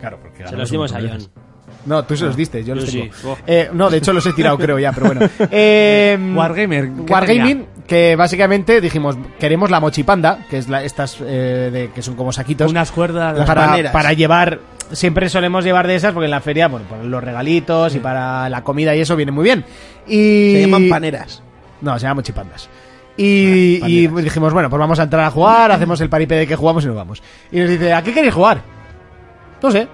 [SPEAKER 1] Claro, porque
[SPEAKER 5] Se
[SPEAKER 1] ganamos
[SPEAKER 5] los
[SPEAKER 1] un
[SPEAKER 5] dimos a
[SPEAKER 1] montón de
[SPEAKER 5] John.
[SPEAKER 1] veces. No, tú se los diste, yo,
[SPEAKER 5] Yo
[SPEAKER 1] los tengo.
[SPEAKER 5] sí. Oh.
[SPEAKER 1] Eh, no, de hecho los he tirado, creo ya, pero bueno. Eh,
[SPEAKER 3] Wargamer, ¿qué
[SPEAKER 1] Wargaming, que básicamente dijimos, queremos la mochipanda, que es la, estas eh, de- que son como saquitos
[SPEAKER 3] Unas cuerdas.
[SPEAKER 2] Las
[SPEAKER 1] para,
[SPEAKER 2] paneras.
[SPEAKER 1] para llevar. Siempre solemos llevar de esas porque en la feria, bueno, para los regalitos
[SPEAKER 5] Mm.
[SPEAKER 1] y para la comida y eso viene muy bien. Y
[SPEAKER 2] Se llaman paneras.
[SPEAKER 1] no, se llama Mochipandas. Y,
[SPEAKER 2] Ah,
[SPEAKER 1] y
[SPEAKER 2] pandidas.
[SPEAKER 1] dijimos, bueno, pues vamos a entrar a jugar, hacemos el paripé de que jugamos y nos vamos. Y nos dice, ¿a qué queréis jugar? No sé,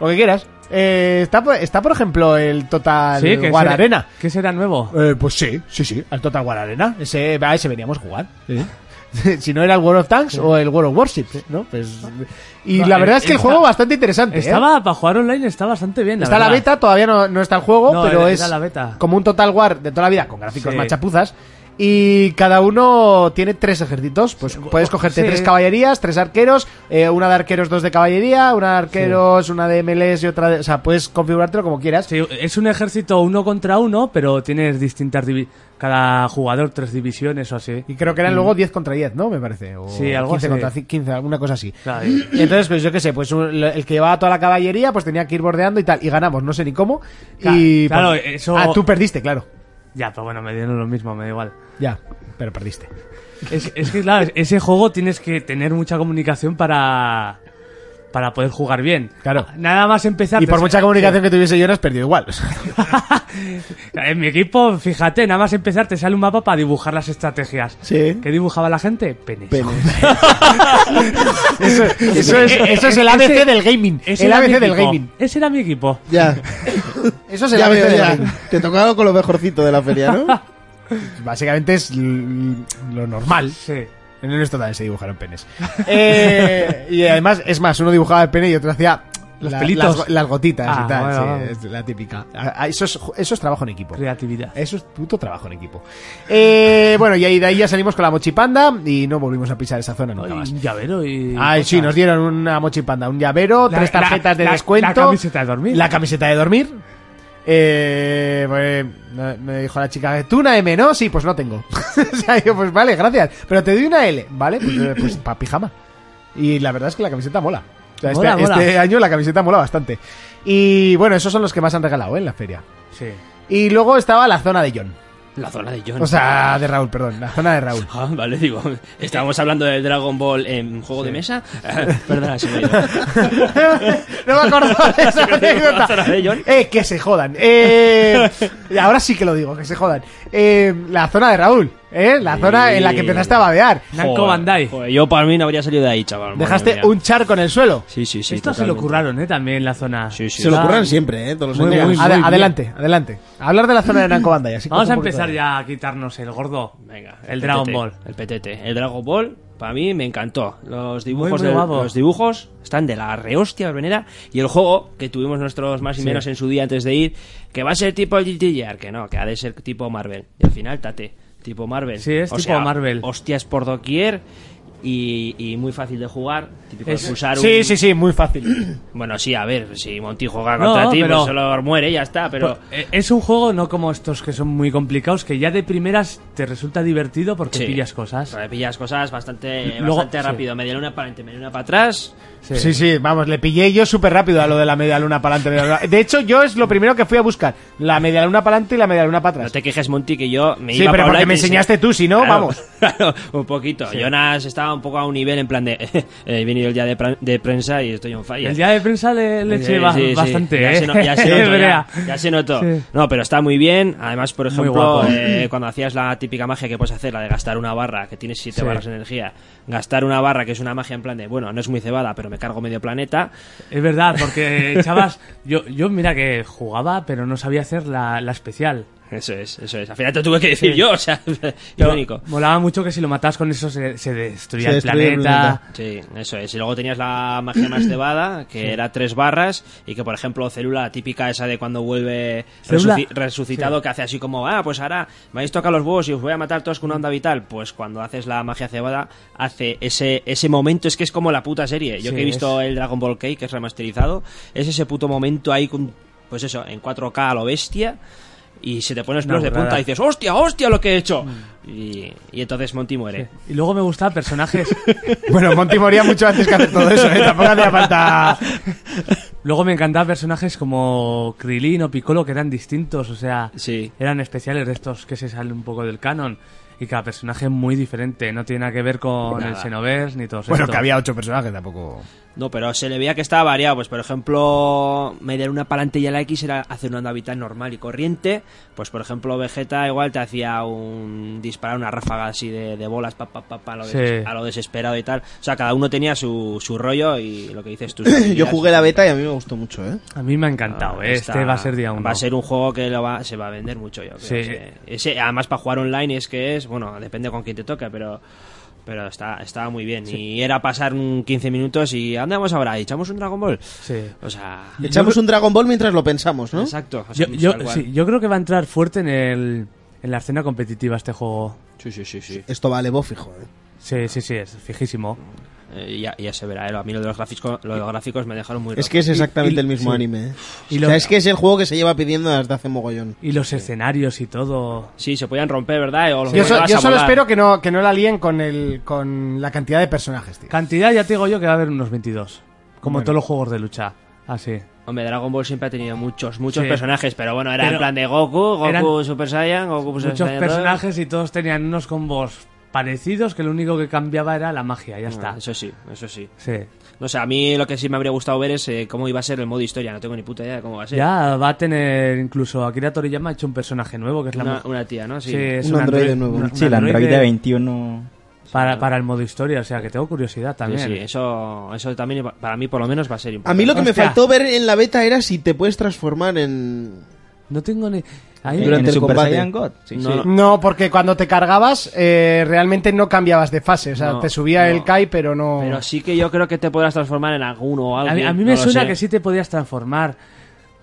[SPEAKER 1] lo que quieras. Eh, está, por- está, por ejemplo, el Total
[SPEAKER 3] Sí, que
[SPEAKER 1] War
[SPEAKER 3] será-
[SPEAKER 1] Arena.
[SPEAKER 3] ¿Qué será nuevo?
[SPEAKER 1] Eh, pues sí, sí, sí, al Total War Arena. Ese, a ese veníamos a jugar. si no era el World of Tanks o el World of Warships, ¿no? Pues, y
[SPEAKER 3] No,
[SPEAKER 1] la verdad
[SPEAKER 3] eh,
[SPEAKER 1] es que el
[SPEAKER 3] está-
[SPEAKER 1] juego bastante interesante. ¿eh?
[SPEAKER 3] Estaba, para jugar online está bastante bien.
[SPEAKER 1] está la
[SPEAKER 3] verdad.
[SPEAKER 1] beta, todavía no, no está el juego,
[SPEAKER 3] No,
[SPEAKER 1] pero
[SPEAKER 3] era-
[SPEAKER 1] es
[SPEAKER 3] era la beta.
[SPEAKER 1] como un Total War de toda la vida, con gráficos
[SPEAKER 3] Sí.
[SPEAKER 1] más chapuzas. Y cada uno tiene tres ejércitos. Pues puedes cogerte
[SPEAKER 3] sí.
[SPEAKER 1] tres caballerías, tres arqueros, eh, una de arqueros, dos de caballería, una de arqueros, una de melees y otra de. O sea, puedes configurártelo como quieras.
[SPEAKER 3] Sí, es un ejército uno contra uno, pero tienes distintas. divi- Cada jugador tres divisiones o así.
[SPEAKER 1] Y creo que eran luego 10 contra 10, ¿no? Me parece. O
[SPEAKER 3] Mm. Sí, algo
[SPEAKER 1] 15
[SPEAKER 3] así.
[SPEAKER 1] contra ci- 15, alguna cosa así.
[SPEAKER 3] Claro.
[SPEAKER 1] Entonces, pues yo qué sé, pues un- lo- el que llevaba toda la caballería, pues tenía que ir bordeando y tal. Y ganamos, no sé ni cómo.
[SPEAKER 3] Claro,
[SPEAKER 1] y.
[SPEAKER 3] claro,
[SPEAKER 1] pues-
[SPEAKER 3] eso-
[SPEAKER 1] Ah, tú perdiste, claro.
[SPEAKER 3] Ya, pero bueno, me dieron lo mismo, me da igual.
[SPEAKER 1] Ya, pero perdiste.
[SPEAKER 3] Es, es que, claro, ese juego tienes que tener mucha comunicación para. Para poder jugar bien.
[SPEAKER 1] Claro.
[SPEAKER 3] Nada más empezar.
[SPEAKER 1] Y por
[SPEAKER 3] te-
[SPEAKER 1] mucha
[SPEAKER 3] eh,
[SPEAKER 1] comunicación que tuviese yo, no has perdido igual. O sea,
[SPEAKER 3] En mi equipo, fíjate, nada más empezar te sale un mapa para dibujar las estrategias.
[SPEAKER 2] Sí.
[SPEAKER 3] ¿Qué dibujaba la gente? Penes.
[SPEAKER 1] eso, eso es, eso es el ABC
[SPEAKER 3] Ese-
[SPEAKER 1] del gaming.
[SPEAKER 3] Ese
[SPEAKER 1] El
[SPEAKER 3] era mi
[SPEAKER 1] ABC del
[SPEAKER 3] equipo.
[SPEAKER 1] gaming.
[SPEAKER 3] Ese era mi equipo.
[SPEAKER 2] Ya,
[SPEAKER 1] Eso es el
[SPEAKER 2] ya
[SPEAKER 1] ABC
[SPEAKER 2] veo,
[SPEAKER 1] del
[SPEAKER 2] ya.
[SPEAKER 1] gaming.
[SPEAKER 2] Te tocaron con lo mejorcito de la feria, ¿no?
[SPEAKER 1] Básicamente es l- lo normal.
[SPEAKER 3] Sí.
[SPEAKER 1] En el esto también se dibujaron penes. Eh, y además, es más, uno dibujaba el pene y otro hacía
[SPEAKER 3] Los pelitos.
[SPEAKER 1] Las, go- las gotitas
[SPEAKER 3] Ah,
[SPEAKER 1] y tal.
[SPEAKER 3] bueno,
[SPEAKER 1] sí,
[SPEAKER 3] vamos.
[SPEAKER 1] es la típica. Ah, ah, Eso es, ju- eso es trabajo en equipo.
[SPEAKER 3] Creatividad.
[SPEAKER 1] Eso es puto trabajo en equipo. Eh, bueno, y ahí de ahí ya salimos con la mochipanda y no volvimos a pisar esa zona nunca
[SPEAKER 3] Ay,
[SPEAKER 1] más.
[SPEAKER 3] un llavero y.
[SPEAKER 1] Ay, sí, nos dieron una mochipanda, un llavero,
[SPEAKER 3] La-
[SPEAKER 1] tres tarjetas
[SPEAKER 3] la-
[SPEAKER 1] de
[SPEAKER 3] la-
[SPEAKER 1] descuento.
[SPEAKER 3] la camiseta de dormir.
[SPEAKER 1] La camiseta de dormir. Eh, pues, no- me dijo la chica, ¿tú una M, no? Sí, pues no tengo. o sea, yo, pues vale, gracias. Pero te doy una L, ¿vale? Pues, eh, pues para pijama. Y la verdad es que la camiseta mola. O sea, este,
[SPEAKER 3] Mola, mola.
[SPEAKER 1] este año la camiseta mola bastante. Y bueno, esos son los que más han regalado ¿eh? en la feria.
[SPEAKER 3] Sí.
[SPEAKER 1] Y luego estaba la zona de John.
[SPEAKER 5] La zona de John.
[SPEAKER 1] O sea, de Raúl, perdón. La zona de Raúl.
[SPEAKER 5] Ah, vale, digo, estábamos hablando del Dragon Ball en juego de mesa. Ah, Perdona, se me ha ido.
[SPEAKER 1] no me acuerdo de esa anécdota.
[SPEAKER 5] ¿Zona de John?
[SPEAKER 1] Eh, que se jodan. Eh, ahora sí que lo digo, que se jodan. Eh, la zona de Raúl, ¿eh? La zona en la que empezaste a babear.
[SPEAKER 3] Nanko
[SPEAKER 5] Joder,
[SPEAKER 3] Bandai.
[SPEAKER 5] joder, yo para mí no habría salido de ahí, chaval. madre
[SPEAKER 1] Dejaste
[SPEAKER 5] mía.
[SPEAKER 1] un charco en el suelo.
[SPEAKER 5] Sí, sí, sí.
[SPEAKER 3] Esto se lo
[SPEAKER 5] totalmente.
[SPEAKER 3] curraron, ¿eh? También la zona.
[SPEAKER 5] Sí, sí.
[SPEAKER 2] Se lo
[SPEAKER 3] Ah,
[SPEAKER 2] curran siempre, ¿eh? Todos los
[SPEAKER 1] Venga,
[SPEAKER 2] años.
[SPEAKER 1] ade- adelante, adelante. A hablar de la zona de Nanco Bandai. así que
[SPEAKER 3] Vamos a
[SPEAKER 1] cojo un
[SPEAKER 3] empezar
[SPEAKER 1] poquito
[SPEAKER 3] ya a quitarnos el gordo.
[SPEAKER 5] Venga,
[SPEAKER 3] El Dragon
[SPEAKER 5] PTT,
[SPEAKER 3] Ball.
[SPEAKER 5] El PTT. El Dragon Ball, para mí, me encantó. Los dibujos,
[SPEAKER 3] Muy
[SPEAKER 5] de-
[SPEAKER 3] guapo.
[SPEAKER 5] los dibujos están de la rehostia venera. Y el juego, que tuvimos nuestros más y menos en su día antes de ir, que va a ser tipo GTR, que no, que ha de ser tipo Marvel. Y al final, tate, tipo Marvel.
[SPEAKER 3] Sí, es tipo Marvel.
[SPEAKER 5] Hostias por doquier. Y, y muy fácil de jugar. Típico de
[SPEAKER 3] Es-
[SPEAKER 5] pulsar
[SPEAKER 1] de- Sí,
[SPEAKER 5] un-
[SPEAKER 1] sí, sí, muy fácil.
[SPEAKER 5] Bueno, sí, a ver, si Monty juega
[SPEAKER 3] No,
[SPEAKER 5] contra ti,
[SPEAKER 3] pero-
[SPEAKER 5] pues solo muere y ya está, pero...
[SPEAKER 3] Eh, Es un juego no como estos que son muy complicados, que ya de primeras te resulta divertido porque
[SPEAKER 5] Sí.
[SPEAKER 3] pillas cosas.
[SPEAKER 5] Pero Pillas cosas bastante,
[SPEAKER 3] Luego-
[SPEAKER 5] bastante
[SPEAKER 3] sí.
[SPEAKER 5] rápido. Media luna para adelante, media luna para atrás.
[SPEAKER 1] Sí. sí, vamos, le pillé yo súper rápido a lo de la media luna para adelante. media luna- De hecho, yo es lo primero que fui a buscar. La media luna para adelante y la media luna para
[SPEAKER 5] No
[SPEAKER 1] atrás.
[SPEAKER 5] te quejes, Monty, que yo me
[SPEAKER 1] Sí,
[SPEAKER 5] iba
[SPEAKER 1] pero
[SPEAKER 5] pa' hablar
[SPEAKER 1] porque
[SPEAKER 5] y
[SPEAKER 1] me
[SPEAKER 5] pensé-
[SPEAKER 1] enseñaste tú, si no,
[SPEAKER 5] Claro,
[SPEAKER 1] vamos.
[SPEAKER 5] Claro, un poquito. Jonas estaba un poco a un nivel en plan de. eh, he venido el día de, pra- de prensa y estoy on fire.
[SPEAKER 3] El día de prensa le, le
[SPEAKER 5] Sí,
[SPEAKER 3] eché ba-
[SPEAKER 5] sí, sí.
[SPEAKER 3] bastante,
[SPEAKER 5] Ya
[SPEAKER 3] ¿eh?
[SPEAKER 5] se, no- ya se notó,
[SPEAKER 3] Brea.
[SPEAKER 5] ya, ya se notó.
[SPEAKER 3] Sí.
[SPEAKER 5] No, pero está muy bien. Además, por ejemplo,
[SPEAKER 3] guapo.
[SPEAKER 5] eh, cuando hacías la típica magia que puedes hacer, la de gastar una barra, que tienes siete
[SPEAKER 3] Sí.
[SPEAKER 5] barras de energía, gastar una barra, que es una magia en plan de, bueno, no es muy cebada, pero me cargo medio planeta.
[SPEAKER 3] Es verdad, porque chavas, yo, yo mira que jugaba, pero no sabía hacer la, la especial.
[SPEAKER 5] Eso es, eso es. Al final te tuve que decir yo, o sea, irónico.
[SPEAKER 3] Molaba mucho que si lo matabas con eso se, se
[SPEAKER 2] Se
[SPEAKER 3] destruía el
[SPEAKER 2] destruía el
[SPEAKER 3] planeta.
[SPEAKER 5] Sí, eso es. Y luego tenías la magia más cebada, que era tres barras, y que por ejemplo, célula típica esa de cuando vuelve
[SPEAKER 3] Célula.
[SPEAKER 5] resuci- resucitado, que hace así como, ah, pues ahora me habéis tocado los huevos y os voy a matar todos con una onda vital. Pues cuando haces la magia cebada, hace ese, ese momento, es que es como la puta serie. Yo
[SPEAKER 3] Sí,
[SPEAKER 5] que he visto
[SPEAKER 3] es.
[SPEAKER 5] el Dragon Ball K, que es remasterizado, es ese puto momento ahí con, pues eso, en 4K a lo bestia. Y se te pone los
[SPEAKER 3] Una
[SPEAKER 5] pelos de punta
[SPEAKER 3] burrada. Mm.
[SPEAKER 5] y dices, hostia, hostia, lo que he hecho. Y, y entonces Monty muere.
[SPEAKER 3] Y luego me gustaban personajes.
[SPEAKER 1] Bueno, Monty moría mucho antes que hacer todo eso, ¿eh? Tampoco hacía falta...
[SPEAKER 3] luego me encantaban personajes como Krilin o Piccolo que eran distintos, o sea,
[SPEAKER 5] Sí.
[SPEAKER 3] eran especiales de estos que se salen un poco del canon. Y cada personaje muy diferente, no tiene nada que ver con el
[SPEAKER 5] Nada.
[SPEAKER 3] Xenoverse ni todos
[SPEAKER 1] Bueno,
[SPEAKER 3] estos.
[SPEAKER 1] que había ocho personajes, tampoco...
[SPEAKER 5] No, pero se le veía que estaba variado. Pues, por ejemplo, mediar una palante y la X era hacer una onda vital normal y corriente. Pues, por ejemplo, Vegeta igual te hacía un disparar una ráfaga así de, de bolas pa, pa, pa, pa, a, lo
[SPEAKER 3] Sí.
[SPEAKER 5] des- a lo desesperado y tal. O sea, cada uno tenía su, su rollo y lo que dices tú.
[SPEAKER 2] Yo jugué la beta y a mí me gustó mucho, ¿eh?
[SPEAKER 3] A mí me ha encantado, eh, este va a ser día uno.
[SPEAKER 5] Ah, Va a ser un juego que lo va- se va a vender mucho, yo creo.
[SPEAKER 3] Sí.
[SPEAKER 5] Ese- ese, además, para jugar online es que es, bueno, depende con quién te toque, pero Pero está, estaba muy bien. Y era pasar un 15 minutos y andamos ahora, ¿Y echamos un Dragon Ball.
[SPEAKER 3] Sí.
[SPEAKER 5] O sea,
[SPEAKER 2] Echamos un Dragon Ball mientras lo pensamos, ¿no?
[SPEAKER 5] exacto. o
[SPEAKER 3] Yo,
[SPEAKER 5] sea,
[SPEAKER 3] yo-
[SPEAKER 5] tal cual.
[SPEAKER 3] sí, yo creo que va a entrar fuerte en, el, en la escena competitiva este juego.
[SPEAKER 5] Sí, sí, sí, sí.
[SPEAKER 2] Esto vale bofijo, ¿eh?
[SPEAKER 3] Sí, sí, sí, es fijísimo.
[SPEAKER 5] Eh, ya, ya se verá. eh, A mí lo de los gráficos, lo de los gráficos me dejaron muy
[SPEAKER 2] Es
[SPEAKER 5] roto.
[SPEAKER 2] que es exactamente
[SPEAKER 3] y-
[SPEAKER 2] el mismo
[SPEAKER 3] sí.
[SPEAKER 2] anime, ¿eh?
[SPEAKER 3] Y
[SPEAKER 2] O
[SPEAKER 3] lo-
[SPEAKER 2] sea, es que es el juego que se lleva pidiendo desde hace mogollón.
[SPEAKER 3] Y los escenarios y todo.
[SPEAKER 5] Sí, se podían romper, ¿verdad? O los
[SPEAKER 1] Yo, so-
[SPEAKER 5] volabas
[SPEAKER 1] yo
[SPEAKER 5] a
[SPEAKER 1] solo
[SPEAKER 5] volar.
[SPEAKER 1] espero que no, que no la líen con, el, con la cantidad de personajes, tío.
[SPEAKER 3] Cantidad ya te digo yo que va a haber unos 22. Como
[SPEAKER 1] Bueno.
[SPEAKER 3] todos los juegos de lucha. Así.
[SPEAKER 5] Hombre, Dragon Ball siempre ha tenido muchos, muchos
[SPEAKER 3] Sí.
[SPEAKER 5] personajes, pero bueno, era
[SPEAKER 3] Pero-
[SPEAKER 5] en plan de Goku, Goku
[SPEAKER 3] eran
[SPEAKER 5] Super Saiyan, Goku Super
[SPEAKER 3] Muchos
[SPEAKER 5] Saiyan dos.
[SPEAKER 3] personajes y todos tenían unos combos parecidos que lo único que cambiaba era la magia, ya
[SPEAKER 5] Ah,
[SPEAKER 3] está.
[SPEAKER 5] Eso sí, eso sí.
[SPEAKER 3] Sí.
[SPEAKER 5] No sé, a mí lo que sí me habría gustado ver es eh, cómo iba a ser el modo historia. No tengo ni puta idea de cómo va a ser.
[SPEAKER 3] Ya va a tener incluso Akira Toriyama ha hecho un personaje nuevo que es la
[SPEAKER 5] Una,
[SPEAKER 3] mujer.
[SPEAKER 5] una tía, ¿no? Sí.
[SPEAKER 3] Sí, es
[SPEAKER 2] Un androide nuevo.
[SPEAKER 3] una-
[SPEAKER 4] Sí,
[SPEAKER 3] un
[SPEAKER 4] el Android
[SPEAKER 3] androide
[SPEAKER 4] 21.
[SPEAKER 3] para, para el modo historia, o sea que tengo curiosidad
[SPEAKER 5] Sí,
[SPEAKER 3] también.
[SPEAKER 5] sí, eso, eso también va- para mí por lo menos va a ser
[SPEAKER 2] A
[SPEAKER 5] importante.
[SPEAKER 2] mí lo que me
[SPEAKER 3] Hostia.
[SPEAKER 2] faltó ver en la beta era si te puedes transformar en...
[SPEAKER 3] No tengo ni. Ahí
[SPEAKER 4] En-
[SPEAKER 3] me-
[SPEAKER 2] Durante
[SPEAKER 4] en
[SPEAKER 2] el
[SPEAKER 4] Super
[SPEAKER 2] combate.
[SPEAKER 4] Saiyan God. Sí,
[SPEAKER 5] No,
[SPEAKER 4] sí.
[SPEAKER 5] no.
[SPEAKER 1] No, porque cuando te cargabas eh, realmente no cambiabas de fase. O sea,
[SPEAKER 5] No,
[SPEAKER 1] te subía
[SPEAKER 5] no.
[SPEAKER 1] el Kai, pero no...
[SPEAKER 5] Pero sí que yo creo que te podrás transformar en alguno o algo.
[SPEAKER 3] a, mí, a mí me suena que sí te podías transformar.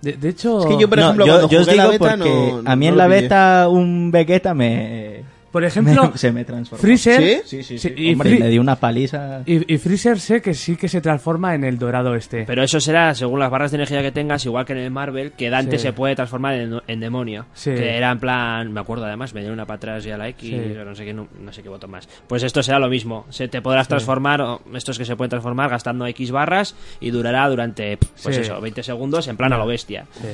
[SPEAKER 3] De, de hecho,
[SPEAKER 2] Es que yo, por
[SPEAKER 4] No,
[SPEAKER 2] ejemplo,
[SPEAKER 4] yo,
[SPEAKER 2] cuando
[SPEAKER 4] yo os
[SPEAKER 2] jugué
[SPEAKER 4] digo
[SPEAKER 2] la beta
[SPEAKER 4] porque
[SPEAKER 2] no-
[SPEAKER 4] a mí
[SPEAKER 2] no
[SPEAKER 4] en
[SPEAKER 2] lo
[SPEAKER 4] la
[SPEAKER 2] pillé.
[SPEAKER 4] beta un Vegeta me,
[SPEAKER 3] por ejemplo,
[SPEAKER 4] me- se me transformó.
[SPEAKER 3] Freezer.
[SPEAKER 2] ¿Sí?
[SPEAKER 4] Sí, sí, sí.
[SPEAKER 3] Sí, y,
[SPEAKER 4] Hombre,
[SPEAKER 3] Fri-
[SPEAKER 4] me dio una paliza.
[SPEAKER 3] y- y Freezer sé que sí que se transforma en el dorado este.
[SPEAKER 5] Pero eso será según las barras de energía que tengas, igual que en el Marvel, que Dante
[SPEAKER 3] Sí.
[SPEAKER 5] se puede transformar en, en demonio.
[SPEAKER 3] Sí.
[SPEAKER 5] Que era en plan, me acuerdo además, me dieron una para atrás y a la X,
[SPEAKER 3] Sí.
[SPEAKER 5] o no sé qué, nu- no sé qué botón más. Pues esto será lo mismo. Se te podrás transformar, o estos que se pueden transformar gastando X barras y durará durante, pf, pues
[SPEAKER 3] Sí.
[SPEAKER 5] eso, 20 segundos en plan a lo bestia.
[SPEAKER 3] Sí.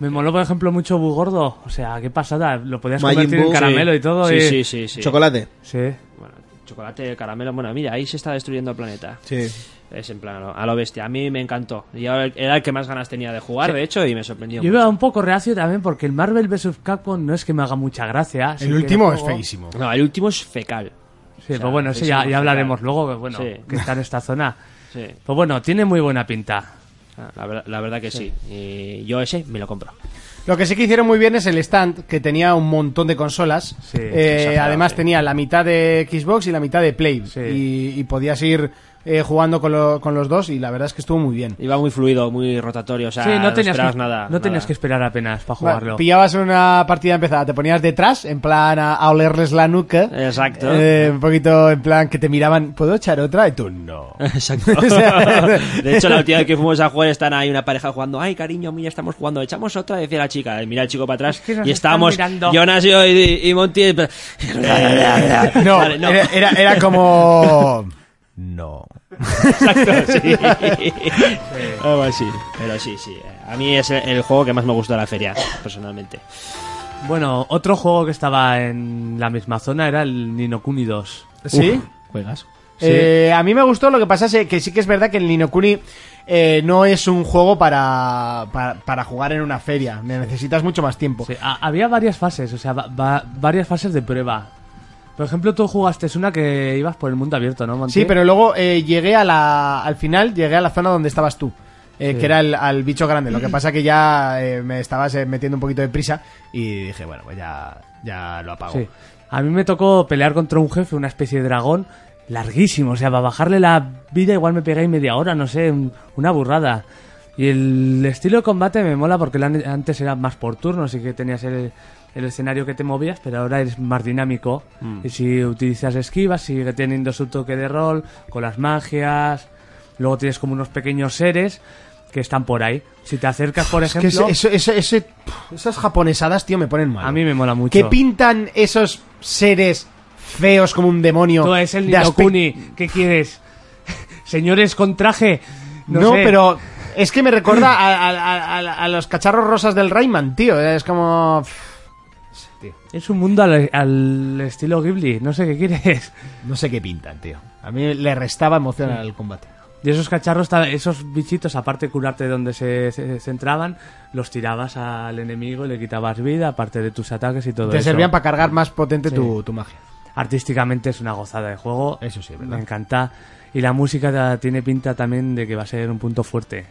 [SPEAKER 3] Me moló, por ejemplo, mucho Bugordo. O sea, qué pasada. Lo podías
[SPEAKER 2] Majin
[SPEAKER 3] convertir en
[SPEAKER 2] Buu,
[SPEAKER 3] caramelo
[SPEAKER 5] Sí.
[SPEAKER 3] y todo.
[SPEAKER 5] Sí,
[SPEAKER 3] y-
[SPEAKER 5] sí, sí, sí.
[SPEAKER 2] Chocolate.
[SPEAKER 3] Sí.
[SPEAKER 5] Bueno, chocolate, caramelo, bueno, mira, ahí se está destruyendo el planeta.
[SPEAKER 2] Sí.
[SPEAKER 5] Es en plan a lo, a lo bestia. A mí me encantó. Y ahora era el que más ganas tenía de jugar, de hecho, y me sorprendió.
[SPEAKER 3] Yo
[SPEAKER 5] mucho.
[SPEAKER 3] iba un poco reacio también porque el Marvel vs. Capcom no es que me haga mucha gracia. sí
[SPEAKER 1] el
[SPEAKER 3] que
[SPEAKER 1] último
[SPEAKER 3] lo
[SPEAKER 1] es
[SPEAKER 3] juego.
[SPEAKER 1] feísimo.
[SPEAKER 5] No, el último es fecal.
[SPEAKER 3] Sí,
[SPEAKER 5] O sea,
[SPEAKER 3] pero bueno, eso
[SPEAKER 5] es
[SPEAKER 3] ya,
[SPEAKER 5] una
[SPEAKER 3] ya hablaremos
[SPEAKER 5] fecal.
[SPEAKER 3] luego, que bueno,
[SPEAKER 5] Sí.
[SPEAKER 3] que está en esta zona.
[SPEAKER 5] Sí.
[SPEAKER 3] Pues bueno, tiene muy buena pinta.
[SPEAKER 5] Ah, La verdad, la verdad que sí. Y yo ese me lo compro.
[SPEAKER 1] Lo que sí que hicieron muy bien es el stand, que tenía un montón de consolas.
[SPEAKER 3] Sí,
[SPEAKER 1] Eh,
[SPEAKER 5] exagerado,
[SPEAKER 1] además
[SPEAKER 5] sí.
[SPEAKER 1] tenía la mitad de Xbox y la mitad de Play.
[SPEAKER 3] Sí.
[SPEAKER 1] Y, y podías ir eh, jugando con, lo- con los dos y la verdad es que estuvo muy bien.
[SPEAKER 5] Iba muy fluido, muy rotatorio. O sea,
[SPEAKER 3] sí, no tenías,
[SPEAKER 5] esperabas
[SPEAKER 3] que,
[SPEAKER 5] nada.
[SPEAKER 3] no tenías
[SPEAKER 5] nada.
[SPEAKER 3] que esperar apenas para jugarlo.
[SPEAKER 1] Pillabas una partida empezada, te ponías detrás, en plan a, a olerles la nuca.
[SPEAKER 5] Exacto.
[SPEAKER 1] Eh, un poquito en plan que te miraban, ¿puedo echar otra? Y tú, no.
[SPEAKER 5] Exacto.
[SPEAKER 1] O sea,
[SPEAKER 5] de hecho, la última vez que fuimos a jugar, están ahí una pareja jugando. Ay, cariño, mira, estamos jugando. Echamos otra, decía la chica. Y Mira el chico para atrás.
[SPEAKER 3] Es que nos
[SPEAKER 5] y
[SPEAKER 3] están
[SPEAKER 5] estábamos.
[SPEAKER 3] mirando.
[SPEAKER 5] Jonas, yo y, y Monty. y- pues,
[SPEAKER 1] No,
[SPEAKER 5] Vale, no.
[SPEAKER 3] eh.
[SPEAKER 1] Era, era, era como... No.
[SPEAKER 5] Exacto, sí. Algo así. Pero sí, sí. A mí es el, el juego que más me gustó de la feria, personalmente.
[SPEAKER 3] Bueno, otro juego que estaba en la misma zona era el Ninokuni 2.
[SPEAKER 1] ¿Sí?
[SPEAKER 4] Juegas.
[SPEAKER 1] Eh, a mí me gustó lo que pasa es que sí que es verdad que el Ninokuni eh, no es un juego para, para, para jugar en una feria. Necesitas mucho más tiempo.
[SPEAKER 3] Sí, ha- había varias fases, o sea, va- va- varias fases de prueba. Por ejemplo, tú jugaste una que ibas por el mundo abierto, ¿no, Monty?
[SPEAKER 1] Sí, pero luego eh, llegué a la, al final, llegué a la zona donde estabas tú. eh,
[SPEAKER 3] Sí.
[SPEAKER 1] Que era el, al bicho grande. Lo que pasa que ya eh, me estabas eh, metiendo un poquito de prisa y dije, bueno, pues ya, ya lo apago.
[SPEAKER 3] Sí. A mí me tocó pelear contra un jefe, una especie de dragón, larguísimo. O sea, para bajarle la vida igual me pegáis media hora, no sé, un- una burrada. Y el estilo de combate me mola porque el an- antes era más por turno, así que tenías el, el escenario que te movías, pero ahora es más dinámico.
[SPEAKER 1] Mm.
[SPEAKER 3] Y si utilizas esquivas, sigue teniendo su toque de rol, con las magias. Luego tienes como unos pequeños seres que están por ahí. Si te acercas, por
[SPEAKER 1] Es que
[SPEAKER 3] ejemplo,
[SPEAKER 1] ese- ese- ese- ese- pf, esas japonesadas, tío, me ponen mal.
[SPEAKER 3] a mí me mola mucho.
[SPEAKER 1] ¿Qué pintan esos seres feos como un demonio?
[SPEAKER 3] Tú es el
[SPEAKER 1] de aspecto-
[SPEAKER 3] Ninokuni. ¿Qué quieres? Señores con traje. No,
[SPEAKER 1] No,
[SPEAKER 3] sé.
[SPEAKER 1] pero es que me recuerda a, a- a- a- a los cacharros rosas del Rayman, tío. Es como...
[SPEAKER 3] Es un mundo al, al estilo Ghibli. No sé qué quieres.
[SPEAKER 1] No sé qué pintan, tío. A mí le restaba emoción al combate.
[SPEAKER 3] Y esos cacharros, ta- esos bichitos, aparte de curarte donde se, se centraban, los tirabas al enemigo y le quitabas vida, aparte de tus ataques y todo
[SPEAKER 1] Te
[SPEAKER 3] eso.
[SPEAKER 1] servían para cargar más potente
[SPEAKER 3] Sí.
[SPEAKER 1] tu, tu magia.
[SPEAKER 3] Artísticamente es una gozada de juego.
[SPEAKER 1] Eso sí, ¿verdad?
[SPEAKER 3] Me encanta. Y la música ta- tiene pinta también de que va a ser un punto fuerte.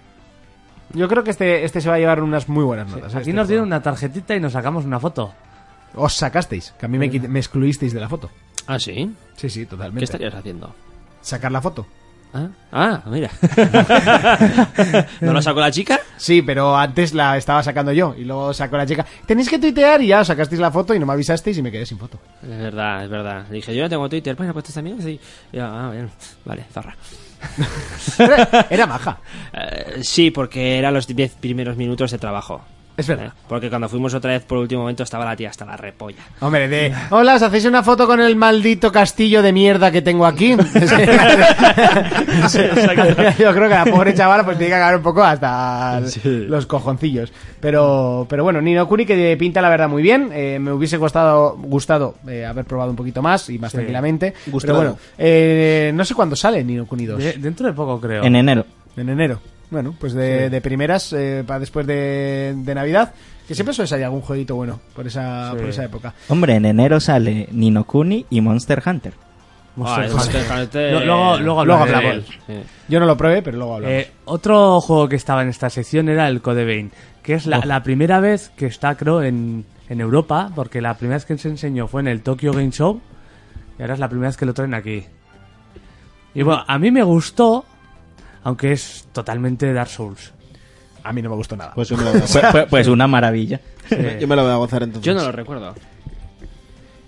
[SPEAKER 1] Yo creo que este, este se va a llevar unas muy buenas notas. ¿eh?
[SPEAKER 3] Aquí
[SPEAKER 1] Este
[SPEAKER 3] nos dieron
[SPEAKER 1] juego.
[SPEAKER 3] una tarjetita y nos sacamos una foto.
[SPEAKER 1] Os sacasteis, que a mí me, quit- me excluisteis de la foto.
[SPEAKER 5] Ah, sí.
[SPEAKER 1] Sí, sí, totalmente.
[SPEAKER 5] ¿Qué estarías haciendo?
[SPEAKER 1] Sacar la foto.
[SPEAKER 5] Ah, ah, mira. ¿No lo sacó la chica?
[SPEAKER 1] Sí, pero antes la estaba sacando yo y luego sacó la chica. Tenéis que tuitear y ya os sacasteis la foto y no me avisasteis y me quedé sin foto.
[SPEAKER 5] Es verdad, es verdad. Le dije, yo no tengo Twitter. Bueno, pues tú también. Sí. Yo, ah, bien. Vale, zorra.
[SPEAKER 1] Era, era maja.
[SPEAKER 5] Eh, sí, porque eran los 10 primeros minutos de trabajo.
[SPEAKER 1] Es verdad.
[SPEAKER 5] Eh, Porque cuando fuimos otra vez por último momento estaba la tía hasta la repolla.
[SPEAKER 1] Hombre, de. Hola, ¿os hacéis una foto con el maldito castillo de mierda que tengo aquí? Yo creo que la pobre chavala pues tiene que acabar un poco hasta los cojoncillos. Pero, pero bueno, Nino Kuni que pinta la verdad muy bien. Eh, me hubiese gustado, gustado eh, haber probado un poquito más y más tranquilamente. Pero
[SPEAKER 2] Gustado.
[SPEAKER 1] bueno, eh, no sé cuándo sale Nino Kuni 2.
[SPEAKER 3] De- dentro de poco, creo.
[SPEAKER 4] En enero.
[SPEAKER 1] En enero. Bueno, pues de, de primeras, eh, para después de, de Navidad, que siempre suele salir algún jueguito bueno por esa,
[SPEAKER 3] Sí.
[SPEAKER 1] por esa época.
[SPEAKER 4] Hombre, en enero sale Nino Kuni y Monster Hunter.
[SPEAKER 3] Monster
[SPEAKER 5] Ah,
[SPEAKER 3] Hunter.
[SPEAKER 5] Monster Hunter.
[SPEAKER 3] Lo- Luego, luego
[SPEAKER 1] Luego
[SPEAKER 3] hablaré de
[SPEAKER 1] hablamos.
[SPEAKER 3] él.
[SPEAKER 5] Sí.
[SPEAKER 1] Yo no lo probé, pero luego hablamos.
[SPEAKER 3] Eh, otro juego que estaba en esta sección era el Code Vein, que es la, la primera vez que está, creo, en, en Europa, porque la primera vez que se enseñó fue en el Tokyo Game Show, y ahora es la primera vez que lo traen aquí. Y bueno, a mí me gustó, aunque es totalmente Dark Souls.
[SPEAKER 1] a mí no me gustó nada.
[SPEAKER 2] Pues yo me lo voy a
[SPEAKER 4] Pues,
[SPEAKER 2] gozar.
[SPEAKER 4] pues- pues una maravilla.
[SPEAKER 2] Yo me lo voy a gozar entonces.
[SPEAKER 5] Yo no lo recuerdo.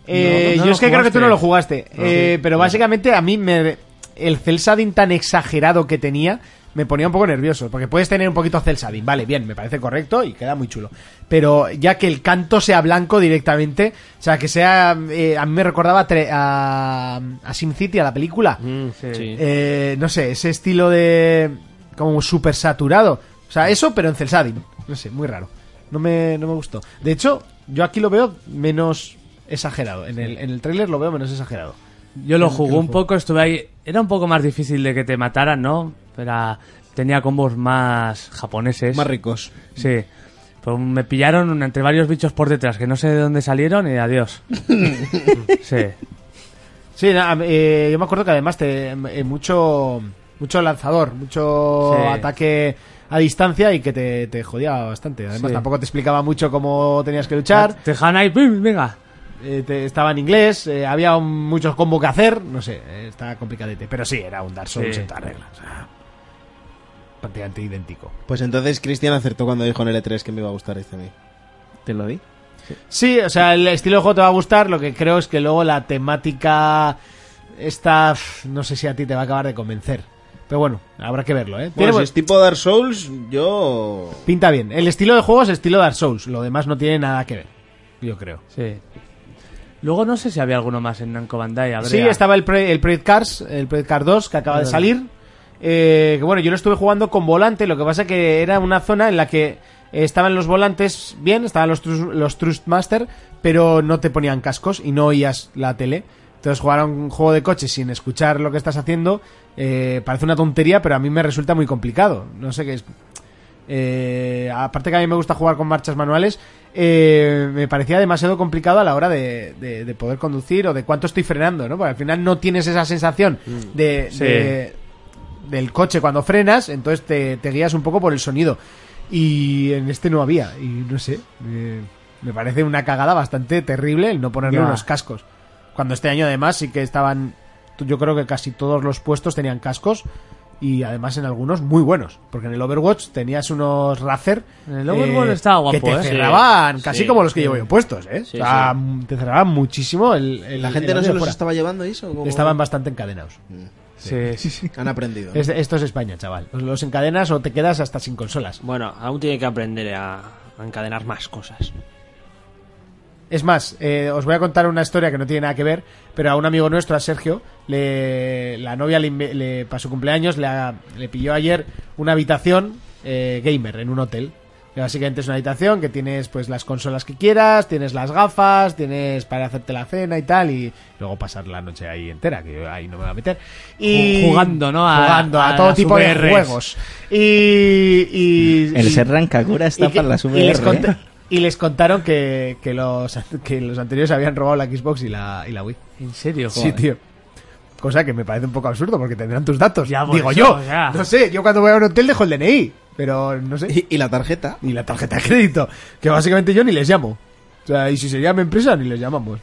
[SPEAKER 1] Eh,
[SPEAKER 3] No, no
[SPEAKER 1] yo
[SPEAKER 3] lo
[SPEAKER 1] es que creo que tú
[SPEAKER 3] jugaste.
[SPEAKER 1] no lo jugaste. Eh, pero básicamente a mí me, el cel shading tan exagerado que tenía me ponía un poco nervioso. Porque puedes tener un poquito cel shading, vale, bien, me parece correcto y queda muy chulo. Pero ya que el canto sea blanco directamente, o sea, que sea... eh, a mí me recordaba a, tre- a, a SimCity, a la película.
[SPEAKER 3] Mm, sí.
[SPEAKER 5] sí.
[SPEAKER 1] Eh, no sé, ese estilo de... como súper saturado. O sea, eso, pero en cel shading. No sé, muy raro. No me, no me gustó. De hecho, yo aquí lo veo menos exagerado. En el, en el tráiler lo veo menos exagerado.
[SPEAKER 3] Yo lo jugué un poco, estuve ahí. Era un poco más difícil de que te mataran, ¿no? Era, tenía combos más japoneses.
[SPEAKER 2] Más ricos.
[SPEAKER 3] Sí. Pues me pillaron un- entre varios bichos por detrás, que no sé de dónde salieron y adiós. sí.
[SPEAKER 1] Sí, na- eh, yo me acuerdo que además te, eh, mucho, mucho lanzador, mucho
[SPEAKER 3] Sí.
[SPEAKER 1] ataque a distancia y que te, te jodía bastante. Además,
[SPEAKER 3] Sí.
[SPEAKER 1] tampoco te explicaba mucho cómo tenías que luchar.
[SPEAKER 3] Te dejan ahí, ¡pim! venga.
[SPEAKER 1] Eh, te- estaba en inglés, eh, había un- muchos combos que hacer, no sé, eh, estaba complicadete. Pero sí, era un Dark Souls
[SPEAKER 3] Sí.
[SPEAKER 1] en todas reglas. o sea, prácticamente idéntico.
[SPEAKER 2] Pues entonces Cristian acertó cuando dijo en L3 que me iba a gustar este a mí.
[SPEAKER 4] Te lo di.
[SPEAKER 1] Sí, o sea, el estilo de juego te va a gustar, lo que creo es que luego la temática esta, pf, no sé si a ti te va a acabar de convencer. Pero bueno, habrá que verlo, ¿eh? Tiene
[SPEAKER 2] Bueno, si
[SPEAKER 1] buen-
[SPEAKER 2] es tipo Dark Souls, yo...
[SPEAKER 1] Pinta bien. El estilo de juego es estilo Dark Souls, lo demás no tiene nada que ver, yo creo.
[SPEAKER 3] Sí. Luego no sé si había alguno más en Namco Bandai. habría-
[SPEAKER 1] Sí, estaba el, pre- el Project Cars, el Project Cars 2 que acaba de salir. Eh, que bueno, yo lo estuve jugando con volante, lo que pasa que era una zona en la que eh, estaban los volantes bien, estaban los, trus- los Trustmaster, pero no te ponían cascos y no oías la tele. Entonces jugar a un juego de coches sin escuchar lo que estás haciendo eh, parece una tontería, pero a mí me resulta muy complicado. No sé qué es. Eh, aparte que a mí me gusta jugar con marchas manuales, eh, me parecía demasiado complicado a la hora de, de- de poder conducir o de cuánto estoy frenando, ¿no? Porque al final no tienes esa sensación de,
[SPEAKER 3] Sí.
[SPEAKER 1] de- del coche cuando frenas, entonces te, te guías un poco por el sonido. Y en este no había, y no sé, eh, me parece una cagada bastante terrible el no ponerle
[SPEAKER 3] Ya.
[SPEAKER 1] unos cascos. Cuando este año además sí que estaban, yo creo que casi todos los puestos tenían cascos y además en algunos muy buenos, porque en el Overwatch tenías unos Razer
[SPEAKER 3] En el Overwatch estaba guapo,
[SPEAKER 1] que te
[SPEAKER 3] ¿eh?
[SPEAKER 1] cerraban,
[SPEAKER 5] Sí,
[SPEAKER 1] casi
[SPEAKER 5] sí,
[SPEAKER 1] como los que llevo yo puestos, ¿eh?
[SPEAKER 5] Sí,
[SPEAKER 1] O sea, mm, te cerraban muchísimo el, el-
[SPEAKER 2] ¿La
[SPEAKER 1] el
[SPEAKER 2] gente no
[SPEAKER 1] audio
[SPEAKER 2] se los
[SPEAKER 1] fuera.
[SPEAKER 2] estaba llevando eso? ¿Cómo?
[SPEAKER 1] Estaban bastante encadenados.
[SPEAKER 3] Sí, sí, sí.
[SPEAKER 2] Han aprendido.
[SPEAKER 1] Es- esto es España, chaval. Los- Los encadenas o te quedas hasta sin consolas.
[SPEAKER 5] Bueno, aún tiene que aprender a, a encadenar más cosas.
[SPEAKER 1] Es más, eh, os voy a contar una historia que no tiene nada que ver, pero a un amigo nuestro, a Sergio, le, la novia le, inve- le- para su cumpleaños le, ha- le pilló ayer una habitación eh, gamer en un hotel. Que básicamente es una habitación que tienes pues las consolas que quieras, tienes las gafas, tienes para hacerte la cena y tal, y luego pasar la noche ahí entera, que yo ahí no me voy a meter. Y
[SPEAKER 3] Jugando, ¿no? A-
[SPEAKER 1] jugando a,
[SPEAKER 3] a
[SPEAKER 1] todo
[SPEAKER 3] las
[SPEAKER 1] tipo de
[SPEAKER 3] VRs.
[SPEAKER 1] juegos. Y, y-
[SPEAKER 4] El
[SPEAKER 1] y-
[SPEAKER 4] Serran Kagura está
[SPEAKER 1] que-
[SPEAKER 4] para la VR.
[SPEAKER 1] y les, cont-
[SPEAKER 4] ¿eh?
[SPEAKER 1] y les contaron que, que los, que los anteriores habían robado la Xbox y la, y la Wii.
[SPEAKER 3] En serio,
[SPEAKER 1] Sí, tío. Cosa que me parece un poco absurdo porque tendrán tus datos.
[SPEAKER 3] Ya, por
[SPEAKER 1] Digo
[SPEAKER 3] eso,
[SPEAKER 1] yo.
[SPEAKER 3] o sea.
[SPEAKER 1] No sé, yo cuando voy a un hotel dejo el DNI. Pero no sé.
[SPEAKER 2] ¿Y, y la tarjeta?
[SPEAKER 1] Ni la tarjeta de crédito. Que básicamente yo ni les llamo. O sea, y si sería mi empresa, ni les llamamos.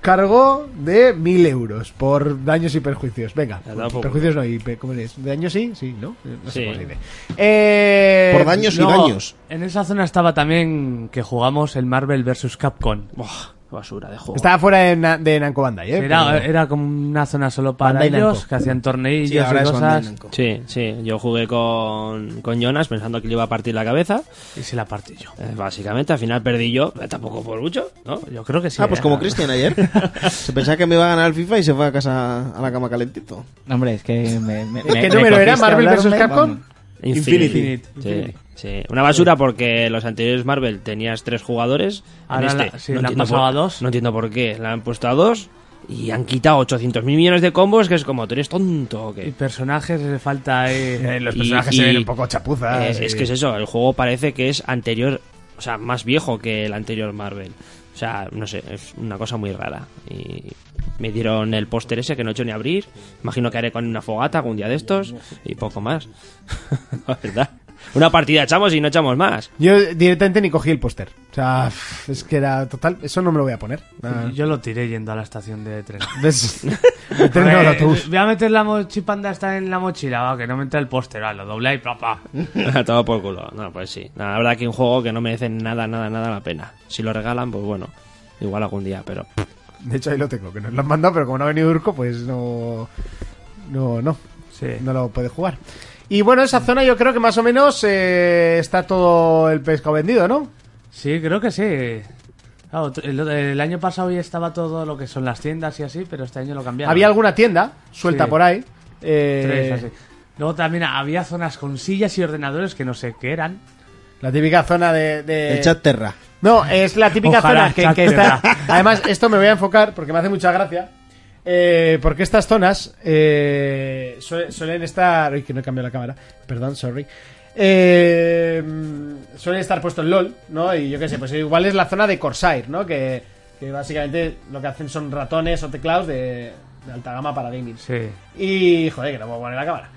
[SPEAKER 1] cargo de 1000 euros por daños y perjuicios. Venga,
[SPEAKER 5] Ya tampoco.
[SPEAKER 1] perjuicios no, y pe- ¿cómo se dice? ¿Daños sí? Sí, ¿no? No sé
[SPEAKER 5] Sí.
[SPEAKER 1] cómo se dice. Eh,
[SPEAKER 2] Por daños y
[SPEAKER 3] No,
[SPEAKER 2] daños.
[SPEAKER 3] En esa zona estaba también que jugamos el Marvel vs. Capcom.
[SPEAKER 5] Buah, qué basura de juego.
[SPEAKER 1] Estaba fuera de, Na- de Namco Bandai, ¿eh?
[SPEAKER 3] Era,
[SPEAKER 1] Pero-
[SPEAKER 3] era como una zona solo para
[SPEAKER 1] Bandai
[SPEAKER 3] ellos,
[SPEAKER 1] Namco.
[SPEAKER 3] que hacían torneillos
[SPEAKER 2] Sí, ahora
[SPEAKER 3] y
[SPEAKER 2] es Bandai
[SPEAKER 3] cosas.
[SPEAKER 2] Namco.
[SPEAKER 5] Sí, sí, yo jugué con, con Jonas pensando que le iba a partir la cabeza.
[SPEAKER 3] Y se la partí yo.
[SPEAKER 5] Eh, básicamente, al final perdí yo, eh, tampoco por mucho, ¿no?
[SPEAKER 3] Yo creo que sí.
[SPEAKER 2] Ah, pues
[SPEAKER 3] ¿eh?
[SPEAKER 2] como Cristian ayer. Se pensaba que me iba a ganar el FIFA y se fue a casa a la cama calentito.
[SPEAKER 4] Hombre, es que me, me-
[SPEAKER 1] ¿Qué
[SPEAKER 4] me-
[SPEAKER 1] número
[SPEAKER 4] me
[SPEAKER 1] era?
[SPEAKER 4] cogiste
[SPEAKER 1] ¿Marvel
[SPEAKER 4] hablarme,
[SPEAKER 1] vs. Capcom?
[SPEAKER 4] vamos.
[SPEAKER 2] Infinity.
[SPEAKER 5] Sí, sí. Una basura porque los anteriores Marvel tenías tres jugadores.
[SPEAKER 3] Ahora
[SPEAKER 5] en
[SPEAKER 3] la-
[SPEAKER 5] este
[SPEAKER 3] sí, la han
[SPEAKER 5] entiendo
[SPEAKER 3] pasado
[SPEAKER 5] por-
[SPEAKER 3] a dos.
[SPEAKER 5] No entiendo por qué. La han puesto a dos y han quitado 800 mil millones de combos que es como, ¿tú eres tonto o qué?
[SPEAKER 3] Y personajes le falta. eh,
[SPEAKER 1] Eh, los
[SPEAKER 5] Y-
[SPEAKER 1] personajes
[SPEAKER 5] y-
[SPEAKER 1] se ven un poco chapuzas.
[SPEAKER 5] Eh, Es
[SPEAKER 1] y-
[SPEAKER 5] que es eso, el juego parece que es anterior, o sea, más viejo que el anterior Marvel. O sea, no sé, es una cosa muy rara. Y me dieron el póster ese que no he hecho ni abrir. Imagino que haré con una fogata algún día de estos y poco más. La verdad. Una partida echamos y no echamos más.
[SPEAKER 1] Yo directamente ni cogí el póster. O sea, pff, es que era total. Eso no me lo voy a poner. Ah,
[SPEAKER 3] Yo lo tiré yendo a la estación de tren.
[SPEAKER 1] ¿Ves? El tren no, el
[SPEAKER 3] Eh,
[SPEAKER 1] autobús.
[SPEAKER 3] Voy a meter la mochipanda esta en la mochila, va, que no me entra el póster, va, lo dobla y papá.
[SPEAKER 5] Todo por culo. No, pues sí. No, la verdad que un juego que no merece nada, nada, nada la pena. Si lo regalan, pues bueno, igual algún día, pero...
[SPEAKER 1] De hecho, ahí lo tengo, que nos lo han mandado, pero como no ha venido Urco, pues no. No, no.
[SPEAKER 3] Sí.
[SPEAKER 1] No lo puede jugar. Y bueno, esa zona yo creo que más o menos eh, está todo el pescado vendido, ¿no?
[SPEAKER 3] Sí, creo que sí. Claro, t- el, el año pasado ya estaba todo lo que son las tiendas y así, pero este año lo cambiaron.
[SPEAKER 1] Había alguna tienda suelta
[SPEAKER 3] Sí.
[SPEAKER 1] por ahí. eh,
[SPEAKER 3] Tres, así. Luego también había zonas con sillas y ordenadores que no sé qué eran.
[SPEAKER 1] La típica zona de. de-
[SPEAKER 2] El chat Terra.
[SPEAKER 1] No, es la típica
[SPEAKER 3] Ojalá,
[SPEAKER 1] zona que, que está.
[SPEAKER 3] chac,
[SPEAKER 1] Además, esto me voy a enfocar porque me hace mucha gracia. eh, porque estas zonas eh, suel- suelen estar. Uy, que no he cambiado la cámara. Perdón, sorry. Eh, mm, suelen estar puesto en LOL, ¿no? Y yo qué sé, pues igual es la zona de Corsair, ¿no? Que, que básicamente lo que hacen son ratones o teclados de, de alta gama para gaming.
[SPEAKER 3] Sí.
[SPEAKER 1] Y, joder, que no puedo poner la cámara.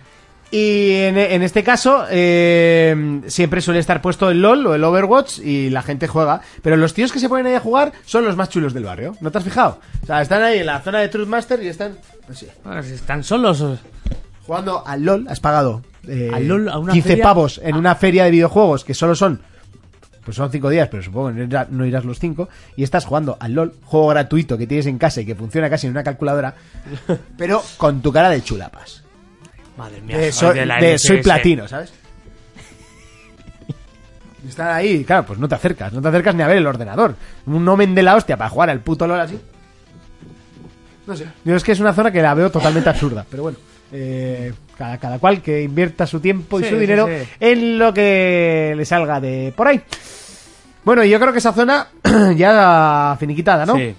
[SPEAKER 1] Y en, en este caso, eh, siempre suele estar puesto el LOL o el Overwatch y la gente juega. Pero los tíos que se ponen ahí a jugar son los más chulos del barrio. ¿No te has fijado? O sea, están ahí en la zona de Truthmaster y están así,
[SPEAKER 3] Bueno, si están solos. oh,
[SPEAKER 1] jugando al LOL. Has pagado eh,
[SPEAKER 3] Al LOL, a una
[SPEAKER 1] 15
[SPEAKER 3] feria. Ah.
[SPEAKER 1] pavos en una feria de videojuegos que solo son. Pues son 5 días, pero supongo que no irá- no irás los 5. Y estás jugando al LOL, juego gratuito que tienes en casa y que funciona casi en una calculadora, pero con tu cara de chulapas.
[SPEAKER 3] Madre mía,
[SPEAKER 1] De,
[SPEAKER 3] soy
[SPEAKER 1] soy,
[SPEAKER 3] de la
[SPEAKER 1] de
[SPEAKER 3] LSS.
[SPEAKER 1] soy platino, ¿sabes? Y Están ahí, claro, pues no te acercas, no te acercas ni a ver el ordenador. Un omen de la hostia para jugar al puto LOL así. No sé. Yo es que es una zona que la veo totalmente absurda, pero bueno. eh, cada, cada cual que invierta su tiempo y
[SPEAKER 3] Sí,
[SPEAKER 1] su
[SPEAKER 3] sí,
[SPEAKER 1] dinero
[SPEAKER 3] sí.
[SPEAKER 1] en lo que le salga de por ahí. Bueno, y yo creo que esa zona ya finiquitada, ¿no?
[SPEAKER 3] Sí.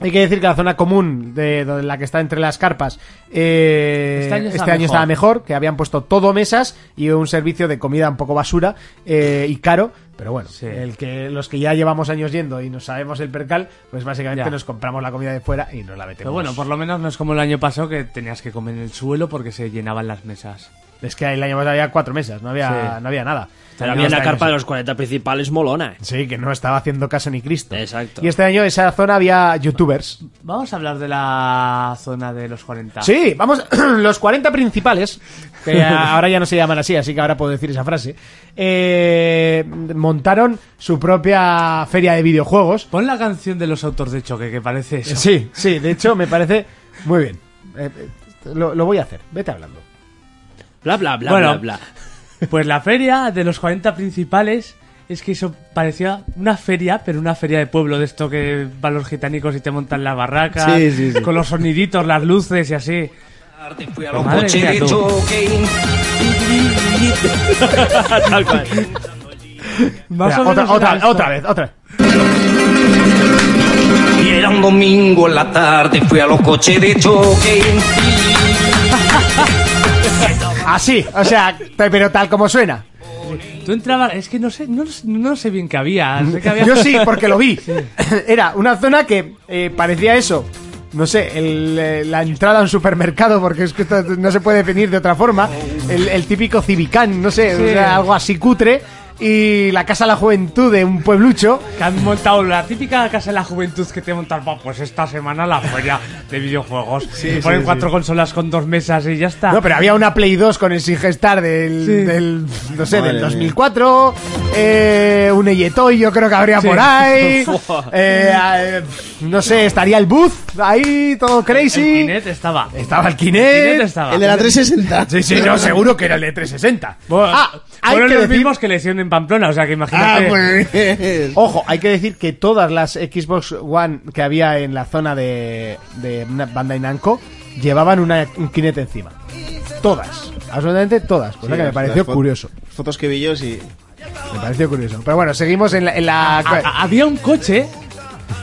[SPEAKER 1] Hay que decir que la zona común, de, de la que está entre las carpas, eh,
[SPEAKER 3] Este año estaba mejor.
[SPEAKER 1] estaba mejor, que habían puesto todo mesas y un servicio de comida un poco basura eh, y caro. Pero bueno,
[SPEAKER 3] Sí.
[SPEAKER 1] el que, los que ya llevamos años yendo y nos sabemos el percal, pues básicamente
[SPEAKER 3] Ya.
[SPEAKER 1] nos compramos la comida de fuera y nos la metemos.
[SPEAKER 3] Pero bueno, por lo menos no es como el año pasado que tenías que comer en el suelo porque se llenaban las mesas.
[SPEAKER 1] Es que el año pasado había cuatro mesas, no había,
[SPEAKER 3] Sí.
[SPEAKER 1] no había nada.
[SPEAKER 5] Pero había
[SPEAKER 1] Este
[SPEAKER 5] la
[SPEAKER 1] año
[SPEAKER 5] carpa
[SPEAKER 1] sí.
[SPEAKER 5] de los 40 principales molona. eh.
[SPEAKER 1] Sí, que no estaba haciendo caso ni Cristo.
[SPEAKER 5] Exacto.
[SPEAKER 1] Y este año esa zona había youtubers.
[SPEAKER 3] Vamos a hablar de la zona de los 40.
[SPEAKER 1] Sí, vamos, los 40 principales, que ya- ahora ya no se llaman así, así que ahora puedo decir esa frase, eh, montaron su propia feria de videojuegos.
[SPEAKER 3] Pon la canción de los autos de choque, que parece eso.
[SPEAKER 1] Sí, sí, de hecho me parece muy bien. Eh, eh, lo, lo voy a hacer, vete hablando.
[SPEAKER 5] Bla, bla, bla,
[SPEAKER 3] Bueno.
[SPEAKER 5] bla, bla.
[SPEAKER 3] Pues la feria de los 40 principales es que eso parecía una feria, pero una feria de pueblo, de esto que van los gitanicos y te montan la barraca,
[SPEAKER 2] Sí, sí, sí.
[SPEAKER 3] con los soniditos, las luces y así.
[SPEAKER 8] Fui a
[SPEAKER 3] Pero
[SPEAKER 8] los
[SPEAKER 3] madre
[SPEAKER 8] coches
[SPEAKER 3] mía,
[SPEAKER 8] de
[SPEAKER 3] tú.
[SPEAKER 8] choque.
[SPEAKER 5] Tal cual.
[SPEAKER 3] Más
[SPEAKER 1] Espera,
[SPEAKER 3] o menos
[SPEAKER 1] otra,
[SPEAKER 3] era
[SPEAKER 1] otra,
[SPEAKER 3] esto.
[SPEAKER 1] otra vez, otra vez.
[SPEAKER 8] Y era un domingo en la tarde. Fui a los coches de choque.
[SPEAKER 1] Así, o sea, t- pero tal como suena.
[SPEAKER 3] Tú entrabas, es que no sé, no, no sé bien qué había. sé que había-
[SPEAKER 1] Yo sí, porque lo vi. Era una zona que eh, parecía eso. No sé, el, eh, la entrada a un supermercado, porque es que esto no se puede definir de otra forma. El, el típico cibicán, no sé, o sea, algo así cutre. y la Casa de la Juventud de un pueblucho.
[SPEAKER 3] Que han montado la típica casa de la juventud que te montan, "Buah, pues esta semana la feria de videojuegos. y ponen cuatro consolas con dos mesas y ya está.
[SPEAKER 1] No, pero había una Play 2 con el Sigestar del, del- no sé,
[SPEAKER 2] Madre
[SPEAKER 1] del
[SPEAKER 2] mía.
[SPEAKER 1] 2004, eh, un Eyetoy yo creo que habría por ahí, eh, eh, no sé, estaría el Booth ahí, todo
[SPEAKER 3] el
[SPEAKER 1] crazy,
[SPEAKER 3] Kinect estaba.
[SPEAKER 1] estaba el
[SPEAKER 3] El Kinect
[SPEAKER 1] Kinect,
[SPEAKER 3] estaba.
[SPEAKER 2] El de la 360.
[SPEAKER 1] sí, sí, no, seguro que era el de 360.
[SPEAKER 3] Bueno,
[SPEAKER 1] ah, hay
[SPEAKER 3] fueron
[SPEAKER 1] que
[SPEAKER 3] los
[SPEAKER 1] decir-
[SPEAKER 3] mismos que le hicieron en Pamplona, o sea que
[SPEAKER 2] Ah,
[SPEAKER 3] imagínate.
[SPEAKER 2] pues.
[SPEAKER 1] Ojo, hay que decir que todas las Xbox One que había en la zona de, de Bandai Namco llevaban una, un Kinect encima. Todas, absolutamente todas, cosa
[SPEAKER 2] Sí,
[SPEAKER 1] que me
[SPEAKER 2] las
[SPEAKER 1] pareció
[SPEAKER 2] fo-
[SPEAKER 1] curioso.
[SPEAKER 2] Fotos que vi yo, sí.
[SPEAKER 1] Me pareció curioso. Pero bueno, seguimos en la. en la-
[SPEAKER 3] A- a- Ah, había un coche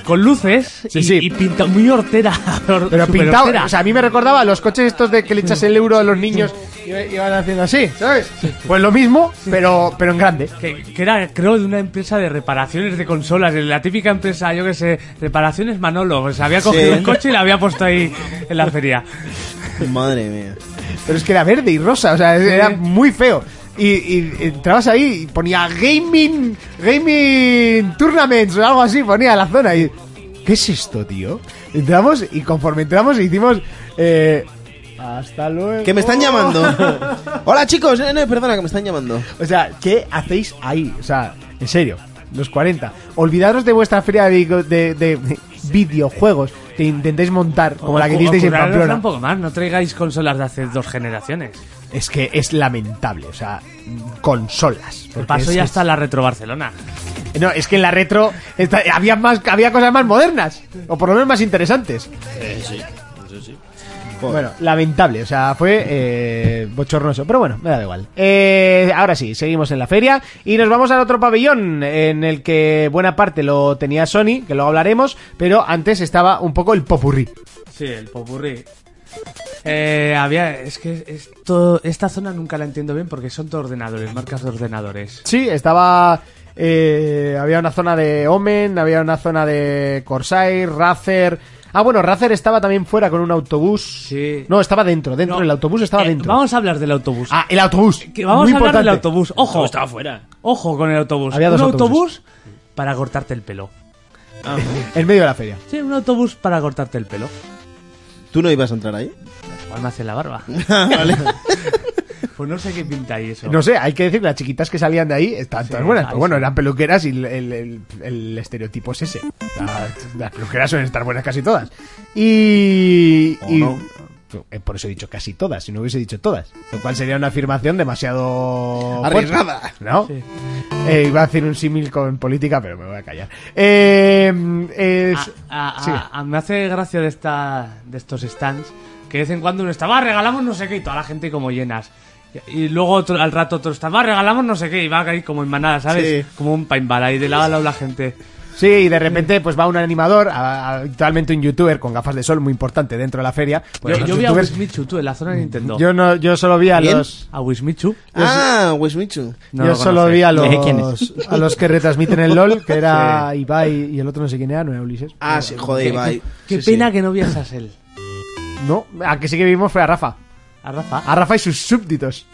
[SPEAKER 3] con luces
[SPEAKER 1] Sí,
[SPEAKER 3] y,
[SPEAKER 1] sí.
[SPEAKER 3] y pinta muy hortera. hor-
[SPEAKER 1] pero
[SPEAKER 3] super
[SPEAKER 1] pintado.
[SPEAKER 3] hortera.
[SPEAKER 1] O sea, a mí me recordaba los coches estos de que le echas el euro a los niños y y van haciendo así, ¿sabes? Pues lo mismo, pero, pero en grande.
[SPEAKER 3] que, que era, creo, de una empresa de reparaciones de consolas, de la típica empresa, yo que sé, reparaciones Manolo. O sea, había cogido
[SPEAKER 2] Sí.
[SPEAKER 3] un coche y la había puesto ahí en la feria.
[SPEAKER 2] Madre mía.
[SPEAKER 1] Pero es que era verde y rosa, o sea, era muy feo. Y, y entrabas ahí y ponía gaming, gaming tournaments o algo así, ponía la zona y... ¿Qué es esto, tío? Entramos y conforme entramos hicimos... eh, hasta luego.
[SPEAKER 2] Que me están llamando. Hola chicos, eh, no, perdona, que me están llamando.
[SPEAKER 1] O sea, ¿qué hacéis ahí? O sea, en serio, los 40. Olvidaros de vuestra feria de, video- de- de videojuegos que intentéis montar, como la que
[SPEAKER 3] O-
[SPEAKER 1] hicisteis en
[SPEAKER 3] curraros
[SPEAKER 1] Pamplona.
[SPEAKER 3] tampoco más, no traigáis consolas de hace dos generaciones.
[SPEAKER 1] Es que es lamentable, o sea, consolas.
[SPEAKER 3] El
[SPEAKER 1] porque
[SPEAKER 3] paso
[SPEAKER 1] es-
[SPEAKER 3] ya
[SPEAKER 1] es-
[SPEAKER 3] está la Retro Barcelona.
[SPEAKER 1] No, es que en la retro está- había, más, había cosas más modernas, o por lo menos más interesantes. Bueno, lamentable, o sea, fue eh, bochornoso, pero bueno, me da igual. Eh, ahora sí, seguimos en la feria y nos vamos al otro pabellón en el que buena parte lo tenía Sony, que luego hablaremos, pero antes estaba un poco el popurrí.
[SPEAKER 3] Sí, el popurrí. Eh, había, es que esto, esta zona nunca la entiendo bien porque son todos ordenadores, marcas de ordenadores.
[SPEAKER 1] Sí, estaba... eh, había una zona de Omen, había una zona de Corsair, Razer... Ah, bueno, Razer estaba también fuera con un autobús.
[SPEAKER 3] Sí.
[SPEAKER 1] No, estaba dentro, dentro,
[SPEAKER 3] No,
[SPEAKER 1] el autobús estaba
[SPEAKER 3] eh,
[SPEAKER 1] dentro.
[SPEAKER 3] Vamos a hablar del autobús.
[SPEAKER 1] Ah, el autobús.
[SPEAKER 3] Que vamos
[SPEAKER 1] Muy
[SPEAKER 3] a hablar del
[SPEAKER 1] importante.
[SPEAKER 3] autobús. Ojo,
[SPEAKER 5] Todo estaba fuera.
[SPEAKER 3] ojo con el autobús.
[SPEAKER 1] Había dos
[SPEAKER 3] un
[SPEAKER 1] autobuses.
[SPEAKER 3] autobús para cortarte el pelo.
[SPEAKER 1] En medio de la feria.
[SPEAKER 3] Sí, un autobús para cortarte el pelo.
[SPEAKER 2] ¿Tú no ibas a entrar ahí?
[SPEAKER 3] Igual me hace la barba.
[SPEAKER 2] vale.
[SPEAKER 3] Pues no sé qué pinta ahí eso.
[SPEAKER 1] No sé, hay que decir que las chiquitas que salían de ahí estaban todas
[SPEAKER 3] Sí,
[SPEAKER 1] buenas.
[SPEAKER 3] ahí
[SPEAKER 1] Pero bueno,
[SPEAKER 3] sí.
[SPEAKER 1] eran peluqueras y el, el- el- el estereotipo es ese. Las, las peluqueras suelen estar buenas casi todas. Y.
[SPEAKER 2] O
[SPEAKER 1] y-
[SPEAKER 2] no.
[SPEAKER 1] eh, Por eso he dicho casi todas, si no hubiese dicho todas. Lo cual sería una afirmación demasiado. fuerte,
[SPEAKER 2] Arriesgada.
[SPEAKER 1] ¿No? Eh, iba a hacer un símil con política, pero me voy a callar. Eh, eh,
[SPEAKER 3] A- a- a-
[SPEAKER 1] sí.
[SPEAKER 3] a- ah, me hace gracia de esta de estos stands que de vez en cuando uno está, va, regalamos no sé qué y toda la gente como llenas. Y, y luego otro- al rato otro está, va, regalamos no sé qué y va ahí como en manada, ¿sabes?
[SPEAKER 2] Sí.
[SPEAKER 3] Como un paintball ahí de lado a lado la gente.
[SPEAKER 1] Sí, y de repente pues va un animador, a- a- actualmente un youtuber con gafas de sol muy importante dentro de la feria. Pues
[SPEAKER 3] yo
[SPEAKER 1] los
[SPEAKER 3] yo vi a
[SPEAKER 1] youtubers-
[SPEAKER 3] Wismichu, tú, en la zona de Nintendo.
[SPEAKER 1] yo no, yo solo vi a
[SPEAKER 2] ¿Bien?
[SPEAKER 1] los
[SPEAKER 3] A Wismichu.
[SPEAKER 2] Ah, Wismichu.
[SPEAKER 3] No
[SPEAKER 1] yo
[SPEAKER 3] lo
[SPEAKER 1] solo
[SPEAKER 3] conoces.
[SPEAKER 1] vi a
[SPEAKER 4] Eh, ¿quién es?
[SPEAKER 1] los a los que retransmiten el LOL, que era Ibai y el otro no sé quién era, no era Ulises.
[SPEAKER 2] Ah, sí, joder, Ibai.
[SPEAKER 3] Qué
[SPEAKER 2] Sí, sí.
[SPEAKER 3] pena que no vieras a Sel.
[SPEAKER 1] No, a que sí que vimos fue a Rafa.
[SPEAKER 3] A Rafa.
[SPEAKER 1] A Rafa y sus súbditos.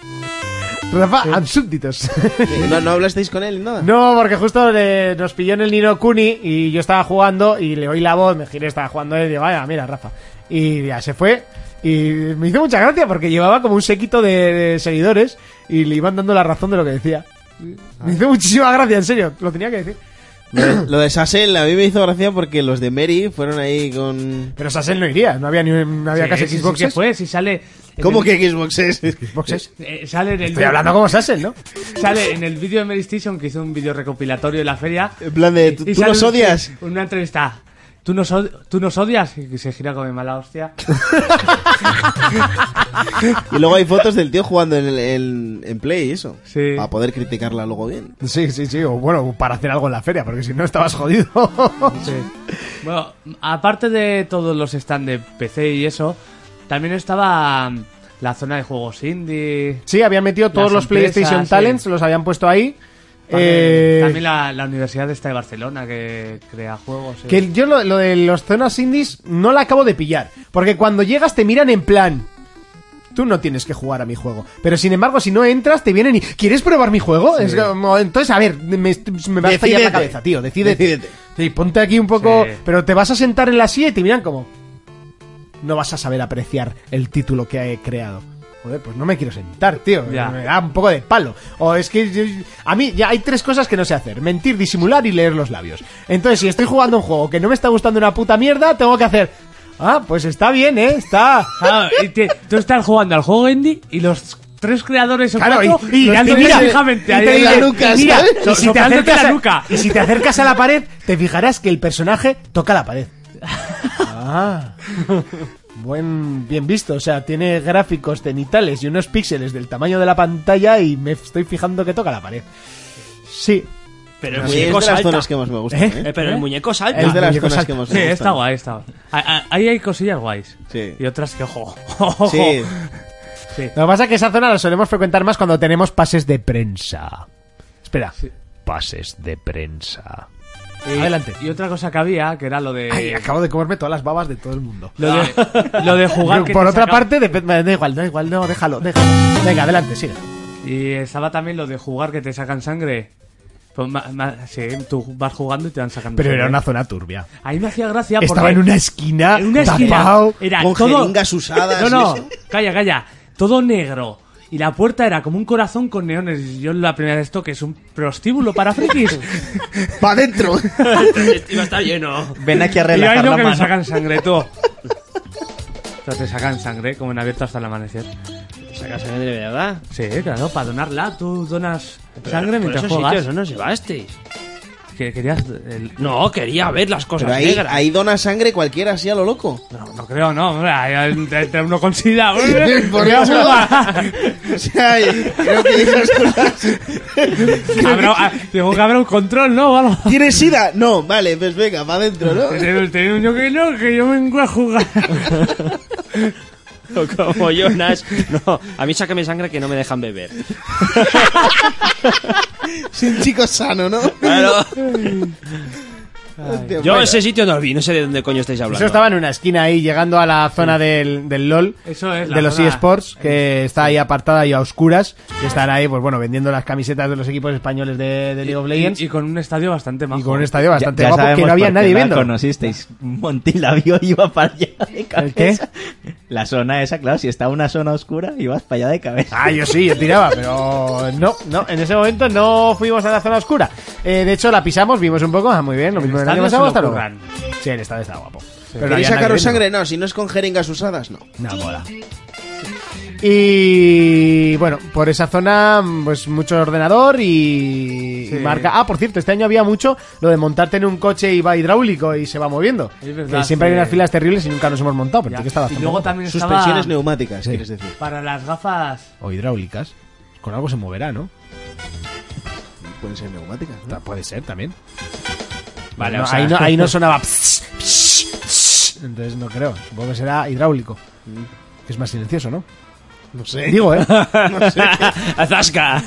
[SPEAKER 1] Rafa and súbditos.
[SPEAKER 2] Eh, ¿No, no hablasteis con él ni nada?
[SPEAKER 1] No, porque justo le- nos pilló en el Nino Kuni y yo estaba jugando y le oí la voz, me giré, estaba jugando él y digo, vaya, mira, Rafa. Y ya se fue. Y me hizo mucha gracia porque llevaba como un séquito de, de seguidores y le iban dando la razón de lo que decía. Me hizo muchísima gracia, en serio, lo tenía que decir.
[SPEAKER 2] Lo de, lo de Sassel a mí me hizo gracia porque los de Mary fueron ahí con...
[SPEAKER 1] Pero Sassel no iría, no había, ni, no había
[SPEAKER 3] Sí,
[SPEAKER 1] casi
[SPEAKER 3] sí, sí
[SPEAKER 1] Xboxes.
[SPEAKER 3] que fue, si sale. en
[SPEAKER 2] ¿Cómo
[SPEAKER 3] el-
[SPEAKER 2] que Xboxes?
[SPEAKER 1] Xboxes.
[SPEAKER 3] eh, sale en el
[SPEAKER 1] Estoy hablando como Sassel, ¿no?
[SPEAKER 3] Sale en el vídeo de Mary Station que hizo un vídeo recopilatorio de la feria.
[SPEAKER 2] En plan
[SPEAKER 1] Eh,
[SPEAKER 2] de, ¿tú,
[SPEAKER 3] Y
[SPEAKER 2] tú
[SPEAKER 3] sale
[SPEAKER 2] los
[SPEAKER 3] un-
[SPEAKER 2] odias?
[SPEAKER 3] Una entrevista. ¿Tú nos, od- ¿Tú nos odias? Y se gira con mi mala hostia.
[SPEAKER 2] Y luego hay fotos del tío jugando en, el- en- en Play y eso.
[SPEAKER 3] Sí.
[SPEAKER 2] Para poder criticarla luego bien.
[SPEAKER 1] Sí, sí, sí, o bueno, para hacer algo en la feria, porque si no estabas jodido.
[SPEAKER 3] Bueno, aparte de todos los stand de PC y eso, también estaba mm, la zona de juegos indie.
[SPEAKER 1] Sí, habían metido todos
[SPEAKER 3] Las
[SPEAKER 1] los
[SPEAKER 3] empresas,
[SPEAKER 1] PlayStation
[SPEAKER 3] sí.
[SPEAKER 1] Talents, los habían puesto ahí.
[SPEAKER 3] También,
[SPEAKER 1] Eh,
[SPEAKER 3] también la, la universidad esta de Barcelona que crea juegos. sí.
[SPEAKER 1] Que yo lo, lo de los zonas indies no la acabo de pillar. Porque cuando llegas te miran en plan. tú no tienes que jugar a mi juego. Pero sin embargo, si no entras, te vienen y ¿quieres probar mi juego? Es como, entonces, a ver, me, me va a estallar la
[SPEAKER 2] Decídete.
[SPEAKER 1] cabeza, tío. Decídete.
[SPEAKER 2] Decídete.
[SPEAKER 1] Sí, ponte aquí un poco.
[SPEAKER 3] Sí.
[SPEAKER 1] Pero te vas a sentar en la silla y te miran como. No vas a saber apreciar el título que he creado. Joder, pues no me quiero sentar, tío.
[SPEAKER 3] Ya.
[SPEAKER 1] Me da un poco de palo. O es que. yo- A mí ya hay tres cosas que no sé hacer: mentir, disimular y leer los labios. Entonces, si estoy jugando un juego que no me está gustando una puta mierda, tengo que hacer. Ah, pues está bien, ¿eh? Está.
[SPEAKER 3] Claro, y te- tú estás jugando al juego indie y los tres creadores o
[SPEAKER 1] Claro, y-
[SPEAKER 3] cuatro
[SPEAKER 1] y
[SPEAKER 3] los
[SPEAKER 1] mirando,
[SPEAKER 3] tienes
[SPEAKER 1] mira, y
[SPEAKER 3] fijamente ahí
[SPEAKER 1] te
[SPEAKER 3] en la
[SPEAKER 1] dicen,
[SPEAKER 3] nuca,
[SPEAKER 1] y mira,
[SPEAKER 3] ¿sabes?
[SPEAKER 1] y si te
[SPEAKER 3] Soplándote
[SPEAKER 1] acercas
[SPEAKER 3] la
[SPEAKER 1] a-
[SPEAKER 3] nuca.
[SPEAKER 1] y si te acercas a la pared, te fijarás que el personaje toca la pared. Ah. Buen, bien visto, o sea, tiene gráficos cenitales y unos píxeles del tamaño de la pantalla y me estoy fijando que toca la pared. Sí,
[SPEAKER 5] Pero el
[SPEAKER 2] A mí es
[SPEAKER 5] muñeco
[SPEAKER 2] de las
[SPEAKER 5] salta.
[SPEAKER 2] zonas que más me gustan. ¿eh?
[SPEAKER 5] Eh, pero el muñeco salta.
[SPEAKER 2] Es de las
[SPEAKER 1] muñeco
[SPEAKER 2] zonas
[SPEAKER 1] salta.
[SPEAKER 2] que más
[SPEAKER 3] Sí,
[SPEAKER 2] me gustan.
[SPEAKER 3] está guay, está guay. Ah, ah, Ahí hay cosillas guays.
[SPEAKER 2] Sí.
[SPEAKER 3] Y otras que, ojo. ojo.
[SPEAKER 2] Sí.
[SPEAKER 1] Lo que pasa es que esa zona la solemos frecuentar más cuando tenemos pases de prensa. Espera. Pases de prensa. Adelante.
[SPEAKER 3] Eh, Y otra cosa que había, que era lo de.
[SPEAKER 1] Ay, acabo de comerme todas las babas de todo el mundo.
[SPEAKER 3] lo, de lo de jugar. que
[SPEAKER 1] Por
[SPEAKER 3] te
[SPEAKER 1] otra
[SPEAKER 3] saca-
[SPEAKER 1] parte, depende- da igual, da igual, no, déjalo, déjalo. Venga, adelante, sigue.
[SPEAKER 3] Y estaba también lo de jugar que te sacan sangre. Pues ma- ma- sí, tú vas jugando y te van sacando
[SPEAKER 1] Pero
[SPEAKER 3] sangre.
[SPEAKER 1] era una zona turbia.
[SPEAKER 3] Ahí me hacía gracia porque.
[SPEAKER 1] Estaba en una esquina,
[SPEAKER 3] en una esquina.
[SPEAKER 1] tapado.
[SPEAKER 3] Era
[SPEAKER 2] con
[SPEAKER 3] todo-
[SPEAKER 2] jeringas usadas.
[SPEAKER 3] No, no, calla, calla. Todo negro. Y la puerta era como un corazón con neones. Y yo la primera vez esto que es un prostíbulo para frikis.
[SPEAKER 2] ¡Para adentro!
[SPEAKER 5] Iba a estar lleno.
[SPEAKER 4] Ven aquí a
[SPEAKER 3] y ahí
[SPEAKER 4] relajar
[SPEAKER 3] no
[SPEAKER 4] la
[SPEAKER 3] que me
[SPEAKER 4] mano.
[SPEAKER 3] sacan sangre, tú. Pero te sacan sangre, como en abierto hasta el amanecer.
[SPEAKER 5] Saca sangre de verdad.
[SPEAKER 3] Sí, claro, para donarla tú donas sangre
[SPEAKER 5] Por
[SPEAKER 3] mientras
[SPEAKER 5] esos
[SPEAKER 3] juegas.
[SPEAKER 5] sitios, ¿no, Sebastián?
[SPEAKER 3] Que querías... el-
[SPEAKER 5] No, quería ver las cosas
[SPEAKER 2] Pero ahí,
[SPEAKER 5] negras.
[SPEAKER 2] ahí dona sangre cualquiera así a lo loco.
[SPEAKER 3] No, no creo, no. hombre, ahí Entre uno con sida.
[SPEAKER 2] Por
[SPEAKER 3] Mira,
[SPEAKER 2] eso.
[SPEAKER 3] juega.
[SPEAKER 2] O sea, creo que esas cosas.
[SPEAKER 3] Habrá- ah, Tengo que haber un control, ¿no? O algo.
[SPEAKER 2] ¿Tienes sida? No, vale, pues venga, para adentro, ¿no?
[SPEAKER 3] Tener- tener un yo que no, que yo vengo a jugar.
[SPEAKER 5] Como Jonas. No, a mí sácame sangre que no me dejan beber.
[SPEAKER 2] Es un chico sano, ¿no?
[SPEAKER 5] Claro.
[SPEAKER 2] Hostia,
[SPEAKER 5] Yo
[SPEAKER 2] vaya.
[SPEAKER 5] ese sitio no vi, no sé de dónde coño estáis hablando.
[SPEAKER 1] Eso estaba en una esquina ahí, llegando a la zona del, del LOL,
[SPEAKER 3] Eso es, la
[SPEAKER 1] de los
[SPEAKER 3] zona-
[SPEAKER 1] eSports, que está ahí apartada y a oscuras, que están ahí, pues bueno, vendiendo las camisetas de los equipos españoles de, de League of Legends
[SPEAKER 3] Y, y con un estadio bastante
[SPEAKER 1] y,
[SPEAKER 3] majo.
[SPEAKER 1] con este, un estadio
[SPEAKER 4] Ya,
[SPEAKER 1] bastante
[SPEAKER 4] ya
[SPEAKER 1] guapo que
[SPEAKER 4] sabemos
[SPEAKER 1] no había
[SPEAKER 4] por qué
[SPEAKER 1] nadie
[SPEAKER 4] la
[SPEAKER 1] viendo.
[SPEAKER 4] conocisteis. Monty la vio y iba para allá de cabeza. La zona esa, claro, si está una zona oscura, ibas para allá de cabeza.
[SPEAKER 1] Ah, yo sí, yo tiraba, pero no, no, en ese momento no fuimos a la zona oscura. Eh, de hecho, la pisamos, vimos un poco, ah, muy bien, lo mismo del año
[SPEAKER 3] estadio se
[SPEAKER 1] pasado,
[SPEAKER 3] lo
[SPEAKER 1] hasta luego.
[SPEAKER 3] curran.
[SPEAKER 1] Sí, el estadio está guapo. Pero no
[SPEAKER 2] ¿Queréis
[SPEAKER 1] había nadie
[SPEAKER 2] sacaros
[SPEAKER 1] viendo.
[SPEAKER 2] sangre? No, si no es con jeringas usadas, no.
[SPEAKER 1] Una mola. Y bueno, por esa zona, pues mucho ordenador y,
[SPEAKER 3] Sí.
[SPEAKER 1] y marca. Ah, por cierto, este año había mucho lo de montarte en un coche y va hidráulico y se va moviendo.
[SPEAKER 3] Es verdad,
[SPEAKER 1] Que siempre
[SPEAKER 3] sí.
[SPEAKER 1] hay unas filas terribles y nunca nos hemos montado, pero
[SPEAKER 3] Ya.
[SPEAKER 1] sí que está
[SPEAKER 3] Y
[SPEAKER 1] bastante
[SPEAKER 3] luego
[SPEAKER 1] guapo.
[SPEAKER 3] también estaba...
[SPEAKER 2] Suspensiones neumáticas, quieres decir.
[SPEAKER 3] Para las gafas...
[SPEAKER 1] O hidráulicas. Con algo se moverá, ¿no?
[SPEAKER 2] Pueden ser neumáticas. ¿no?
[SPEAKER 1] Ta- Puede ser también.
[SPEAKER 5] Vale,
[SPEAKER 1] No,
[SPEAKER 5] o sea,
[SPEAKER 1] ahí, no, ahí no sonaba. pss, pss, pss. Entonces no creo. Supongo que será hidráulico. Que es más silencioso, ¿no? No sé. Digo, ¿eh?
[SPEAKER 5] ¡Azasca!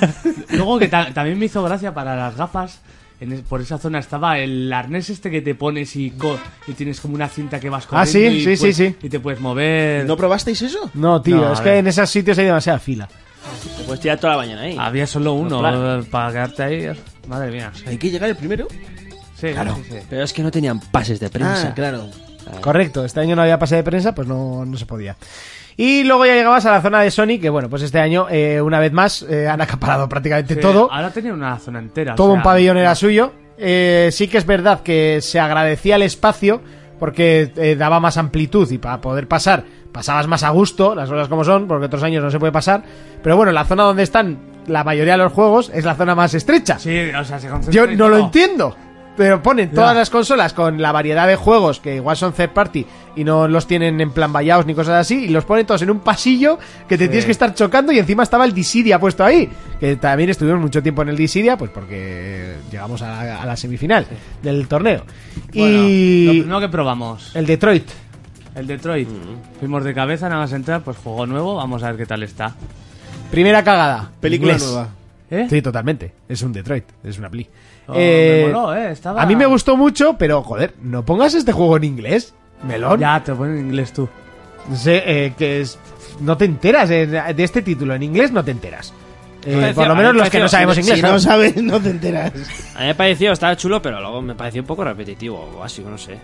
[SPEAKER 3] Luego que ta- también me hizo gracia para las gafas. en es- por esa zona estaba el arnés este que te pones y, co- y tienes como una cinta que vas
[SPEAKER 1] Ah,
[SPEAKER 3] corriendo
[SPEAKER 1] sí,
[SPEAKER 3] y,
[SPEAKER 1] sí, sí,
[SPEAKER 3] puedes-
[SPEAKER 1] sí.
[SPEAKER 3] y te puedes mover.
[SPEAKER 2] ¿No probasteis eso?
[SPEAKER 1] No, tío,
[SPEAKER 3] No, a
[SPEAKER 1] es que
[SPEAKER 3] ver.
[SPEAKER 1] en esos sitios hay demasiada fila.
[SPEAKER 5] Pues tira toda la mañana ahí.
[SPEAKER 1] Ah,
[SPEAKER 3] Había solo uno
[SPEAKER 5] Claro.
[SPEAKER 3] eh, para quedarte ahí. Madre mía. Sí,
[SPEAKER 2] Hay que llegar el primero.
[SPEAKER 3] sí, sí, sí.
[SPEAKER 5] Pero es que no tenían pases de prensa.
[SPEAKER 2] Ah, claro.
[SPEAKER 1] Correcto, este año no había pase de prensa, pues no, no se podía. Y luego ya llegabas a la zona de Sony, que bueno, pues este año, eh, una vez más, eh, han acaparado prácticamente
[SPEAKER 3] Sí,
[SPEAKER 1] todo.
[SPEAKER 3] Ahora tenía una zona entera. o
[SPEAKER 1] Todo
[SPEAKER 3] sea,
[SPEAKER 1] un pabellón era suyo. Eh, sí que es verdad que se agradecía el espacio porque eh, daba más amplitud y para poder pasar pasabas más a gusto, las cosas como son, porque otros años no se puede pasar. Pero bueno, la zona donde están la mayoría de los juegos es la zona más estrecha.
[SPEAKER 3] Sí, o sea, se concentra
[SPEAKER 1] Yo
[SPEAKER 3] y
[SPEAKER 1] no lo
[SPEAKER 3] todo.
[SPEAKER 1] entiendo. Pero ponen
[SPEAKER 3] Ya.
[SPEAKER 1] todas las consolas con la variedad de juegos que igual son third party y no los tienen en plan vallados ni cosas así y los ponen todos en un pasillo que te tienes que estar chocando y encima estaba el Dissidia puesto ahí. Que también estuvimos mucho tiempo en el Dissidia pues porque llegamos a la, a la semifinal del torneo.
[SPEAKER 3] Bueno, Lo
[SPEAKER 1] y
[SPEAKER 3] primero que probamos.
[SPEAKER 1] el Detroit.
[SPEAKER 3] El Detroit. Fuimos de cabeza, nada más entrar, pues juego nuevo, vamos a ver qué tal está.
[SPEAKER 1] Primera cagada.
[SPEAKER 2] Película
[SPEAKER 1] Inglés.
[SPEAKER 2] nueva.
[SPEAKER 3] ¿Eh?
[SPEAKER 1] Sí, totalmente. Es un Detroit. Es una pli.
[SPEAKER 3] Oh, me moló, eh, estaba-
[SPEAKER 1] A mí me gustó mucho, pero joder, no pongas este juego en inglés. Melón.
[SPEAKER 3] Ya, te lo ponen en inglés tú.
[SPEAKER 1] No sé, eh, que es- no te enteras eh, de este título. En inglés no te enteras. Eh,
[SPEAKER 5] Pareció-
[SPEAKER 1] por lo menos los que
[SPEAKER 5] pareció-
[SPEAKER 1] no sabemos
[SPEAKER 5] si
[SPEAKER 1] inglés.
[SPEAKER 2] Si
[SPEAKER 1] ¿no?
[SPEAKER 2] no sabes, no te enteras.
[SPEAKER 5] A mí me pareció, estaba chulo, pero luego me pareció un poco repetitivo o así, no sé.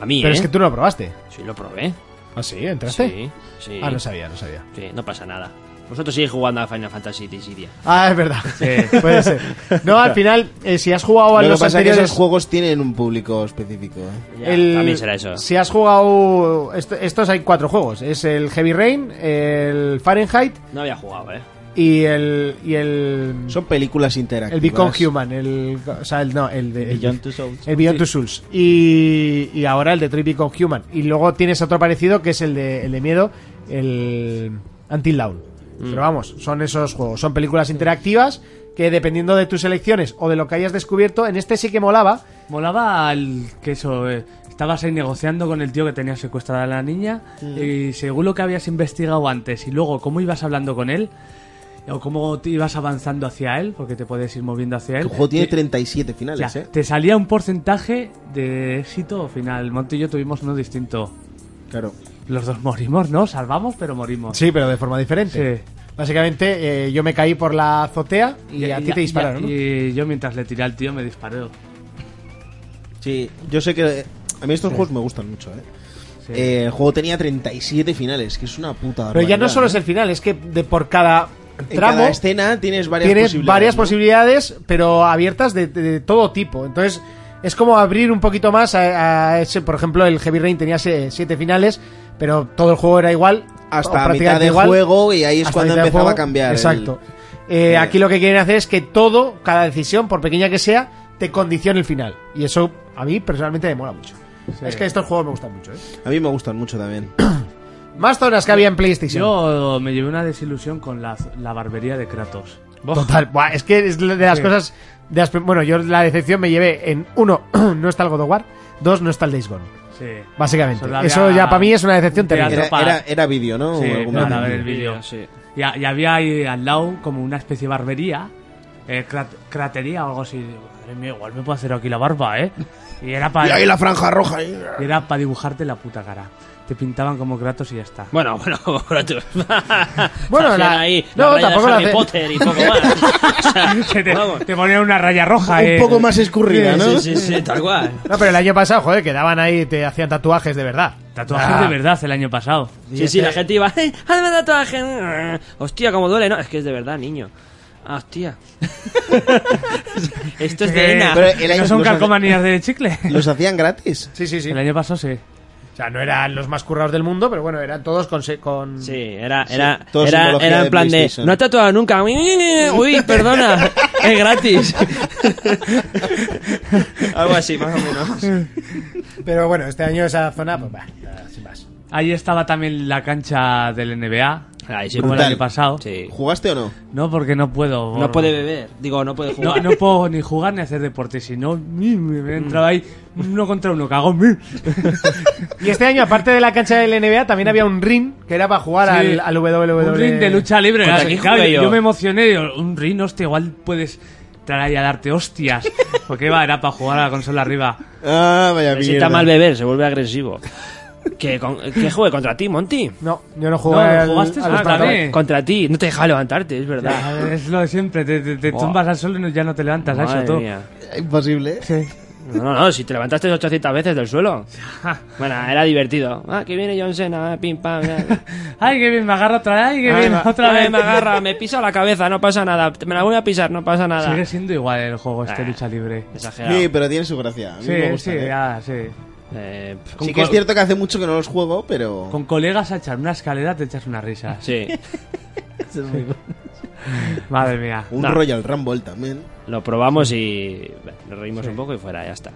[SPEAKER 5] A mí,
[SPEAKER 1] Pero
[SPEAKER 5] ¿eh?
[SPEAKER 1] es que tú no lo probaste.
[SPEAKER 5] Sí, lo probé.
[SPEAKER 1] ¿Ah, sí? ¿Entraste?
[SPEAKER 5] Sí, sí.
[SPEAKER 1] Ah, no sabía, no sabía.
[SPEAKER 5] Sí, no pasa nada. Vosotros sigue jugando a Final Fantasy Dissidia.
[SPEAKER 1] Ah, es verdad. puede ser. No, al final, eh, si has jugado a
[SPEAKER 2] Lo que
[SPEAKER 1] los
[SPEAKER 2] pasa es que
[SPEAKER 1] anteriores...
[SPEAKER 2] esos juegos tienen un público específico. ¿eh?
[SPEAKER 1] el-
[SPEAKER 5] También será eso.
[SPEAKER 1] Si has jugado... esto- estos hay cuatro juegos. Es el Heavy Rain, el Fahrenheit
[SPEAKER 5] No había jugado, ¿eh?
[SPEAKER 1] y el... Y el
[SPEAKER 2] Son películas interactivas.
[SPEAKER 1] el Become Human. El, o sea, el, no, el de...
[SPEAKER 4] El John Two Souls.
[SPEAKER 1] El Beyond Two Souls. Y, y ahora el de Detroit Become Human. Y luego tienes otro parecido que es el de, el de miedo, el Until Dawn. Pero vamos, son esos juegos. Son películas interactivas que dependiendo de tus elecciones o de lo que hayas descubierto, en este sí que molaba.
[SPEAKER 3] Molaba el que eso, eh, estabas ahí negociando con el tío que tenía secuestrada a la niña
[SPEAKER 2] Mm.
[SPEAKER 3] y según lo que habías investigado antes y luego cómo ibas hablando con él o cómo te ibas avanzando hacia él, porque te puedes ir moviendo hacia
[SPEAKER 2] El
[SPEAKER 3] él.
[SPEAKER 2] juego tiene
[SPEAKER 3] te,
[SPEAKER 2] 37
[SPEAKER 3] ya,
[SPEAKER 2] finales, ¿eh?
[SPEAKER 3] te salía un porcentaje de éxito o final. Monte y yo tuvimos uno distinto.
[SPEAKER 2] Claro.
[SPEAKER 3] Los dos morimos, ¿no? Salvamos, pero morimos.
[SPEAKER 1] Sí, pero de forma diferente.
[SPEAKER 3] Sí.
[SPEAKER 1] Básicamente, eh, yo me caí por la azotea y, a ti te
[SPEAKER 3] y-
[SPEAKER 1] dispararon. ¿no?
[SPEAKER 3] Y yo mientras le tiré al tío me disparó.
[SPEAKER 2] Sí, yo sé que eh, a mí estos juegos me gustan mucho, ¿eh?
[SPEAKER 3] Sí.
[SPEAKER 2] Eh, El juego tenía 37 finales, que es una puta
[SPEAKER 1] pero ya
[SPEAKER 2] barbaridad,
[SPEAKER 1] no solo
[SPEAKER 2] ¿eh?
[SPEAKER 1] es el final, es que de por cada
[SPEAKER 2] En
[SPEAKER 1] tramo
[SPEAKER 2] cada este escena tienes varias
[SPEAKER 1] tienes
[SPEAKER 2] posibilidades.
[SPEAKER 1] varias
[SPEAKER 2] ¿no?
[SPEAKER 1] posibilidades, pero abiertas de, de- de todo tipo. Entonces, es como abrir un poquito más a, a ese. Por ejemplo, el Heavy Rain tenía se- siete finales, pero todo el juego era igual. o
[SPEAKER 2] Hasta
[SPEAKER 1] prácticamente
[SPEAKER 2] mitad de
[SPEAKER 1] igual.
[SPEAKER 2] juego y ahí es
[SPEAKER 1] Hasta
[SPEAKER 2] cuando
[SPEAKER 1] mitad de
[SPEAKER 2] empezaba a
[SPEAKER 1] juego.
[SPEAKER 2] cambiar. el-
[SPEAKER 1] Exacto. Eh,
[SPEAKER 2] Eh.
[SPEAKER 1] Aquí lo que quieren hacer es que todo, cada decisión, por pequeña que sea, te condicione el final. Y eso a mí personalmente me mola mucho. Es que estos juegos me gustan mucho. ¿eh?
[SPEAKER 2] A mí me gustan mucho también.
[SPEAKER 1] Más zonas que había en PlayStation.
[SPEAKER 3] Yo me llevé una desilusión con la, la barbería de Kratos.
[SPEAKER 1] Total, buah, es que es de las
[SPEAKER 3] Sí.
[SPEAKER 1] cosas. de las- bueno, yo la decepción me llevé en: uno, no está el God of War, dos, no está el Days Gone.
[SPEAKER 3] Sí.
[SPEAKER 1] Básicamente.
[SPEAKER 3] Solo había-
[SPEAKER 1] Eso ya para mí es una decepción
[SPEAKER 3] Era-
[SPEAKER 1] terrible.
[SPEAKER 2] Era,
[SPEAKER 3] tropa.
[SPEAKER 2] era, era vídeo, ¿no?
[SPEAKER 3] Sí,
[SPEAKER 2] O algún
[SPEAKER 3] claro,
[SPEAKER 2] vídeo.
[SPEAKER 3] a ver el vídeo.
[SPEAKER 5] Sí.
[SPEAKER 3] Y, a- y había ahí al lado como una especie de barbería, eh, crat- cratería o algo así. Digo, Madre mía, igual me puedo hacer aquí la barba, ¿eh? Y era
[SPEAKER 2] Y
[SPEAKER 3] para
[SPEAKER 2] ahí la franja roja. ahí.
[SPEAKER 3] era para dibujarte la puta cara. Te pintaban como Kratos y ya está.
[SPEAKER 5] Bueno, bueno, bueno, tú.
[SPEAKER 1] Bueno,
[SPEAKER 5] Hacían
[SPEAKER 1] la-
[SPEAKER 5] ahí
[SPEAKER 1] no,
[SPEAKER 5] la raya de
[SPEAKER 1] tampoco la
[SPEAKER 5] Harry
[SPEAKER 1] hace-
[SPEAKER 5] Potter y poco más. O sea,
[SPEAKER 3] Se te,
[SPEAKER 5] vamos.
[SPEAKER 3] te ponían una raya roja, eh.
[SPEAKER 2] Un poco más escurrida, ¿no?
[SPEAKER 5] Sí, sí, sí, tal cual.
[SPEAKER 1] No, pero el año pasado, joder, quedaban ahí, te hacían tatuajes de verdad.
[SPEAKER 3] Tatuajes
[SPEAKER 2] Ah.
[SPEAKER 3] de verdad el año pasado.
[SPEAKER 5] Sí, sí, la gente iba, ¡eh! ¡Hazme tatuaje! Hostia, cómo duele, ¿no? Es que es de verdad, niño. Ah, Hostia. Esto es de
[SPEAKER 3] Eh,
[SPEAKER 5] arena.
[SPEAKER 2] Pero el año-
[SPEAKER 3] ¿No son
[SPEAKER 2] los-
[SPEAKER 3] calcomanías de chicle?
[SPEAKER 2] Los hacían gratis.
[SPEAKER 1] Sí, sí, sí.
[SPEAKER 3] El año pasado sí.
[SPEAKER 1] O sea, no eran los más currados del mundo, pero bueno, eran todos con. se- con...
[SPEAKER 5] Sí, era, era,
[SPEAKER 2] todo
[SPEAKER 5] era,
[SPEAKER 2] simbología
[SPEAKER 5] era
[SPEAKER 2] de
[SPEAKER 5] en plan de.
[SPEAKER 2] PlayStation.
[SPEAKER 5] No he tatuado nunca. Uy, perdona. Es gratis. Algo así, más o menos.
[SPEAKER 1] Pero bueno, este año esa zona, pues va, nada, sin más.
[SPEAKER 3] Ahí estaba también la cancha del NBA.
[SPEAKER 5] Ahí sí,
[SPEAKER 3] como el
[SPEAKER 2] brutal.
[SPEAKER 3] año pasado.
[SPEAKER 5] Sí.
[SPEAKER 2] ¿Jugaste o no?
[SPEAKER 3] No, porque no puedo. por-
[SPEAKER 5] No puede beber. Digo, no puede
[SPEAKER 3] No,
[SPEAKER 5] jugar.
[SPEAKER 3] no puedo ni jugar ni hacer deporte, si no, mi, me me
[SPEAKER 5] Mm.
[SPEAKER 3] entraba ahí uno contra uno, cagón. mi.
[SPEAKER 1] Y este año, aparte de la cancha del NBA, también había un ring que era para jugar
[SPEAKER 3] Sí.
[SPEAKER 1] al, E. al WWE.
[SPEAKER 3] Un ring de lucha libre.
[SPEAKER 5] Contra
[SPEAKER 3] claro,
[SPEAKER 5] quién
[SPEAKER 3] claro,
[SPEAKER 5] Pues jugué
[SPEAKER 3] yo.
[SPEAKER 5] yo.
[SPEAKER 3] me emocioné, digo, un ring, hostia, igual puedes entrar ahí a darte hostias. Porque va, era para jugar a la consola arriba.
[SPEAKER 2] Ah, vaya
[SPEAKER 5] Necesita
[SPEAKER 2] mierda.
[SPEAKER 5] mal beber, se vuelve agresivo. Que, con- que juegue contra ti, Monty.
[SPEAKER 1] No, yo no
[SPEAKER 3] No,
[SPEAKER 1] jugué. al-
[SPEAKER 3] jugaste
[SPEAKER 1] a los
[SPEAKER 3] ah,
[SPEAKER 1] partidos.
[SPEAKER 3] también.
[SPEAKER 5] Contra ti. No te deja levantarte, es verdad.
[SPEAKER 3] Ah, Es lo de siempre, te, te- te
[SPEAKER 5] Buah.
[SPEAKER 3] tumbas al suelo y no- ya no te levantas, a
[SPEAKER 5] Madre
[SPEAKER 3] eso tú.
[SPEAKER 5] mía.
[SPEAKER 2] Imposible.
[SPEAKER 5] No, no, no, si te levantaste 800 veces del suelo. Bueno, era divertido. Ah, que viene John Cena, ah, pim pam. ya.
[SPEAKER 3] Ay, qué bien, me agarra otra vez, ay, qué
[SPEAKER 5] Ay,
[SPEAKER 3] bien,
[SPEAKER 5] me-
[SPEAKER 3] otra
[SPEAKER 5] ay,
[SPEAKER 3] vez.
[SPEAKER 5] me agarra, me pisa la cabeza, no pasa nada. Me la voy a pisar, no pasa nada.
[SPEAKER 3] Sigue siendo igual el juego este
[SPEAKER 5] Ah.
[SPEAKER 3] lucha libre.
[SPEAKER 5] Exagerado.
[SPEAKER 2] Sí, pero tiene su gracia. A mí
[SPEAKER 3] Sí,
[SPEAKER 2] me gusta.
[SPEAKER 3] sí,
[SPEAKER 2] ¿eh?
[SPEAKER 3] ya, sí.
[SPEAKER 5] Eh, pff,
[SPEAKER 2] Sí
[SPEAKER 5] con
[SPEAKER 2] que es
[SPEAKER 5] co-
[SPEAKER 2] cierto que hace mucho que no los juego, pero...
[SPEAKER 3] Con colegas a echar una escalera te echas unas risas.
[SPEAKER 5] Sí,
[SPEAKER 3] Madre mía.
[SPEAKER 2] Un
[SPEAKER 5] No.
[SPEAKER 2] Royal Rumble también.
[SPEAKER 5] lo probamos y bueno, nos reímos un poco y fuera, ya está.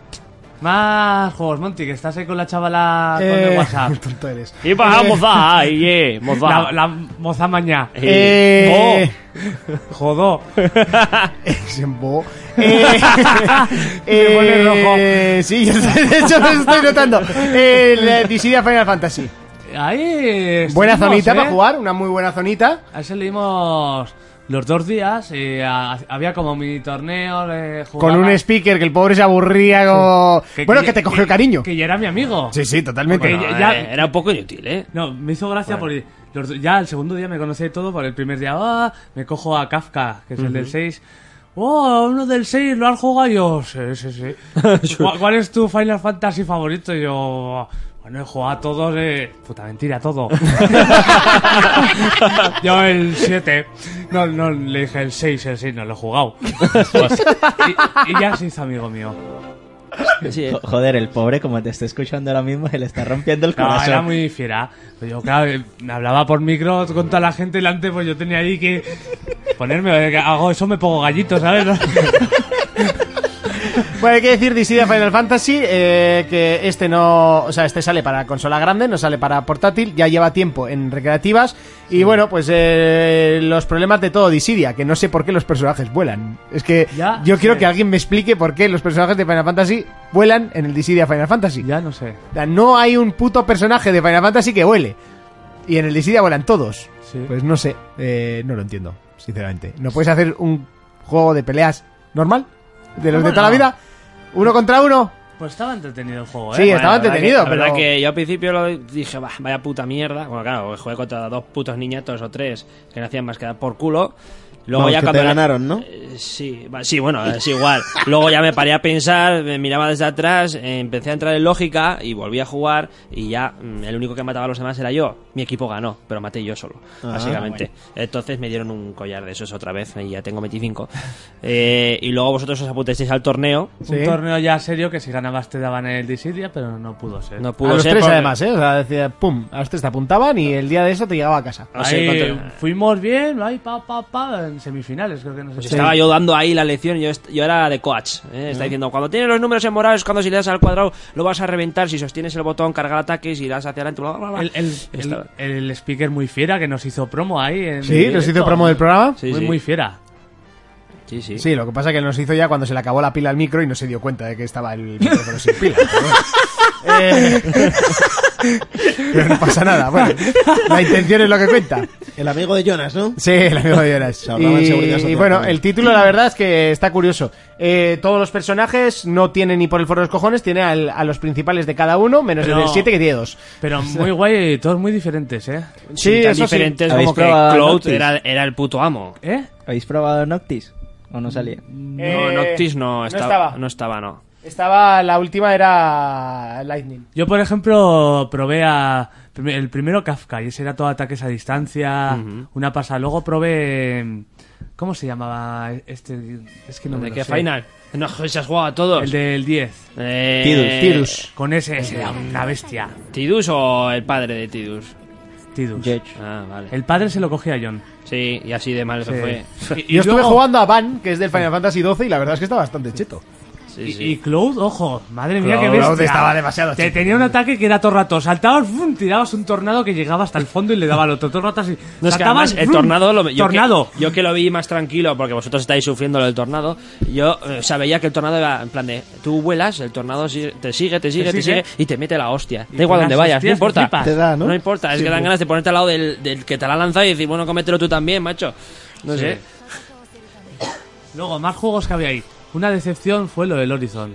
[SPEAKER 3] Más juegos, Monty, que estás ahí con la chavala con
[SPEAKER 1] Eh,
[SPEAKER 3] el WhatsApp.
[SPEAKER 1] tonto eres.
[SPEAKER 5] Y pasa moza, ay, eh,
[SPEAKER 3] La,
[SPEAKER 5] moza.
[SPEAKER 3] la moza maña. Oh.
[SPEAKER 1] Eh,
[SPEAKER 3] Jodó.
[SPEAKER 1] Se embobó. Eh, eh,
[SPEAKER 3] pone rojo.
[SPEAKER 1] Sí, yo estoy- de hecho lo estoy notando. Eh, la Dissidia Final Fantasy.
[SPEAKER 3] Ahí.
[SPEAKER 1] Buena
[SPEAKER 3] estuvimos,
[SPEAKER 1] zonita
[SPEAKER 3] ¿eh?
[SPEAKER 1] para jugar, una muy buena zonita.
[SPEAKER 3] A ese le dimos los dos días eh, ha- había como mini torneos. eh,
[SPEAKER 1] Con
[SPEAKER 3] jugaba-
[SPEAKER 1] un speaker que el pobre se aburría como... Bueno, que te cogió cariño.
[SPEAKER 3] Que ya era mi amigo.
[SPEAKER 1] Sí, sí, totalmente.
[SPEAKER 3] Bueno,
[SPEAKER 5] Eh,
[SPEAKER 3] ya-
[SPEAKER 5] Era un poco inútil, ¿eh?
[SPEAKER 3] No, me hizo gracia por ya el segundo día me conocí de todo, por el primer día ah, me cojo a Kafka, que es el del 6. ¡Oh, uno del 6! ¿Lo han jugado yo? Sí, sí, sí. ¿Cuál, cuál es tu Final Fantasy favorito? Y yo... Bueno, he jugado a todos, eh... Puta mentira, todo. yo el 7. No, no, le dije el 6, el 6, no lo he jugado. Pues, y, y ya se hizo amigo mío. eh.
[SPEAKER 5] Sí.
[SPEAKER 4] Jo- Joder, el pobre, como te está escuchando ahora mismo, se le está rompiendo el
[SPEAKER 3] No,
[SPEAKER 4] corazón.
[SPEAKER 3] era muy fiera. Pues yo, claro, eh, me hablaba por micro con toda la gente delante, pues yo tenía ahí que ponerme, eh, que hago eso, me pongo gallito, ¿sabes?
[SPEAKER 1] Bueno, hay que decir Dissidia Final Fantasy eh, que este no, o sea, este sale para consola grande, no sale para portátil, ya lleva tiempo en recreativas y bueno, pues eh, los problemas de todo Dissidia, que no sé por qué los personajes vuelan. Es que
[SPEAKER 3] Ya,
[SPEAKER 1] yo
[SPEAKER 3] sí.
[SPEAKER 1] quiero que alguien me explique por qué los personajes de Final Fantasy vuelan en el Dissidia Final Fantasy.
[SPEAKER 3] ya no sé.
[SPEAKER 1] O sea, no hay un puto personaje de Final Fantasy que vuele. Y en el Dissidia vuelan todos.
[SPEAKER 3] Sí.
[SPEAKER 1] Pues no sé, eh, no lo entiendo, sinceramente. ¿No puedes hacer un juego de peleas normal? ¿De los de
[SPEAKER 3] Bueno.
[SPEAKER 1] toda la vida? ¿Uno contra uno?
[SPEAKER 3] Pues estaba entretenido el juego, ¿eh?
[SPEAKER 1] Sí, estaba
[SPEAKER 5] la verdad
[SPEAKER 1] entretenido,
[SPEAKER 5] que- la verdad
[SPEAKER 1] pero-
[SPEAKER 5] que yo al principio lo dije, "Bah, vaya puta mierda. Bueno, claro, jugué contra dos putos niñatos o tres que no hacían más que dar por culo. Luego
[SPEAKER 2] Vamos,
[SPEAKER 5] ya
[SPEAKER 2] que
[SPEAKER 5] cuando
[SPEAKER 2] te
[SPEAKER 5] la-
[SPEAKER 2] ganaron, ¿no?
[SPEAKER 5] Eh, Sí, va- sí, bueno, es igual. Luego ya me paré a pensar, me miraba desde atrás, eh, empecé a entrar en lógica y volví a jugar y ya mm, el único que mataba a los demás era yo. Mi equipo ganó, pero maté yo solo,
[SPEAKER 2] Ah,
[SPEAKER 5] básicamente. Entonces me dieron un collar de esos otra vez y ya tengo 25. Eh, y luego vosotros os apuntasteis al torneo.
[SPEAKER 3] Un
[SPEAKER 1] Sí.
[SPEAKER 3] torneo ya serio que si ganabas te daban el Dissidia, pero no pudo ser.
[SPEAKER 5] No
[SPEAKER 1] a
[SPEAKER 5] pudo
[SPEAKER 1] los
[SPEAKER 5] ser
[SPEAKER 1] tres
[SPEAKER 5] porque-
[SPEAKER 1] además, ¿eh? O sea, decía, pum, a los tres te apuntaban y el día de eso te llegaba a casa.
[SPEAKER 5] no sé
[SPEAKER 3] Ahí
[SPEAKER 5] cuánto-
[SPEAKER 3] fuimos bien, ahí pa, pa, pa, en semifinales, creo que no sé.
[SPEAKER 5] Pues
[SPEAKER 3] si-
[SPEAKER 5] Estaba yo dando ahí la lección, yo, est- yo era de coach. ¿eh? Está diciendo, cuando tienes los números en morado es cuando si le das al cuadrado lo vas a reventar, si sostienes el botón, cargar ataques y das hacia adelante, bla, bla, bla.
[SPEAKER 3] El, el, el,
[SPEAKER 5] Estaba-
[SPEAKER 3] el speaker muy fiera que nos hizo promo ahí. En
[SPEAKER 1] Sí, nos hizo
[SPEAKER 3] directo.
[SPEAKER 1] promo del programa.
[SPEAKER 5] Sí,
[SPEAKER 3] muy,
[SPEAKER 5] sí.
[SPEAKER 3] muy fiera.
[SPEAKER 5] Sí, sí.
[SPEAKER 1] Sí, lo que pasa es que nos hizo ya cuando se le acabó la pila al micro y no se dio cuenta de que estaba el micrófono sin pila. Pero, bueno. Eh, pero no pasa nada, bueno, la intención es lo que cuenta.
[SPEAKER 2] El amigo de Jonas, ¿no?
[SPEAKER 1] Sí, el amigo de Jonas.
[SPEAKER 2] Se ahorraba en seguridad
[SPEAKER 1] Y,
[SPEAKER 2] social
[SPEAKER 1] y bueno,
[SPEAKER 2] también.
[SPEAKER 1] el título la verdad es que está curioso. Eh, todos los personajes no tienen ni por el foro de los cojones, tiene al- a los principales de cada uno, menos
[SPEAKER 3] Pero-
[SPEAKER 1] el del 7 que tiene dos.
[SPEAKER 3] Pero muy guay, y todos muy diferentes, ¿eh?
[SPEAKER 5] Sí, tan
[SPEAKER 1] eso sí.
[SPEAKER 5] diferentes
[SPEAKER 4] ¿Habéis
[SPEAKER 5] como que
[SPEAKER 4] probado
[SPEAKER 5] Cloud
[SPEAKER 4] Noctis?
[SPEAKER 5] era, era el puto amo.
[SPEAKER 3] ¿Eh?
[SPEAKER 4] ¿Habéis probado Noctis? ¿O no salía?
[SPEAKER 5] No, Noctis no estaba. No estaba, no.
[SPEAKER 1] Eh, Estaba, la última era Lightning.
[SPEAKER 3] Yo, por ejemplo, probé a. prim- El primero Kafka, y ese era todo ataques a distancia, una pasada. Luego probé. ¿Cómo se llamaba este? Es que no me
[SPEAKER 5] ¿De
[SPEAKER 3] lo
[SPEAKER 5] qué
[SPEAKER 3] sé.
[SPEAKER 5] final? No, joder, se has jugado a todos.
[SPEAKER 3] El del 10.
[SPEAKER 5] Eh,
[SPEAKER 3] Con ese, ese era una bestia.
[SPEAKER 5] ¿Tidus o el padre de Tidus?
[SPEAKER 3] Tidus.
[SPEAKER 5] Ah, vale.
[SPEAKER 3] El padre se lo cogía a John.
[SPEAKER 5] Sí, y así de mal se
[SPEAKER 3] Sí.
[SPEAKER 5] fue.
[SPEAKER 3] Y- y
[SPEAKER 1] Yo estuve
[SPEAKER 3] luego-
[SPEAKER 1] jugando a Van, que es del Final Fantasy 12 y la verdad es que está bastante cheto.
[SPEAKER 5] Sí,
[SPEAKER 3] Y,
[SPEAKER 5] sí.
[SPEAKER 3] y Cloud, ojo, madre mía, qué
[SPEAKER 1] Cloud
[SPEAKER 3] bestia.
[SPEAKER 1] estaba demasiado
[SPEAKER 3] Te
[SPEAKER 1] chico.
[SPEAKER 3] tenía un ataque que era todo rato. Saltabas, ¡fum! tirabas un tornado que llegaba hasta el fondo y le daba al otro. Todo rato así.
[SPEAKER 5] No, es que
[SPEAKER 3] Saltabas,
[SPEAKER 5] además el
[SPEAKER 3] ¡fum!
[SPEAKER 5] tornado lo yo
[SPEAKER 3] Mm. tornado.
[SPEAKER 5] Que, yo que lo vi más tranquilo porque vosotros estáis sufriendo lo del tornado. Yo eh, o sea, veía que el tornado era en plan de tú vuelas, el tornado si- te sigue, te sigue, te sigue,
[SPEAKER 3] sigue.
[SPEAKER 5] y te mete la hostia.
[SPEAKER 3] Y
[SPEAKER 5] Da igual
[SPEAKER 3] con
[SPEAKER 5] donde
[SPEAKER 3] las
[SPEAKER 5] vayas, no
[SPEAKER 3] hostias que
[SPEAKER 5] importa.
[SPEAKER 3] flipas.
[SPEAKER 2] Te da, ¿no? pues.
[SPEAKER 5] No importa, es que dan ganas de ponerte al lado del, del que te la lanza y decir, bueno, cómetelo tú también, macho. No
[SPEAKER 3] Sí.
[SPEAKER 5] sé.
[SPEAKER 3] Luego, más juegos que había ahí. Una decepción fue lo del Horizon.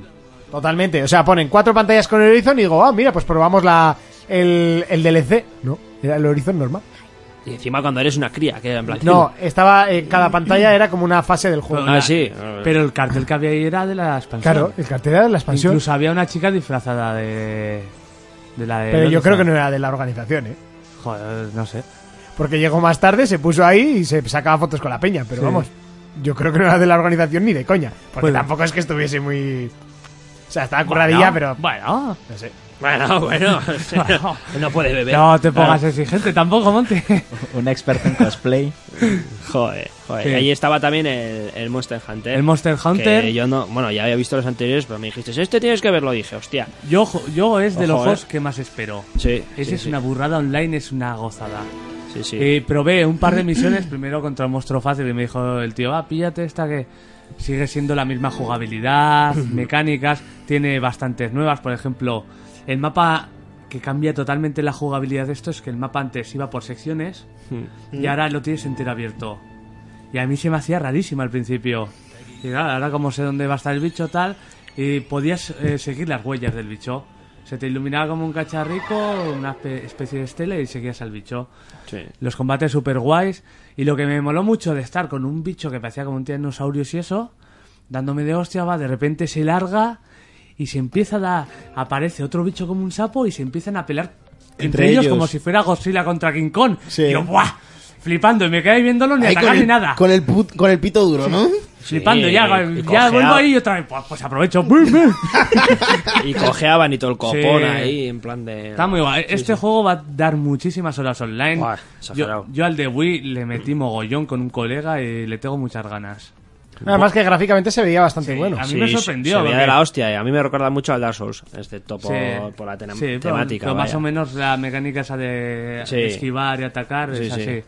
[SPEAKER 1] Totalmente. O sea, ponen cuatro pantallas con el Horizon y digo, ah, mira, pues probamos la el, el DLC. No, era el Horizon normal.
[SPEAKER 5] Y encima cuando eres una cría, que era en plan.
[SPEAKER 1] No, estaba, eh, cada pantalla era como una fase del juego.
[SPEAKER 5] Ah, sí.
[SPEAKER 3] Pero el cartel que había ahí era de la expansión.
[SPEAKER 1] Claro, el cartel era de la expansión.
[SPEAKER 3] Incluso eh, había una chica disfrazada de. de la de.
[SPEAKER 1] Pero yo
[SPEAKER 3] Lotus,
[SPEAKER 1] creo que no era de la organización, ¿eh?
[SPEAKER 3] Joder, no sé.
[SPEAKER 1] Porque llegó más tarde, se puso ahí y se sacaba fotos con la peña, pero
[SPEAKER 3] Sí.
[SPEAKER 1] vamos. Yo creo que no era de la organización ni de coña. Porque
[SPEAKER 3] Bueno.
[SPEAKER 1] tampoco es que estuviese muy. O sea, estaba curradilla,
[SPEAKER 3] Bueno,
[SPEAKER 1] pero.
[SPEAKER 3] Bueno.
[SPEAKER 1] No sé.
[SPEAKER 5] Bueno, bueno. no puedes beber.
[SPEAKER 3] No te pongas exigente tampoco, Monte.
[SPEAKER 4] Un experto en cosplay.
[SPEAKER 5] Ah, Joder, joder.
[SPEAKER 3] Sí.
[SPEAKER 5] Ahí estaba también el, el Monster Hunter.
[SPEAKER 3] El Monster Hunter.
[SPEAKER 5] Que yo no, bueno, ya había visto los anteriores, pero me dijiste, este tienes que verlo, dije, hostia.
[SPEAKER 3] Yo, jo- yo es de
[SPEAKER 5] Ojo,
[SPEAKER 3] los
[SPEAKER 5] eh.
[SPEAKER 3] juegos que más espero.
[SPEAKER 5] Sí,
[SPEAKER 3] Ese
[SPEAKER 5] sí,
[SPEAKER 3] es
[SPEAKER 5] sí.
[SPEAKER 3] una burrada online, es una gozada.
[SPEAKER 5] Sí, sí.
[SPEAKER 3] Eh, probé un par de misiones, primero contra el monstruo fácil, y me dijo el tío, ah, píllate esta que sigue siendo la misma jugabilidad, mecánicas, tiene bastantes nuevas, por ejemplo, el mapa que cambia totalmente la jugabilidad de esto es que el mapa antes iba por secciones y ahora lo tienes entero abierto. Y a mí se me hacía rarísima al principio. Y nada, ahora como sé dónde va a estar el bicho tal, y podías eh, seguir las huellas del bicho. Se te iluminaba como un cacharrico, una espe- especie de estela y seguías al bicho. Los combates super guays. Y lo que me moló mucho de estar con un bicho que parecía como un tiranosaurio y eso, dándome de hostia, va, de repente se larga y se empieza a dar, aparece otro bicho como un sapo y se empiezan a pelear entre,
[SPEAKER 2] Entre
[SPEAKER 3] ellos,
[SPEAKER 2] ellos.
[SPEAKER 3] como si fuera Godzilla contra King Kong.
[SPEAKER 2] Sí.
[SPEAKER 3] Digo, ¡buah! Flipando, y me quedé viéndolo ni
[SPEAKER 2] Ahí
[SPEAKER 3] atacar
[SPEAKER 2] con,
[SPEAKER 3] ni
[SPEAKER 2] el,
[SPEAKER 3] nada.
[SPEAKER 2] con, el put- con el pito duro, ¿no?
[SPEAKER 3] Flipando, ya,
[SPEAKER 5] y
[SPEAKER 3] ya
[SPEAKER 5] cojeado.
[SPEAKER 3] vuelvo ahí y otra vez. Pues, pues aprovecho. ¡Bum, bum!
[SPEAKER 5] Y cojeaban y todo el copón
[SPEAKER 3] Sí.
[SPEAKER 5] ahí, en plan de.
[SPEAKER 3] Está muy guay.
[SPEAKER 5] Sí,
[SPEAKER 3] Este
[SPEAKER 5] sí.
[SPEAKER 3] juego va a dar muchísimas horas online.
[SPEAKER 5] Guau,
[SPEAKER 3] yo,
[SPEAKER 5] exagerado.
[SPEAKER 3] yo al de Wii le metí mogollón con un colega y le tengo muchas ganas.
[SPEAKER 1] Además que gráficamente se veía bastante bueno.
[SPEAKER 3] a mí
[SPEAKER 5] Sí,
[SPEAKER 3] me
[SPEAKER 5] se-
[SPEAKER 3] sorprendió.
[SPEAKER 5] Se veía
[SPEAKER 3] porque-
[SPEAKER 5] de la hostia, eh. a mí me recuerda mucho al Dark Souls, excepto por,
[SPEAKER 3] Sí.
[SPEAKER 5] por la tena-
[SPEAKER 3] Sí, pero-
[SPEAKER 5] temática.
[SPEAKER 3] pero más
[SPEAKER 5] vaya.
[SPEAKER 3] o menos la mecánica esa de
[SPEAKER 5] Sí.
[SPEAKER 3] de esquivar y atacar
[SPEAKER 5] Sí,
[SPEAKER 3] es
[SPEAKER 5] sí.
[SPEAKER 3] así.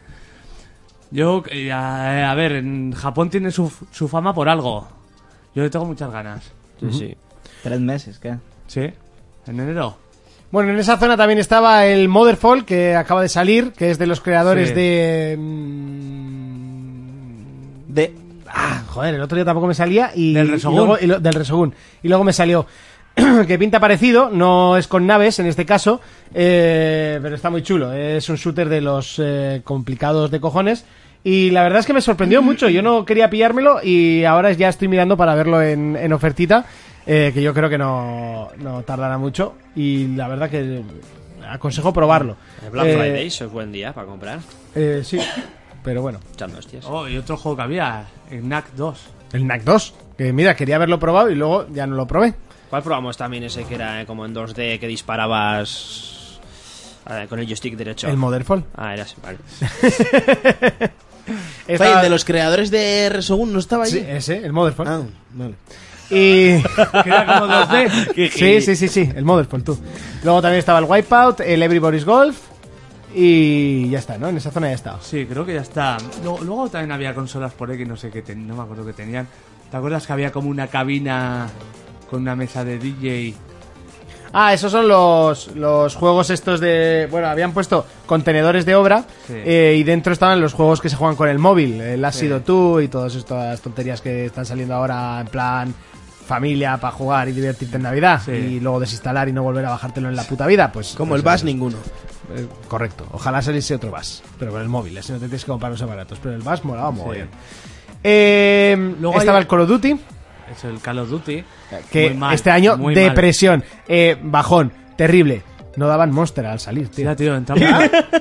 [SPEAKER 3] Yo, eh, a, a ver, en Japón tiene su, su fama por algo. Yo le tengo muchas ganas.
[SPEAKER 5] Sí, sí.
[SPEAKER 4] Tres meses, ¿qué?
[SPEAKER 3] ¿Sí? ¿En enero?
[SPEAKER 1] Bueno, en esa zona también estaba el Motherfall, que acaba de salir, que es de los creadores
[SPEAKER 3] Sí.
[SPEAKER 1] de... mm,
[SPEAKER 2] De,
[SPEAKER 1] Joder, el otro día tampoco me salía y...
[SPEAKER 3] Del
[SPEAKER 1] y
[SPEAKER 3] Resogun.
[SPEAKER 1] luego- y lo- del Resogun. Y luego me salió... que pinta parecido, no es con naves en este caso, eh, pero está muy chulo. Es un shooter de los eh, complicados de cojones. Y la verdad es que me sorprendió mucho. Yo no quería pillármelo y ahora ya estoy mirando para verlo en, en ofertita, eh, que yo creo que no, no tardará mucho. Y la verdad que aconsejo probarlo.
[SPEAKER 5] El Black
[SPEAKER 1] Eh,
[SPEAKER 5] Friday eso es buen día para comprar.
[SPEAKER 1] eh, sí, pero bueno.
[SPEAKER 5] Echando hostias.
[SPEAKER 3] Oh, y otro juego que había, eh, el NAC 2.
[SPEAKER 1] El NAC 2, que mira, quería haberlo probado y luego ya no lo probé.
[SPEAKER 5] ¿Cuál probamos también ese que era eh, como en 2D que disparabas eh, con el joystick derecho?
[SPEAKER 1] El Motherfall.
[SPEAKER 5] ah, era ese, vale.
[SPEAKER 2] Fai,
[SPEAKER 1] Estaba-
[SPEAKER 2] de los creadores de Resogun no estaba ahí.
[SPEAKER 1] Sí, ese, el Motherfall.
[SPEAKER 2] Ah, vale.
[SPEAKER 1] Y...
[SPEAKER 3] Que era como 2D.
[SPEAKER 1] Sí, sí, sí, sí, el Motherfall, tú. Luego también estaba el Wipeout, el Everybody's Golf y ya está, ¿no? En esa zona ya está.
[SPEAKER 3] Sí, creo que ya está. Luego, luego también había consolas por ahí que no sé qué ten- no me acuerdo que tenían. ¿Te acuerdas que había como una cabina con una mesa de DJ?
[SPEAKER 1] Ah, esos son los, los juegos estos de... Bueno, habían puesto contenedores de obra
[SPEAKER 3] Sí.
[SPEAKER 1] eh, y dentro estaban los juegos que se juegan con el móvil, el Has sido tú y todas estas tonterías que están saliendo ahora en plan familia para jugar y divertirte en Navidad
[SPEAKER 3] Sí.
[SPEAKER 1] y luego desinstalar y no volver a bajártelo en la puta vida, pues...
[SPEAKER 2] Como el
[SPEAKER 1] pues,
[SPEAKER 2] Bass ninguno.
[SPEAKER 1] Eh, correcto. Ojalá saliese otro bus, pero con el móvil, así no te tienes que comprar los aparatos. Pero el bus molaba mogollón. Eh,
[SPEAKER 3] Em, Luego
[SPEAKER 1] estaba
[SPEAKER 3] hay-
[SPEAKER 1] el Call of Duty,
[SPEAKER 3] Es el Call of Duty.
[SPEAKER 1] que
[SPEAKER 3] Muy mal,
[SPEAKER 1] este año
[SPEAKER 3] muy mal.
[SPEAKER 1] depresión, eh, bajón, terrible. No daban Monster al salir, tío.
[SPEAKER 3] Mira, tío, entramos,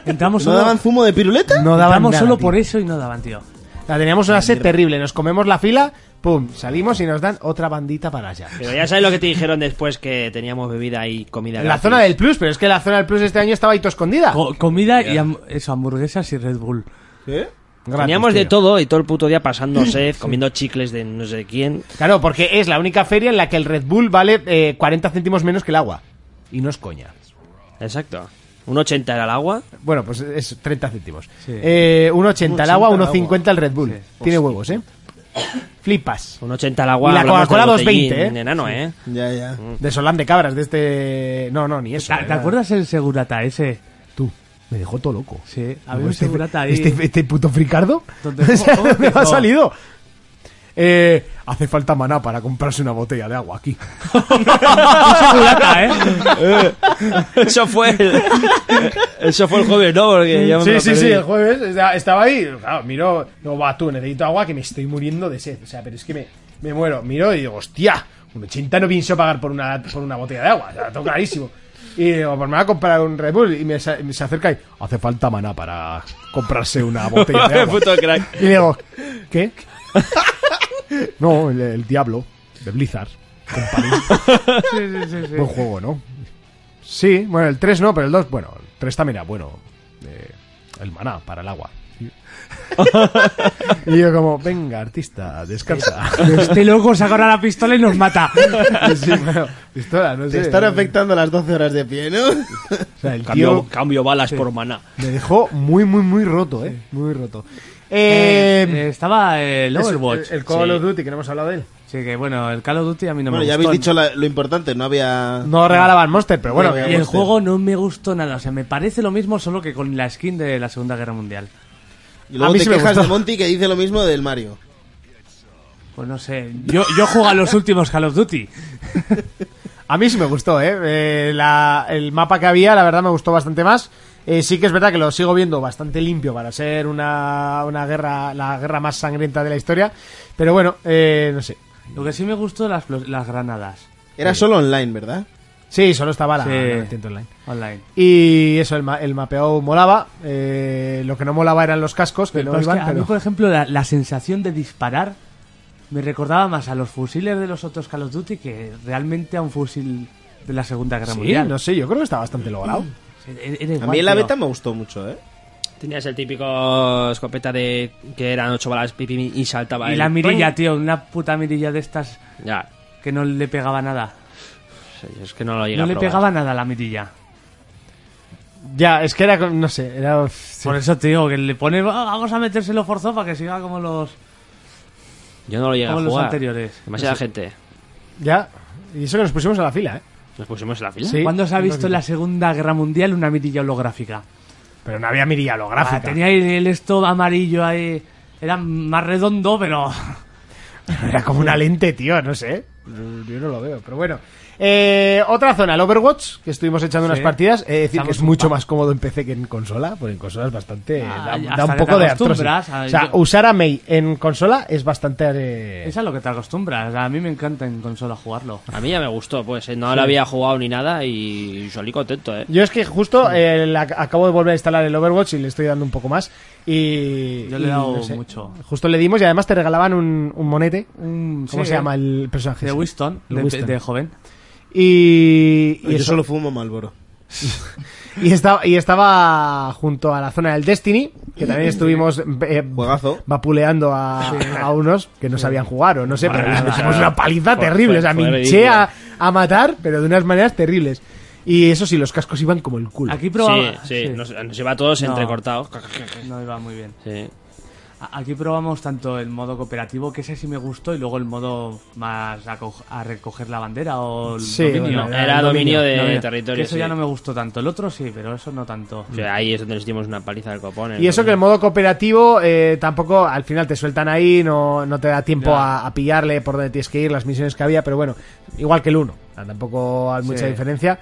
[SPEAKER 3] entramos
[SPEAKER 2] ¿No
[SPEAKER 3] solo,
[SPEAKER 2] daban zumo de piruleta?
[SPEAKER 1] No daban
[SPEAKER 3] entramos
[SPEAKER 1] nada,
[SPEAKER 3] solo
[SPEAKER 1] tío.
[SPEAKER 3] por eso y no daban, tío.
[SPEAKER 1] O sea, teníamos una sed terrible, nos comemos la fila, pum, salimos y nos dan otra bandita para allá.
[SPEAKER 5] Pero ya sabes lo que te dijeron después que teníamos bebida y comida.
[SPEAKER 1] En la
[SPEAKER 5] gratis.
[SPEAKER 1] zona del Plus, pero es que la zona del Plus este año estaba ahí todo escondida.
[SPEAKER 3] Co- comida y ham- eso, hamburguesas y Red Bull.
[SPEAKER 1] Gratis,
[SPEAKER 5] Teníamos de
[SPEAKER 1] tío.
[SPEAKER 5] todo y todo el puto día pasando sed, comiendo chicles de no sé quién.
[SPEAKER 1] Claro, porque es la única feria en la que el Red Bull vale eh, 40 céntimos menos que el agua. Y no es coña.
[SPEAKER 5] Exacto. Un 80 era el agua.
[SPEAKER 1] Bueno, pues es 30 céntimos. Eh, 1,80 el agua, 1,50 el Red Bull. Tiene huevos, ¿eh? Flipas.
[SPEAKER 5] Un 80 al agua.
[SPEAKER 1] Y la
[SPEAKER 5] hablamos del
[SPEAKER 1] Coca-Cola
[SPEAKER 5] botellín
[SPEAKER 1] 2,20, ¿eh?
[SPEAKER 5] Enano, ¿eh?
[SPEAKER 2] Ya, ya.
[SPEAKER 1] De Solán de Cabras, de este... No, no, ni eso.
[SPEAKER 3] Mm. ¿Te, te
[SPEAKER 1] ¿verdad?
[SPEAKER 3] acuerdas el segurata ese?
[SPEAKER 1] Tú, me dejó todo loco.
[SPEAKER 3] Sí, había
[SPEAKER 1] Digo,
[SPEAKER 3] un
[SPEAKER 1] este,
[SPEAKER 3] segurata ahí.
[SPEAKER 1] este- este puto fricardo?
[SPEAKER 3] ¿Dónde-
[SPEAKER 1] O sea,
[SPEAKER 3] cómo
[SPEAKER 1] ¿dónde ha
[SPEAKER 3] empezó?
[SPEAKER 1] salido? Eh, hace falta maná para comprarse una botella de agua aquí.
[SPEAKER 3] Un segurata, ¿eh?
[SPEAKER 5] Eso fue el, eso fue el jueves, ¿no? Porque yo me
[SPEAKER 1] Sí,
[SPEAKER 5] lo
[SPEAKER 1] sí,
[SPEAKER 5] perdí.
[SPEAKER 1] sí, el jueves esta- estaba ahí. Claro, miro, no va tú, necesito agua que me estoy muriendo de sed. O sea, pero es que me, me muero. Miro y digo, hostia, un 80 no pienso pagar por una, por una botella de agua. O sea, tengo clarísimo. Y digo, pues me voy a comprar un Red Bull. Y me, sa- me se acerca y hace falta maná para comprarse una botella de agua.
[SPEAKER 5] Puto crack.
[SPEAKER 1] Y digo, ¿qué? no, el, el Diablo de Blizzard.
[SPEAKER 3] Sí, sí, sí, sí.
[SPEAKER 1] Buen juego, ¿no? Sí, bueno, el 3 no, pero el 2, bueno, el 3 también era bueno. Eh, el maná para el agua. y yo como, venga, artista, descansa.
[SPEAKER 3] Este loco sacará la pistola y nos mata.
[SPEAKER 1] sí, bueno, pistola, no sé.
[SPEAKER 2] Te están afectando las 12 horas de pie, ¿no?
[SPEAKER 1] O sea, el tío
[SPEAKER 5] Cambio, cambio balas por maná.
[SPEAKER 1] me dejó muy, muy, muy roto, ¿eh? Muy roto.
[SPEAKER 3] Eh,
[SPEAKER 1] Eh,
[SPEAKER 3] eh, estaba el
[SPEAKER 1] eso,
[SPEAKER 3] Overwatch.
[SPEAKER 1] el, el Call of
[SPEAKER 5] sí.
[SPEAKER 1] Duty, que no hemos hablado de él.
[SPEAKER 3] Sí, que bueno, el Call of Duty a mí no
[SPEAKER 2] Bueno,
[SPEAKER 3] me
[SPEAKER 2] ya
[SPEAKER 3] gustó.
[SPEAKER 2] habéis dicho la- lo importante, no había...
[SPEAKER 1] No regalaban Monster, pero bueno.
[SPEAKER 2] No,
[SPEAKER 3] Y el
[SPEAKER 2] Monster.
[SPEAKER 3] juego no me gustó nada, o sea, me parece lo mismo solo que con la skin de la Segunda Guerra Mundial.
[SPEAKER 2] Y luego
[SPEAKER 1] A mí
[SPEAKER 2] te
[SPEAKER 1] sí me
[SPEAKER 2] quejas
[SPEAKER 1] gustó.
[SPEAKER 2] de Monty que dice lo mismo del Mario.
[SPEAKER 3] Pues no sé. Yo, yo juego a los últimos Call of Duty.
[SPEAKER 1] A mí sí me gustó, ¿eh? Eh, la- el mapa que había, la verdad, me gustó bastante más. Eh, sí que es verdad que lo sigo viendo bastante limpio para ser una, una guerra, la guerra más sangrienta de la historia. Pero bueno, eh, no sé.
[SPEAKER 3] Lo que sí me gustó las, plos- las granadas.
[SPEAKER 2] Era solo online, ¿verdad?
[SPEAKER 1] Sí, solo estaba la,
[SPEAKER 3] Sí.
[SPEAKER 1] la vertiente online.
[SPEAKER 3] Online.
[SPEAKER 1] Y eso, el, ma- el mapeo molaba. eh, lo que no molaba eran los cascos, que
[SPEAKER 3] Pero
[SPEAKER 1] no
[SPEAKER 3] es que
[SPEAKER 1] iban,
[SPEAKER 3] a
[SPEAKER 1] pero-
[SPEAKER 3] mí, por ejemplo, la, la sensación de disparar me recordaba más a los fusiles de los otros Call of Duty que realmente a un fusil de la Segunda Guerra
[SPEAKER 1] Sí,
[SPEAKER 3] Mundial. e-,
[SPEAKER 1] no sé, yo creo que está bastante logrado.
[SPEAKER 2] A mí en la beta me gustó mucho, ¿eh?
[SPEAKER 5] Tenías el típico escopeta de que eran ocho balas pipi y saltaba
[SPEAKER 3] Y
[SPEAKER 5] el-
[SPEAKER 3] la mirilla, tío, una puta mirilla de estas
[SPEAKER 5] Ya,
[SPEAKER 3] que no le pegaba nada.
[SPEAKER 5] es que no lo llegué
[SPEAKER 3] No
[SPEAKER 5] a
[SPEAKER 3] le
[SPEAKER 5] probar.
[SPEAKER 3] pegaba nada la mirilla.
[SPEAKER 1] Ya, es que era, con- no sé, era... sí.
[SPEAKER 3] Por eso te digo que le pone, "Ah, vamos a metérselo forzoso para que siga como los,
[SPEAKER 5] Yo no lo llegué
[SPEAKER 3] como
[SPEAKER 5] a
[SPEAKER 3] los
[SPEAKER 5] jugar.
[SPEAKER 3] anteriores.
[SPEAKER 5] Demasiada gente.
[SPEAKER 1] Ya, y eso que nos pusimos a la fila, ¿eh?
[SPEAKER 5] Nos pusimos en la fila.
[SPEAKER 1] Sí.
[SPEAKER 3] ¿Cuándo se ha
[SPEAKER 1] un
[SPEAKER 3] visto
[SPEAKER 1] ratito.
[SPEAKER 3] en la Segunda Guerra Mundial una mirilla holográfica?
[SPEAKER 1] Pero no había mirilla holográfica.
[SPEAKER 3] Ah, tenía ahí el esto amarillo ahí. Era más redondo, pero.
[SPEAKER 1] Era como una lente, tío, no sé. Yo no lo veo, pero bueno. Eh, otra zona, el Overwatch, que estuvimos echando unas
[SPEAKER 3] Sí.
[SPEAKER 1] partidas. Es decir, que
[SPEAKER 3] Estamos
[SPEAKER 1] es mucho
[SPEAKER 3] un pa-
[SPEAKER 1] más cómodo en PC que en consola, porque en consola es bastante.
[SPEAKER 3] Ah,
[SPEAKER 1] da- da,
[SPEAKER 3] hasta
[SPEAKER 1] un
[SPEAKER 3] que te
[SPEAKER 1] poco de artrosis.
[SPEAKER 3] acostumbras a-
[SPEAKER 1] O sea,
[SPEAKER 3] yo-
[SPEAKER 1] usar a Mei en consola es bastante. eh,
[SPEAKER 3] Es a lo que te acostumbras. A mí me encanta en consola jugarlo.
[SPEAKER 5] A mí ya me gustó, pues. eh, No la había jugado ni nada y salí contento, ¿eh?
[SPEAKER 1] Yo es que justo eh, la- acabo de volver a instalar el Overwatch y le estoy dando un poco más. Y.
[SPEAKER 3] Yo le
[SPEAKER 1] y
[SPEAKER 3] he dado
[SPEAKER 1] no sé.
[SPEAKER 3] mucho.
[SPEAKER 1] Justo le dimos y además te regalaban un, un monete.
[SPEAKER 3] Un-
[SPEAKER 1] ¿Cómo
[SPEAKER 3] sí,
[SPEAKER 1] se llama el personaje?
[SPEAKER 3] De
[SPEAKER 1] ese?
[SPEAKER 3] Winston,
[SPEAKER 1] El
[SPEAKER 3] de,
[SPEAKER 1] Winston.
[SPEAKER 3] de joven.
[SPEAKER 1] Y. y
[SPEAKER 2] Yo
[SPEAKER 1] eso.
[SPEAKER 2] solo fumo Malboro.
[SPEAKER 1] Y, estaba y estaba junto a la zona del Destiny, que también estuvimos eh,
[SPEAKER 2] Juegazo.
[SPEAKER 1] vapuleando a, a unos que no sabían jugar, o no sé, pero les pusimos una paliza
[SPEAKER 5] Fue-
[SPEAKER 1] terrible.
[SPEAKER 5] fue-
[SPEAKER 1] O sea,
[SPEAKER 5] fue
[SPEAKER 1] minché
[SPEAKER 5] ridículo.
[SPEAKER 1] a, a matar, pero de unas maneras terribles. Y eso sí, los cascos iban como el culo.
[SPEAKER 3] Aquí
[SPEAKER 5] Sí,
[SPEAKER 3] probamos.
[SPEAKER 5] sí, Nos, nos iba a todos
[SPEAKER 3] No.
[SPEAKER 5] entrecortados.
[SPEAKER 3] No iba muy bien.
[SPEAKER 5] Sí.
[SPEAKER 3] A- Aquí probamos tanto el modo cooperativo, que ese sí me gustó, y luego el modo más a, co- a recoger la bandera o el
[SPEAKER 1] Sí,
[SPEAKER 3] dominio.
[SPEAKER 1] bueno,
[SPEAKER 5] Era dominio de
[SPEAKER 3] Dominio.
[SPEAKER 5] territorio.
[SPEAKER 3] Que eso
[SPEAKER 5] sí.
[SPEAKER 3] ya no me gustó tanto. El otro sí, pero eso no tanto.
[SPEAKER 5] O sea, ahí es donde nos dimos una paliza del copón. ¿eh?
[SPEAKER 1] Y eso que el modo cooperativo eh, tampoco al final te sueltan ahí, no, no te da tiempo a, a pillarle por donde tienes que ir, las misiones que había, pero bueno, igual que el 1, tampoco hay mucha
[SPEAKER 3] Sí.
[SPEAKER 1] diferencia.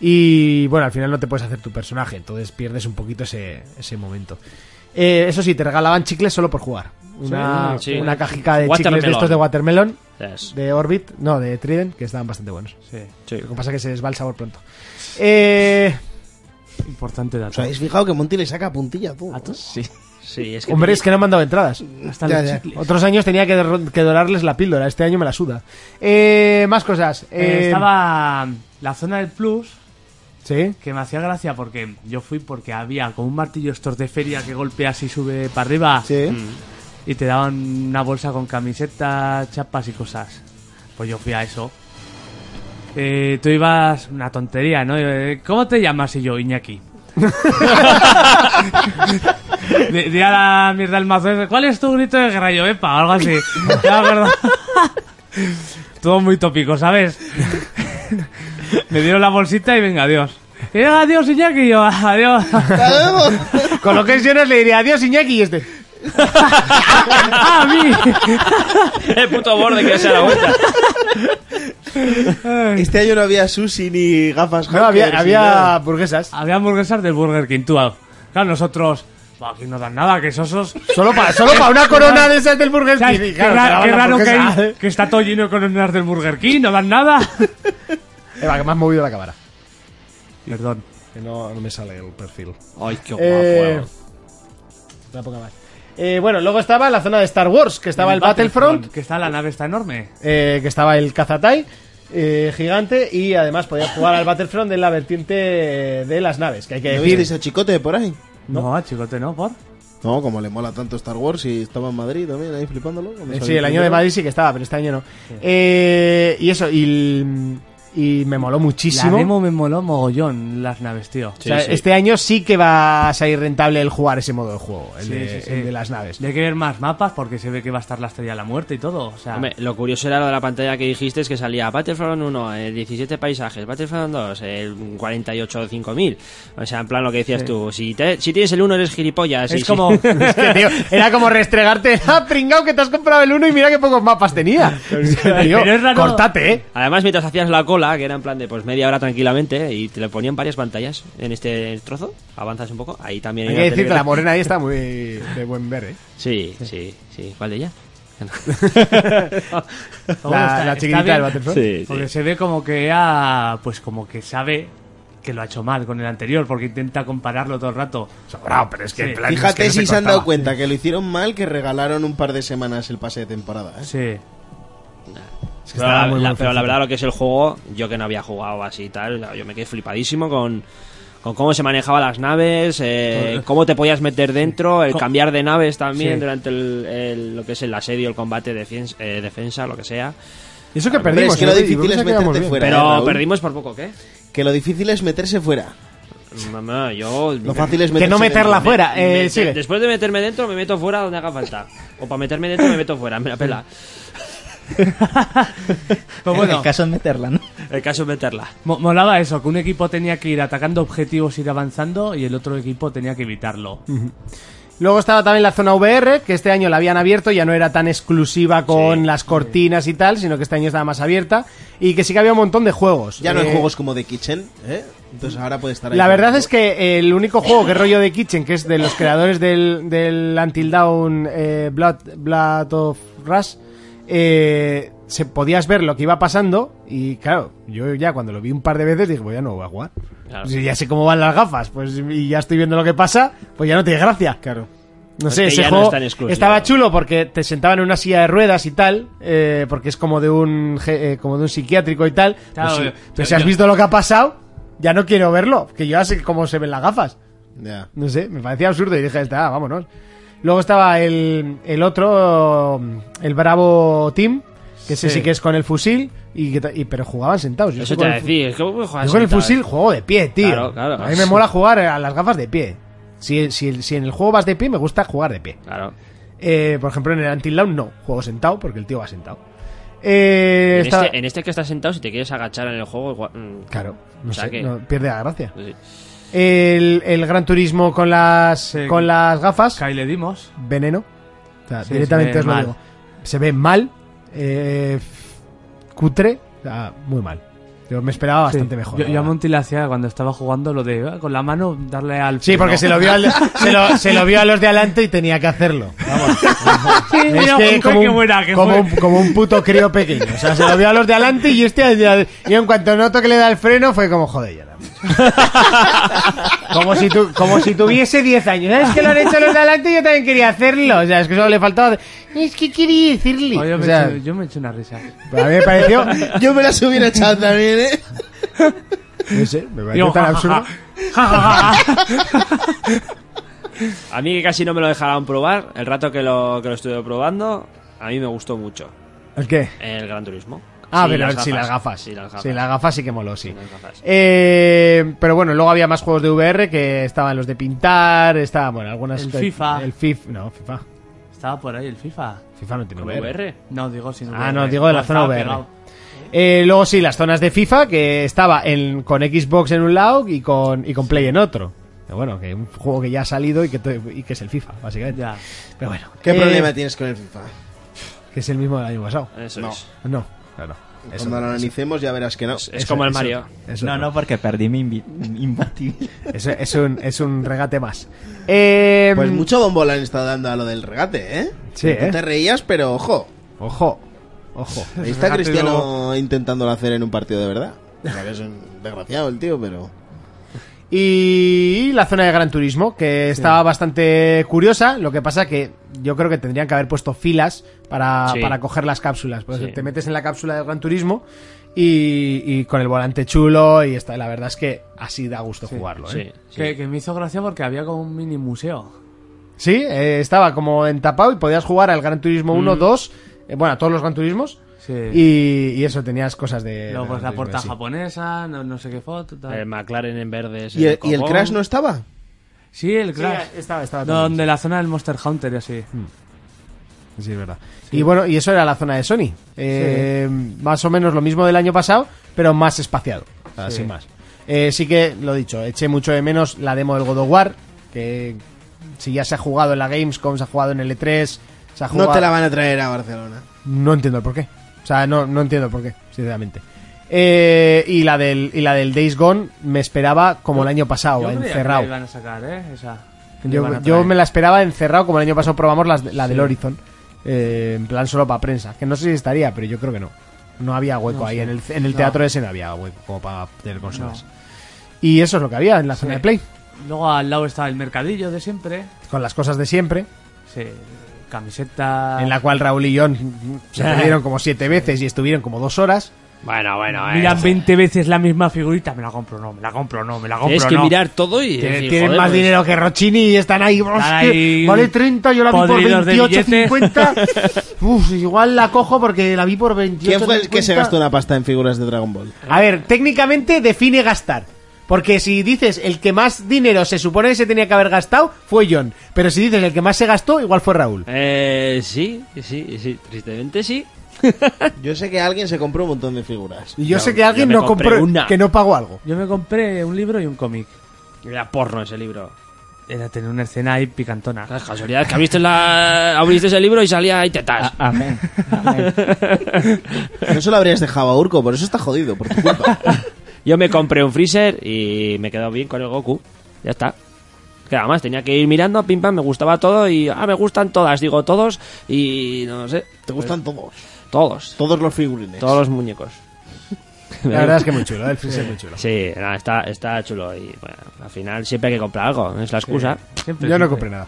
[SPEAKER 1] Y bueno, al final no te puedes hacer tu personaje, entonces pierdes un poquito ese, ese momento. Eh, eso sí, te regalaban chicles solo por jugar. Una,
[SPEAKER 5] Sí, sí.
[SPEAKER 1] una cajica de chicles de
[SPEAKER 5] Watermelon.
[SPEAKER 1] estos de Watermelon,
[SPEAKER 5] Es-
[SPEAKER 1] de Orbit, no, de Trident, que estaban bastante buenos.
[SPEAKER 3] Sí,
[SPEAKER 5] sí.
[SPEAKER 1] Lo que pasa es que se les va el sabor pronto. Eh,
[SPEAKER 3] importante dato.
[SPEAKER 2] ¿Os habéis fijado que Monty le saca puntilla, tú?
[SPEAKER 3] ¿A tú?
[SPEAKER 5] Sí, es que
[SPEAKER 1] hombre, es que no me han dado entradas.
[SPEAKER 3] Hasta
[SPEAKER 2] Ya,
[SPEAKER 3] los
[SPEAKER 2] ya.
[SPEAKER 3] chicles.
[SPEAKER 1] Otros años tenía que, dor- que dorarles la píldora, este año me la suda. Eh, más cosas.
[SPEAKER 3] Eh,
[SPEAKER 1] Eh,
[SPEAKER 3] estaba la zona del plus,
[SPEAKER 1] Sí.
[SPEAKER 3] que me hacía gracia porque yo fui porque había como un martillo estos de feria que golpeas y sube para arriba
[SPEAKER 2] Sí.
[SPEAKER 3] y te daban una bolsa con camisetas, chapas y cosas. Pues yo fui a eso. Eh, tú ibas una tontería, ¿no? Eh, ¿Cómo te llamas? Y yo, Iñaki. Di di a la mierda del mazo ese, ¿Cuál es tu grito de guerra? Y yo, epa, o algo así. Ya me acuerdo. Todo muy tópico, ¿sabes? Me dieron la bolsita y venga, adiós. Y venga, adiós, Iñaki. Y yo, adiós.
[SPEAKER 1] Con lo que es Jonas le diría adiós Iñaki y este.
[SPEAKER 3] ¡A mí!
[SPEAKER 5] el puto borde que se da la vuelta.
[SPEAKER 2] Este año no había sushi ni gafas
[SPEAKER 1] No, había,
[SPEAKER 2] hackers, ni
[SPEAKER 1] había
[SPEAKER 2] nada.
[SPEAKER 1] hamburguesas.
[SPEAKER 3] Había hamburguesas del Burger King, tú. Claro, nosotros. "Buah, aquí no dan nada, que sosos.
[SPEAKER 1] Solo para solo para una corona de esas del Burger
[SPEAKER 3] ¿Sabes?
[SPEAKER 1] King.
[SPEAKER 3] Qué,
[SPEAKER 1] Y claro,
[SPEAKER 3] ra-
[SPEAKER 1] te daban
[SPEAKER 3] qué raro
[SPEAKER 1] la
[SPEAKER 3] que,
[SPEAKER 1] hamburguesa.
[SPEAKER 3] hay- que está todo lleno con unas del Burger King, no dan nada.
[SPEAKER 1] Eva, que me has movido la cámara.
[SPEAKER 3] Perdón.
[SPEAKER 1] Que no, no me sale el perfil.
[SPEAKER 5] Ay, qué guapo.
[SPEAKER 1] Eh, una poca más. Eh, bueno, luego estaba la zona de Star Wars, que estaba el, Battlefront,
[SPEAKER 3] Que está la nave, está enorme.
[SPEAKER 1] eh, que estaba el Kazatai eh, gigante y además podías jugar al Battlefront en la vertiente eh, de las naves, que hay que
[SPEAKER 2] ¿No
[SPEAKER 1] decir.
[SPEAKER 2] visteis a Chicote por ahí?
[SPEAKER 3] No, chicote, no, por.
[SPEAKER 2] No, como le mola tanto Star Wars y estaba en Madrid también, ahí flipándolo. cuando
[SPEAKER 1] Eh,
[SPEAKER 2] salió
[SPEAKER 1] Sí, el año de
[SPEAKER 2] primero.
[SPEAKER 1] Madrid sí que estaba, pero este año no. Eh, y eso, y, el- y y me moló muchísimo.
[SPEAKER 3] La demo me moló mogollón las naves, tío.
[SPEAKER 1] O sea, Este año sí que va a salir rentable el jugar ese modo de juego, el,
[SPEAKER 3] Sí,
[SPEAKER 1] de,
[SPEAKER 3] sí, sí.
[SPEAKER 1] el de las naves.
[SPEAKER 3] Y hay que ver más mapas porque se ve que va a estar la estrella de la muerte y todo. O sea,
[SPEAKER 5] Hombre, lo curioso era lo de la pantalla que dijiste, es que salía Battlefront 1, eh, 17 paisajes, Battlefront eh, 2, el 48 o 5000. O sea, en plan lo que decías tú, si, te- si tienes el 1 eres gilipollas. y
[SPEAKER 3] es
[SPEAKER 5] si-
[SPEAKER 3] como.
[SPEAKER 1] Es que, tío, era como restregarte, ah, pringao que te has comprado el uno y mira qué pocos mapas tenía. O sea, tío,
[SPEAKER 3] Pero es raro.
[SPEAKER 1] cortate, eh.
[SPEAKER 5] Además, mientras hacías la cola, que era en plan de pues media hora tranquilamente, y te le ponían varias pantallas en este trozo, avanzas un poco, ahí también...
[SPEAKER 1] Hay
[SPEAKER 5] iba
[SPEAKER 1] que
[SPEAKER 5] a
[SPEAKER 1] decir que
[SPEAKER 5] tener-
[SPEAKER 1] la morena ahí está muy de buen ver, eh.
[SPEAKER 5] Sí, sí, sí. ¿Cuál de ella?
[SPEAKER 3] Todo
[SPEAKER 1] La-
[SPEAKER 3] está-
[SPEAKER 1] la
[SPEAKER 3] está
[SPEAKER 1] chiquitita
[SPEAKER 3] bien,
[SPEAKER 1] del Battlefront.
[SPEAKER 5] Sí, sí.
[SPEAKER 3] Porque se ve como que ha. Pues como que sabe que lo ha hecho mal con el anterior porque intenta compararlo todo el rato.
[SPEAKER 1] Sobrado, pero es que
[SPEAKER 3] Sí.
[SPEAKER 1] en plan, es que
[SPEAKER 2] Fíjate
[SPEAKER 1] no
[SPEAKER 2] si se han
[SPEAKER 1] cortaba.
[SPEAKER 2] dado cuenta que lo hicieron mal, que regalaron un par de semanas el pase de temporada. ¿eh?
[SPEAKER 3] Sí.
[SPEAKER 1] Es que
[SPEAKER 5] Pero,
[SPEAKER 1] estaba
[SPEAKER 5] la,
[SPEAKER 1] muy
[SPEAKER 5] la-
[SPEAKER 1] buen
[SPEAKER 5] pero la
[SPEAKER 1] FIFA.
[SPEAKER 5] verdad lo que es el juego, yo que no había jugado así y tal, yo me quedé flipadísimo con, con cómo se manejaban las naves, eh,
[SPEAKER 1] Pues,
[SPEAKER 5] cómo te podías meter dentro, el
[SPEAKER 3] Co-
[SPEAKER 5] cambiar de naves también
[SPEAKER 3] Sí.
[SPEAKER 5] durante el, el- lo que es el asedio, el combate, defensa, defensa lo que sea.
[SPEAKER 1] Y eso que
[SPEAKER 2] Hombre,
[SPEAKER 1] perdimos.
[SPEAKER 2] es que
[SPEAKER 1] ¿eh?
[SPEAKER 2] lo
[SPEAKER 1] Y
[SPEAKER 2] difícil
[SPEAKER 1] vamos a
[SPEAKER 2] es
[SPEAKER 1] quedamos
[SPEAKER 2] meterte
[SPEAKER 1] bien.
[SPEAKER 2] fuera. eh,
[SPEAKER 5] Pero
[SPEAKER 2] Raúl.
[SPEAKER 5] perdimos por poco, ¿qué?
[SPEAKER 2] Que lo difícil es meterse fuera.
[SPEAKER 5] No, no, yo...
[SPEAKER 2] Lo fácil es
[SPEAKER 1] Que
[SPEAKER 2] meterse
[SPEAKER 1] no meterla
[SPEAKER 2] dentro.
[SPEAKER 1] fuera.
[SPEAKER 5] me-
[SPEAKER 1] Eh,
[SPEAKER 5] de-
[SPEAKER 1] sigue.
[SPEAKER 5] después de meterme dentro, me meto fuera donde haga falta. O para meterme dentro, me meto fuera, me la pela.
[SPEAKER 3] Pero bueno,
[SPEAKER 4] El caso es meterla, ¿no?
[SPEAKER 5] El caso es meterla.
[SPEAKER 3] mo- molaba eso, que un equipo tenía que ir atacando objetivos, ir avanzando y el otro equipo tenía que evitarlo.
[SPEAKER 1] Luego estaba también la zona VR, que este año la habían abierto, ya no era tan exclusiva con las cortinas y tal, sino que este año estaba más abierta y que sí que había un montón de juegos.
[SPEAKER 2] Ya no hay
[SPEAKER 1] Eh,
[SPEAKER 2] juegos como The Kitchen, ¿eh? Entonces ahora puede estar ahí.
[SPEAKER 1] La verdad es que el único juego que rollo de Kitchen, que es de los creadores del, del Until Dawn eh, Blood, Blood of Rush, eh, se podías ver lo que iba pasando y claro, yo ya cuando lo vi un par de veces dije, pues ya no voy a jugar.
[SPEAKER 5] Claro.
[SPEAKER 1] Si ya sé cómo van las gafas, pues y ya estoy viendo lo que pasa, pues ya no tiene gracia. Claro. No sé,
[SPEAKER 5] Porque
[SPEAKER 1] ese
[SPEAKER 5] ya no
[SPEAKER 1] juego
[SPEAKER 5] es tan exclusivo.
[SPEAKER 1] estaba chulo porque te sentaban en una silla de ruedas y tal, eh, porque es como de un ge- eh, como de un psiquiátrico y tal.
[SPEAKER 3] Claro,
[SPEAKER 1] pero si,
[SPEAKER 3] yo-
[SPEAKER 1] pero
[SPEAKER 3] yo-
[SPEAKER 1] si has
[SPEAKER 3] yo-
[SPEAKER 1] visto lo que ha pasado, ya no quiero verlo, que yo ya sé cómo se ven las gafas.
[SPEAKER 2] Ya.
[SPEAKER 1] No sé, me parecía absurdo y dije, está, vámonos. Luego estaba el, el otro, el Bravo Team, que ese
[SPEAKER 3] Sí.
[SPEAKER 1] sí que es con el fusil, y, que ta- y- pero jugaban sentados. Yo
[SPEAKER 5] Eso
[SPEAKER 1] sé
[SPEAKER 5] te
[SPEAKER 1] con
[SPEAKER 5] voy a
[SPEAKER 1] el fu-
[SPEAKER 5] decir. Es que voy a jugar
[SPEAKER 1] yo con el
[SPEAKER 5] sentado.
[SPEAKER 1] fusil juego de pie, tío.
[SPEAKER 5] Claro, claro.
[SPEAKER 1] A mí me mola jugar a las gafas de pie. Si, si, si en el juego vas de pie, me gusta jugar de pie.
[SPEAKER 5] Claro.
[SPEAKER 1] Eh, por ejemplo, en el Until Dawn no, juego sentado porque el tío va sentado. Eh,
[SPEAKER 5] En
[SPEAKER 1] estaba-
[SPEAKER 5] este, en este que estás sentado, si te quieres agachar en el juego, igual- mm,
[SPEAKER 1] Claro, no
[SPEAKER 5] O sea
[SPEAKER 1] sé,
[SPEAKER 5] que-
[SPEAKER 1] no, pierde la gracia.
[SPEAKER 5] sí.
[SPEAKER 1] El, el Gran Turismo con las,
[SPEAKER 3] Sí.
[SPEAKER 1] con las gafas.
[SPEAKER 3] Que ahí le dimos.
[SPEAKER 1] veneno. O sea,
[SPEAKER 3] Sí,
[SPEAKER 1] directamente
[SPEAKER 3] se ve
[SPEAKER 1] os lo
[SPEAKER 3] mal.
[SPEAKER 1] digo. Se ve mal, eh, cutre, o sea, muy mal. Yo me esperaba bastante
[SPEAKER 3] Sí.
[SPEAKER 1] mejor. la
[SPEAKER 3] Yo, yo a
[SPEAKER 1] verdad.
[SPEAKER 3] Monty le hacía cuando estaba jugando lo de ah, con la mano darle al.
[SPEAKER 1] Sí, porque se, lo vio al- se, lo, se lo vio a los de adelante y tenía que hacerlo. Vamos. Es que como un, como un- como un puto crío pequeño. O sea, se lo vio a los de adelante y este. al- Y en cuanto noto que le da el freno, fue como, joder, ya. la- Como si, tu- como si tuviese 10 años. ¿eh? Es que lo han hecho los de adelante y yo también quería hacerlo. O sea, es que solo le faltaba. Es que quería decirle.
[SPEAKER 3] Oye,
[SPEAKER 1] O
[SPEAKER 3] me
[SPEAKER 1] sea,
[SPEAKER 3] he hecho- yo me he hecho una risa.
[SPEAKER 1] a mí me pareció.
[SPEAKER 2] Yo me las hubiera echado también, ¿eh?
[SPEAKER 1] No sé, me pareció
[SPEAKER 3] Yo,
[SPEAKER 1] tan
[SPEAKER 3] ja, ja,
[SPEAKER 1] absurdo.
[SPEAKER 3] ja. Ja, ja, ja.
[SPEAKER 5] A mí que casi no me lo dejaban probar, el rato que lo, que lo estuve probando, a mí me gustó mucho
[SPEAKER 1] ¿El qué?
[SPEAKER 5] el Gran Turismo.
[SPEAKER 1] Ah,
[SPEAKER 5] Sí,
[SPEAKER 1] pero sí, las gafas.
[SPEAKER 5] Sí, las gafas.
[SPEAKER 1] Sí, las gafas sí que moló, sí.
[SPEAKER 5] Sí, las gafas.
[SPEAKER 1] Eh, pero bueno, luego había más juegos de VR que estaban los de pintar, estaban, bueno, algunas.
[SPEAKER 3] El FIFA.
[SPEAKER 1] El FIFA. No, FIFA.
[SPEAKER 3] Estaba por ahí el FIFA.
[SPEAKER 1] FIFA no tiene
[SPEAKER 5] ¿Con
[SPEAKER 1] VR.
[SPEAKER 5] VR?
[SPEAKER 3] No, digo sin
[SPEAKER 1] Ah,
[SPEAKER 3] VR.
[SPEAKER 1] no, digo de la
[SPEAKER 3] Pues
[SPEAKER 1] zona
[SPEAKER 3] estaba
[SPEAKER 1] VR.
[SPEAKER 3] pegado.
[SPEAKER 1] Eh, luego sí, las zonas de FIFA que estaba en, con Xbox en un lado y con, y con Play en otro. Pero bueno, que un juego que ya ha salido y que, to- y que es el FIFA, básicamente.
[SPEAKER 3] Ya.
[SPEAKER 1] Pero bueno.
[SPEAKER 2] ¿Qué
[SPEAKER 1] eh,
[SPEAKER 2] problema tienes con el FIFA?
[SPEAKER 1] Que es el mismo del año
[SPEAKER 3] Eh,
[SPEAKER 1] pasado.
[SPEAKER 5] Eso
[SPEAKER 2] No.
[SPEAKER 5] es.
[SPEAKER 1] No, claro. Eso
[SPEAKER 2] Cuando
[SPEAKER 1] no,
[SPEAKER 2] lo analicemos ya verás que no.
[SPEAKER 5] Es como el
[SPEAKER 1] eso-
[SPEAKER 5] Mario.
[SPEAKER 1] eso
[SPEAKER 4] No,
[SPEAKER 1] no.
[SPEAKER 4] no, porque perdí mi invi- mi imbatible.
[SPEAKER 1] Es, es un, es un regate más. Eh,
[SPEAKER 2] Pues mucho bombo le han estado dando a lo del regate, ¿eh? Pues
[SPEAKER 1] Sí,
[SPEAKER 2] Tú
[SPEAKER 1] ¿eh?
[SPEAKER 2] te reías, pero ojo.
[SPEAKER 1] Ojo, ojo. Este
[SPEAKER 2] Ahí está
[SPEAKER 3] Regate
[SPEAKER 2] Cristiano intentándolo hacer en un partido de verdad. O sea, que es un desgraciado el tío, pero...
[SPEAKER 1] Y la zona de Gran Turismo, que estaba bastante curiosa. Lo que pasa que yo creo que tendrían que haber puesto filas para,
[SPEAKER 5] Sí.
[SPEAKER 1] para coger las cápsulas. Pues
[SPEAKER 5] Sí.
[SPEAKER 1] te metes en la cápsula de Gran Turismo y, y con el volante chulo y está. La verdad es que así da gusto jugarlo.
[SPEAKER 5] Sí,
[SPEAKER 1] ¿eh?
[SPEAKER 5] sí.
[SPEAKER 3] Que, que me hizo gracia porque había como un mini museo.
[SPEAKER 1] Sí, eh, estaba como entapado y podías jugar al Gran Turismo 1, 2, eh, bueno, a todos los Gran Turismos.
[SPEAKER 3] Mm. Sí.
[SPEAKER 1] Y, y eso, tenías cosas de.
[SPEAKER 3] Luego pues,
[SPEAKER 1] de
[SPEAKER 3] la portada
[SPEAKER 1] sí. Eh,
[SPEAKER 3] japonesa, no, no sé qué foto. tal.
[SPEAKER 5] El McLaren en verde. es
[SPEAKER 2] ¿Y el, y el
[SPEAKER 5] copón.
[SPEAKER 2] Crash no estaba?
[SPEAKER 3] Sí, el
[SPEAKER 1] Sí,
[SPEAKER 3] Crash.
[SPEAKER 1] estaba, estaba también,
[SPEAKER 3] donde la zona del Monster Hunter y así.
[SPEAKER 1] Sí, es verdad. Y bueno, y eso era la zona de Sony. Eh, Más o menos lo mismo del año pasado, pero más espaciado. O sea, Sin más. Eh, sí que, lo dicho, eché mucho de menos la demo del God of War, que si ya se ha jugado en la Gamescom, se ha jugado en L3, se ha jugado...
[SPEAKER 2] No te la van a traer a Barcelona.
[SPEAKER 1] No entiendo el por qué. O sea, no, no entiendo el por qué, sinceramente. Eh, y, la del, y la del Days Gone me esperaba como el año pasado,
[SPEAKER 3] Yo creía que
[SPEAKER 1] encerrado.
[SPEAKER 3] la iban a sacar, ¿eh? Esa. Que la iban
[SPEAKER 1] Yo,
[SPEAKER 3] a
[SPEAKER 1] yo
[SPEAKER 3] traer.
[SPEAKER 1] me la esperaba encerrado, como el año pasado probamos las- la, del Horizon. eh, en plan solo para prensa. Que no sé si estaría, pero yo creo que no. No había hueco ahí. En el, en el teatro ese no había hueco como para tener consolas. Y eso es lo que había en la zona de Play.
[SPEAKER 3] Luego al lado estaba el mercadillo de siempre.
[SPEAKER 1] Con las cosas de siempre.
[SPEAKER 3] Sí. Camiseta.
[SPEAKER 1] En la cual Raúl y John se perdieron como siete veces y estuvieron como dos horas.
[SPEAKER 5] Bueno, bueno, eh.
[SPEAKER 3] Miran 20 veces la misma figurita. Me la compro, no, me la compro, no, me la compro.
[SPEAKER 5] Tienes que
[SPEAKER 3] no.
[SPEAKER 5] mirar todo y.
[SPEAKER 1] Tienen,
[SPEAKER 5] decir,
[SPEAKER 1] Eh, tienen
[SPEAKER 5] joder,
[SPEAKER 1] más
[SPEAKER 5] pues,
[SPEAKER 1] dinero que Rochini y están ahí, "Hostia,
[SPEAKER 3] ahí
[SPEAKER 1] Vale 30, yo la vi por
[SPEAKER 3] podridos de
[SPEAKER 1] 28,
[SPEAKER 3] billetes".
[SPEAKER 1] 50. Uf, igual la cojo porque la vi por 28.
[SPEAKER 2] ¿Quién fue el que se
[SPEAKER 1] 50.
[SPEAKER 2] gastó una pasta en figuras de Dragon Ball?
[SPEAKER 1] A ver, técnicamente define gastar. Porque si dices el que más dinero se supone que se tenía que haber gastado, fue John. Pero si dices el que más se gastó, igual fue Raúl.
[SPEAKER 5] Eh, sí, sí, sí. Tristemente sí.
[SPEAKER 2] Yo sé que alguien se compró un montón de figuras.
[SPEAKER 1] Y yo
[SPEAKER 5] Raúl,
[SPEAKER 1] sé que alguien
[SPEAKER 5] yo me
[SPEAKER 1] no
[SPEAKER 5] compré
[SPEAKER 1] compró,
[SPEAKER 5] una.
[SPEAKER 1] que no pagó algo.
[SPEAKER 3] Yo me compré un libro y un cómic.
[SPEAKER 5] Era porno ese libro.
[SPEAKER 3] Era tener una escena ahí picantona.
[SPEAKER 5] Las casualidades que abriste, la... abriste ese libro y salía ahí tetas.
[SPEAKER 4] Amén.
[SPEAKER 2] No se lo habrías dejado a Urco, por eso está jodido, por tu culpa.
[SPEAKER 5] Yo me compré un freezer y me quedó bien con el Goku. Ya está. Que además tenía que ir mirando, pim pam, me gustaba todo y. Ah, me gustan todas, digo todos y. No sé.
[SPEAKER 2] Te gustan todos.
[SPEAKER 5] Todos.
[SPEAKER 2] Todos los figurines.
[SPEAKER 5] Todos los muñecos.
[SPEAKER 1] La verdad es que muy chulo, el freezer es muy chulo.
[SPEAKER 5] Sí, nada, está, está chulo y bueno, al final siempre hay que comprar algo, es la excusa.
[SPEAKER 3] Siempre,
[SPEAKER 1] Yo no
[SPEAKER 3] siempre.
[SPEAKER 1] compré nada.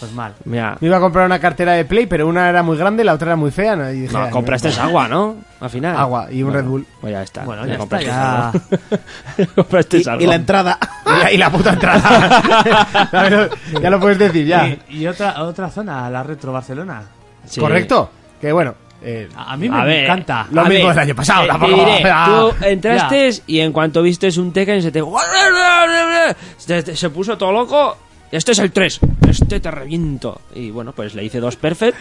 [SPEAKER 3] Pues mal.
[SPEAKER 5] Mira,
[SPEAKER 1] Me iba a comprar una cartera de Play, pero una era muy grande, la otra era muy fea. ¿no? Y dije, "Ah,
[SPEAKER 5] no,
[SPEAKER 1] no,
[SPEAKER 5] compraste
[SPEAKER 1] no".
[SPEAKER 5] agua, ¿no? Al final.
[SPEAKER 1] Agua y un Red Bull.
[SPEAKER 5] Pues ya está.
[SPEAKER 3] Bueno, ya está.
[SPEAKER 5] compraste
[SPEAKER 3] Ya...
[SPEAKER 5] algo. compraste
[SPEAKER 2] Y,
[SPEAKER 5] algo.
[SPEAKER 2] y la entrada.
[SPEAKER 1] Y la- y la puta entrada. Ya me lo- ya lo puedes decir, ya.
[SPEAKER 3] Y, y otra, otra zona, la Retro Barcelona.
[SPEAKER 5] Sí.
[SPEAKER 1] ¿Correcto? Que bueno. eh,
[SPEAKER 3] A a mí
[SPEAKER 5] A
[SPEAKER 3] me
[SPEAKER 5] ver,
[SPEAKER 3] encanta.
[SPEAKER 1] Lo
[SPEAKER 5] a
[SPEAKER 1] mismo del año pasado,
[SPEAKER 5] te- te
[SPEAKER 1] tampoco.
[SPEAKER 5] diré,
[SPEAKER 1] Ah,
[SPEAKER 5] tú entraste y en cuanto viste un Tekken se te... se- Se puso todo loco. Este es el 3. Este te reviento. Y bueno, pues le hice dos perfect.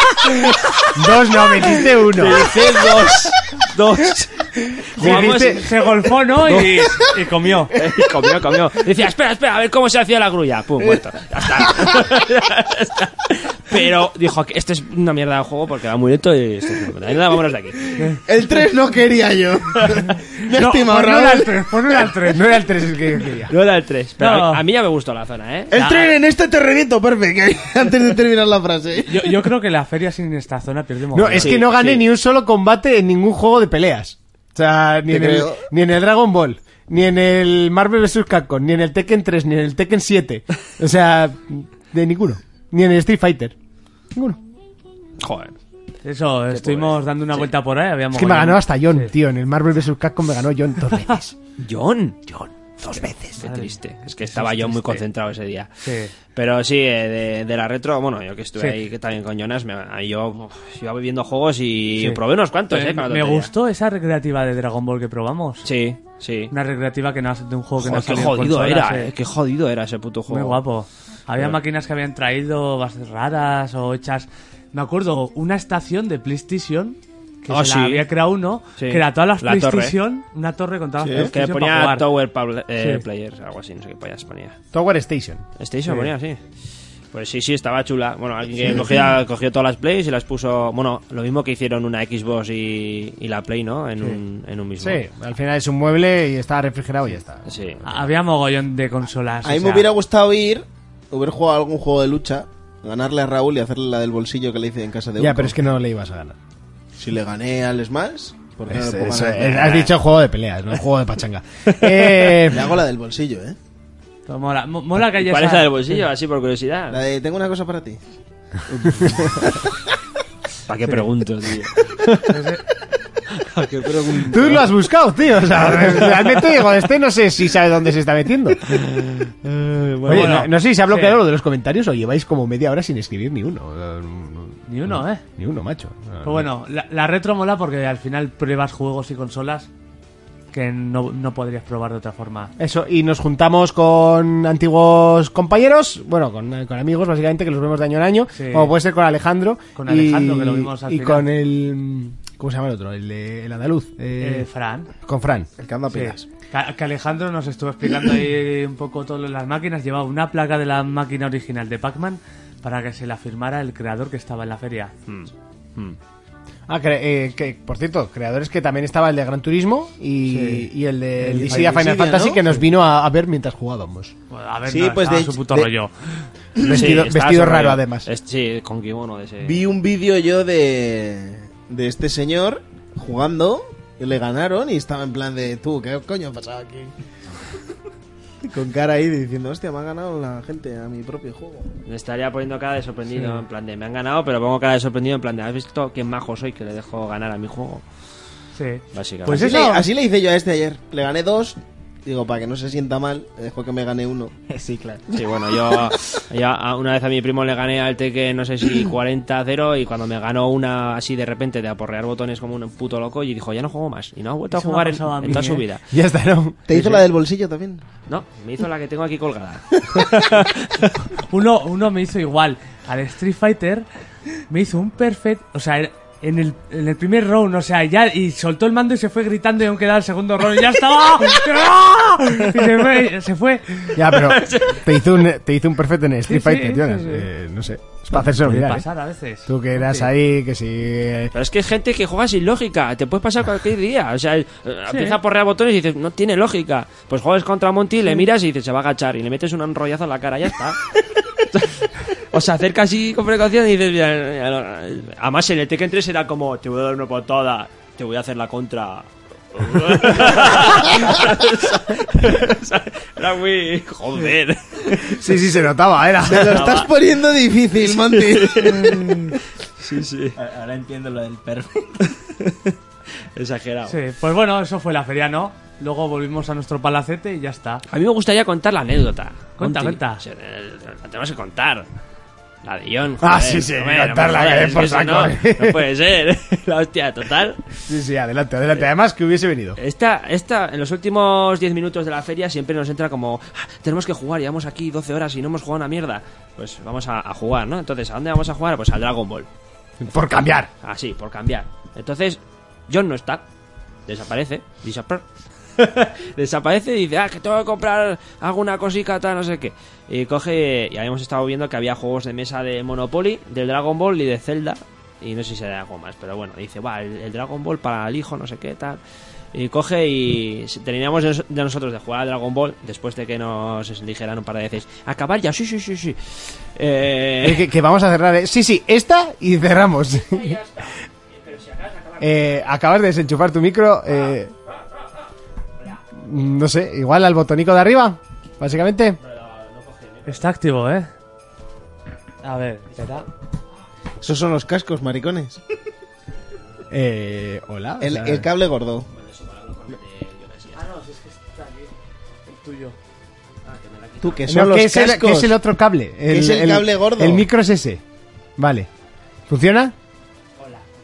[SPEAKER 1] dos no, me hiciste uno.
[SPEAKER 5] hice dos. Dos. Jugamos...
[SPEAKER 1] Dijiste-
[SPEAKER 3] Se golfó, ¿no? Y, y comió.
[SPEAKER 5] y comió, comió. Decía, espera, espera, a ver cómo se hacía la grulla. Pum, muerto. Ya está. Ya está. Pero dijo que este es una mierda de juego porque va muy lento y esto es una mierda. Nada, vámonos de aquí.
[SPEAKER 2] El 3 no quería yo. Lástima,
[SPEAKER 3] no, pues no
[SPEAKER 2] Raúl.
[SPEAKER 3] era el 3, pues no era el 3.
[SPEAKER 1] No era el 3 el que yo quería.
[SPEAKER 5] No era el 3. Pero
[SPEAKER 3] No.
[SPEAKER 5] a, mí ya me gustó la zona, ¿eh?
[SPEAKER 2] El tren en este terrenito, perfecto. Antes de terminar la frase.
[SPEAKER 3] Yo, yo creo que la feria sin esta zona pierde
[SPEAKER 1] No,
[SPEAKER 3] mogollón.
[SPEAKER 1] es
[SPEAKER 5] Sí,
[SPEAKER 1] que no gané
[SPEAKER 5] sí.
[SPEAKER 1] ni un solo combate en ningún juego de peleas. O sea, ni,
[SPEAKER 2] Te
[SPEAKER 1] en el,
[SPEAKER 2] creo.
[SPEAKER 1] ni en el Dragon Ball, ni en el Marvel vs. Capcom, ni en el Tekken 3, ni en el Tekken 7. O sea, de ninguno. Ni en el Street Fighter. Ninguno.
[SPEAKER 5] Joder.
[SPEAKER 3] Eso, estuvimos dando una vuelta por ahí. Habíamos
[SPEAKER 1] Es que me ganó hasta John, tío. En el Marvel vs. Capcom me ganó John dos veces.
[SPEAKER 5] John. John. Dos veces. Qué triste. Es que estaba yo muy concentrado ese día.
[SPEAKER 3] Sí.
[SPEAKER 5] Pero sí, eh, de, de la retro, bueno, yo que estuve
[SPEAKER 3] Sí.
[SPEAKER 5] ahí que también con Jonas, me, ahí yo uf, iba viviendo juegos y probé unos cuantos, ¿eh? para la
[SPEAKER 3] me
[SPEAKER 5] tontería.
[SPEAKER 3] gustó esa recreativa de Dragon Ball que probamos.
[SPEAKER 5] Sí, sí.
[SPEAKER 3] Una recreativa que no, ha- de un juego que no ha
[SPEAKER 5] Joder, qué
[SPEAKER 3] salido en
[SPEAKER 5] jodido
[SPEAKER 3] consolas,
[SPEAKER 5] era,
[SPEAKER 3] eh.
[SPEAKER 5] eh, Qué jodido era ese puto juego.
[SPEAKER 3] Muy guapo. Había máquinas que habían traído bases raras o hechas. Me acuerdo, una estación de PlayStation que
[SPEAKER 5] Ah,
[SPEAKER 3] se
[SPEAKER 5] sí.
[SPEAKER 3] la había creado uno,
[SPEAKER 5] Sí.
[SPEAKER 3] que era todas las
[SPEAKER 5] La torre.
[SPEAKER 3] PlayStation, una torre con todas
[SPEAKER 2] Sí.
[SPEAKER 3] las
[SPEAKER 5] Que
[SPEAKER 3] PlayStation para
[SPEAKER 5] ponía
[SPEAKER 3] jugar.
[SPEAKER 5] Tower Pabl- eh,
[SPEAKER 3] Sí.
[SPEAKER 5] Players, algo así, no sé qué payas ponía.
[SPEAKER 1] Tower Station.
[SPEAKER 5] Station ponía, sí. Pues sí, sí, estaba chula. Bueno, alguien que cogía- cogió todas las plays y las puso. Bueno, lo mismo que hicieron una Xbox y, y la Play, ¿no? En, un, en un mismo.
[SPEAKER 1] Sí, al final es un mueble y está refrigerado y ya está.
[SPEAKER 5] Sí.
[SPEAKER 3] Había mogollón de consolas.
[SPEAKER 2] A mí
[SPEAKER 3] o
[SPEAKER 2] me
[SPEAKER 3] sea,
[SPEAKER 2] hubiera gustado ir, hubiera jugado algún juego de lucha, ganarle a Raúl y hacerle la del bolsillo que le hice en casa de Urco.
[SPEAKER 1] Ya, pero es que no le ibas a ganar.
[SPEAKER 2] Si le gané al Smash, ¿por qué no le
[SPEAKER 1] Eso-
[SPEAKER 2] puedo
[SPEAKER 1] eso-
[SPEAKER 2] ganar?
[SPEAKER 1] has dicho juego de peleas, no juego de pachanga. Eh,
[SPEAKER 2] Le hago la del bolsillo, ¿eh?
[SPEAKER 3] todo Pues Mola, mo- mola que haya
[SPEAKER 5] ¿Cuál es
[SPEAKER 3] esa-
[SPEAKER 5] la del bolsillo? Así por
[SPEAKER 2] La
[SPEAKER 5] curiosidad.
[SPEAKER 2] de tengo una cosa para ti.
[SPEAKER 5] ¿Para qué pregunto, tío? ¿Para qué pregunto?
[SPEAKER 1] Tú lo has buscado, tío. O sea, realmente digo, este no sé si sabe dónde se está metiendo. Oye,
[SPEAKER 3] bueno.
[SPEAKER 1] no, no sé si se ha
[SPEAKER 3] Sí.
[SPEAKER 1] bloqueado lo de los comentarios o lleváis como media hora sin escribir ni uno.
[SPEAKER 3] Ni uno, ¿eh?
[SPEAKER 9] Ni uno, macho.
[SPEAKER 3] Pero bueno, la, la retro mola porque al final pruebas juegos y consolas que no, no podrías probar de otra forma.
[SPEAKER 1] Eso, y nos juntamos con antiguos compañeros, bueno, con, con amigos básicamente, que los vemos de año en año,
[SPEAKER 3] Sí.
[SPEAKER 1] como puede ser con Alejandro.
[SPEAKER 3] Con
[SPEAKER 1] y-
[SPEAKER 3] Alejandro, que lo vimos al
[SPEAKER 1] Y
[SPEAKER 3] final.
[SPEAKER 1] con el... ¿Cómo se llama el otro? El, de- el andaluz. eh,
[SPEAKER 3] Eh, Fran.
[SPEAKER 1] con Fran.
[SPEAKER 2] El que anda
[SPEAKER 3] Sí.
[SPEAKER 2] pilas.
[SPEAKER 3] Ca- Que Alejandro nos estuvo explicando ahí un poco todas las máquinas. Llevaba una placa de la máquina original de Pac-Man para que se la firmara el creador que estaba en la feria.
[SPEAKER 2] Mm.
[SPEAKER 1] Ah, que, eh, que, por cierto, creadores que también estaba el de Gran Turismo y,
[SPEAKER 3] Sí.
[SPEAKER 1] y el de
[SPEAKER 3] El
[SPEAKER 1] el Dissidia
[SPEAKER 2] Dissidia,
[SPEAKER 1] Final Fantasy
[SPEAKER 2] ¿no?
[SPEAKER 1] que nos vino a, a ver mientras jugábamos.
[SPEAKER 3] Bueno, A ver,
[SPEAKER 2] Sí,
[SPEAKER 3] no,
[SPEAKER 2] pues
[SPEAKER 3] estaba
[SPEAKER 2] de
[SPEAKER 3] su
[SPEAKER 2] hecho-
[SPEAKER 3] puto
[SPEAKER 2] de-
[SPEAKER 3] rollo.
[SPEAKER 1] Vestido,
[SPEAKER 5] Sí, está
[SPEAKER 1] vestido
[SPEAKER 5] ese
[SPEAKER 1] raro
[SPEAKER 5] rollo.
[SPEAKER 1] además.
[SPEAKER 5] Es- sí, con kimono de ese.
[SPEAKER 2] Vi un vídeo yo de, de este señor jugando y le ganaron y estaba en plan de tú, ¿qué coño ha pasado aquí? Y Con cara ahí diciendo, hostia, me ha ganado la gente a mi propio juego.
[SPEAKER 5] Me estaría poniendo cara de sorprendido, en plan de me han ganado, pero pongo cara de sorprendido en plan de ¿has visto qué majo soy que le dejo ganar a mi juego?
[SPEAKER 3] Sí.
[SPEAKER 5] Básicamente.
[SPEAKER 3] Pues
[SPEAKER 2] así,
[SPEAKER 3] eso.
[SPEAKER 2] le, así le hice yo a este ayer. Le gané dos, digo, para que no se sienta mal, le dejo que me gane uno.
[SPEAKER 4] Sí, claro.
[SPEAKER 5] Sí, bueno, yo, yo a- una vez a mi primo le gané al Tekken, no sé si 40-0, y cuando me ganó una así de repente de aporrear botones como un puto loco, y dijo, ya no juego más. Y no ha vuelto
[SPEAKER 3] Eso
[SPEAKER 5] a
[SPEAKER 3] me
[SPEAKER 5] jugar
[SPEAKER 3] ha
[SPEAKER 5] en,
[SPEAKER 3] pasado a
[SPEAKER 5] en
[SPEAKER 3] mí,
[SPEAKER 5] toda
[SPEAKER 3] ¿eh?
[SPEAKER 5] su vida.
[SPEAKER 1] Ya está, ¿no?
[SPEAKER 2] ¿Te hizo la del bolsillo también?
[SPEAKER 5] No, me hizo la que tengo aquí colgada.
[SPEAKER 3] Uno, uno me hizo igual. Al Street Fighter me hizo un perfect. O sea, en el, en el primer round, o sea, ya. Y soltó el mando y se fue gritando. Y aún quedaba el segundo round. Y ya estaba. ¡Ah! y se fue. se fue.
[SPEAKER 1] Ya, pero te hizo un, te hizo un perfecto en Street
[SPEAKER 3] Sí, sí,
[SPEAKER 1] Fighter,
[SPEAKER 3] sí,
[SPEAKER 1] Jonas.
[SPEAKER 3] sí.
[SPEAKER 1] Eh, no sé. Es para hacerse
[SPEAKER 3] Puede
[SPEAKER 1] olvidar. ¿eh?
[SPEAKER 3] pasar a veces.
[SPEAKER 1] Tú que eras
[SPEAKER 3] Sí.
[SPEAKER 1] ahí, que si. eh,
[SPEAKER 5] Pero es que hay gente que juega sin lógica, te puede pasar cualquier día. O sea, eh, empieza a porrear botones y dices, no tiene lógica. Pues juegas contra Monty, le miras y dices, se va a agachar, y le metes un rollazo en la cara, ya está. O se acerca así con precaución y dices, mira, mira, no". además en el Tekken 3 era como, te voy a dar una patada, te voy a hacer la contra. O sea, era muy... Joder.
[SPEAKER 1] Sí, sí, se notaba, era.
[SPEAKER 2] Te lo estás poniendo difícil, Monty.
[SPEAKER 5] Sí, sí.
[SPEAKER 4] Ahora entiendo lo del perro.
[SPEAKER 5] Exagerado.
[SPEAKER 3] Sí, pues bueno, eso fue la feria, ¿no? Luego volvimos a nuestro palacete y ya está.
[SPEAKER 5] A mí me gustaría contar la anécdota.
[SPEAKER 3] Cuenta,
[SPEAKER 5] Conti.
[SPEAKER 3] cuenta.
[SPEAKER 5] O sea, eh, La tenemos que contar. La de Ion.
[SPEAKER 1] Ah,
[SPEAKER 5] joder,
[SPEAKER 1] sí, sí,
[SPEAKER 5] hombre,
[SPEAKER 1] contarla,
[SPEAKER 5] hombre,
[SPEAKER 1] que
[SPEAKER 5] es
[SPEAKER 1] por
[SPEAKER 5] eso
[SPEAKER 1] saco,
[SPEAKER 5] No,
[SPEAKER 1] eh.
[SPEAKER 5] no puede ser. La hostia, total.
[SPEAKER 1] Sí, sí, adelante, adelante. Además, que hubiese venido.
[SPEAKER 5] Esta, esta, en los últimos 10 minutos de la feria siempre nos entra como, "Ah, tenemos que jugar, llevamos aquí 12 horas y no hemos jugado una mierda. Pues vamos a, a jugar, ¿no? Entonces, ¿a dónde vamos a jugar? Pues al Dragon Ball.
[SPEAKER 1] Por cambiar.
[SPEAKER 5] Así, por cambiar. Entonces, John no está. Desaparece. Disappear. Desaparece y dice, ah, que tengo que comprar alguna cosica, tal, no sé qué. Y coge, y habíamos estado viendo que había juegos de mesa de Monopoly, del Dragon Ball y de Zelda. Y no sé si será algo más, pero bueno, dice, va, el, el Dragon Ball para el hijo, no sé qué, tal. Y coge y se- terminamos de nos- de nosotros de jugar a Dragon Ball después de que nos dijeran un par de veces, acabar ya, sí, sí, sí, sí. Eh,
[SPEAKER 1] Eh, que, que vamos a cerrar. eh. Sí, sí, esta y cerramos. Eh, acabas de desenchufar tu micro. eh, no sé, igual al botonico de arriba, básicamente.
[SPEAKER 3] Está activo, ¿eh? A ver, espera.
[SPEAKER 2] Esos son los cascos, maricones.
[SPEAKER 1] Eh, hola. o
[SPEAKER 2] El,
[SPEAKER 1] sea,
[SPEAKER 2] el cable gordo.
[SPEAKER 5] eh,
[SPEAKER 3] Tuyo.
[SPEAKER 5] Ah,
[SPEAKER 2] Tú, que
[SPEAKER 1] no,
[SPEAKER 2] son los
[SPEAKER 1] que es el-
[SPEAKER 2] cascos.
[SPEAKER 1] que es el otro cable. El,
[SPEAKER 2] es el cable gordo.
[SPEAKER 1] El micro es ese. Vale. ¿Funciona?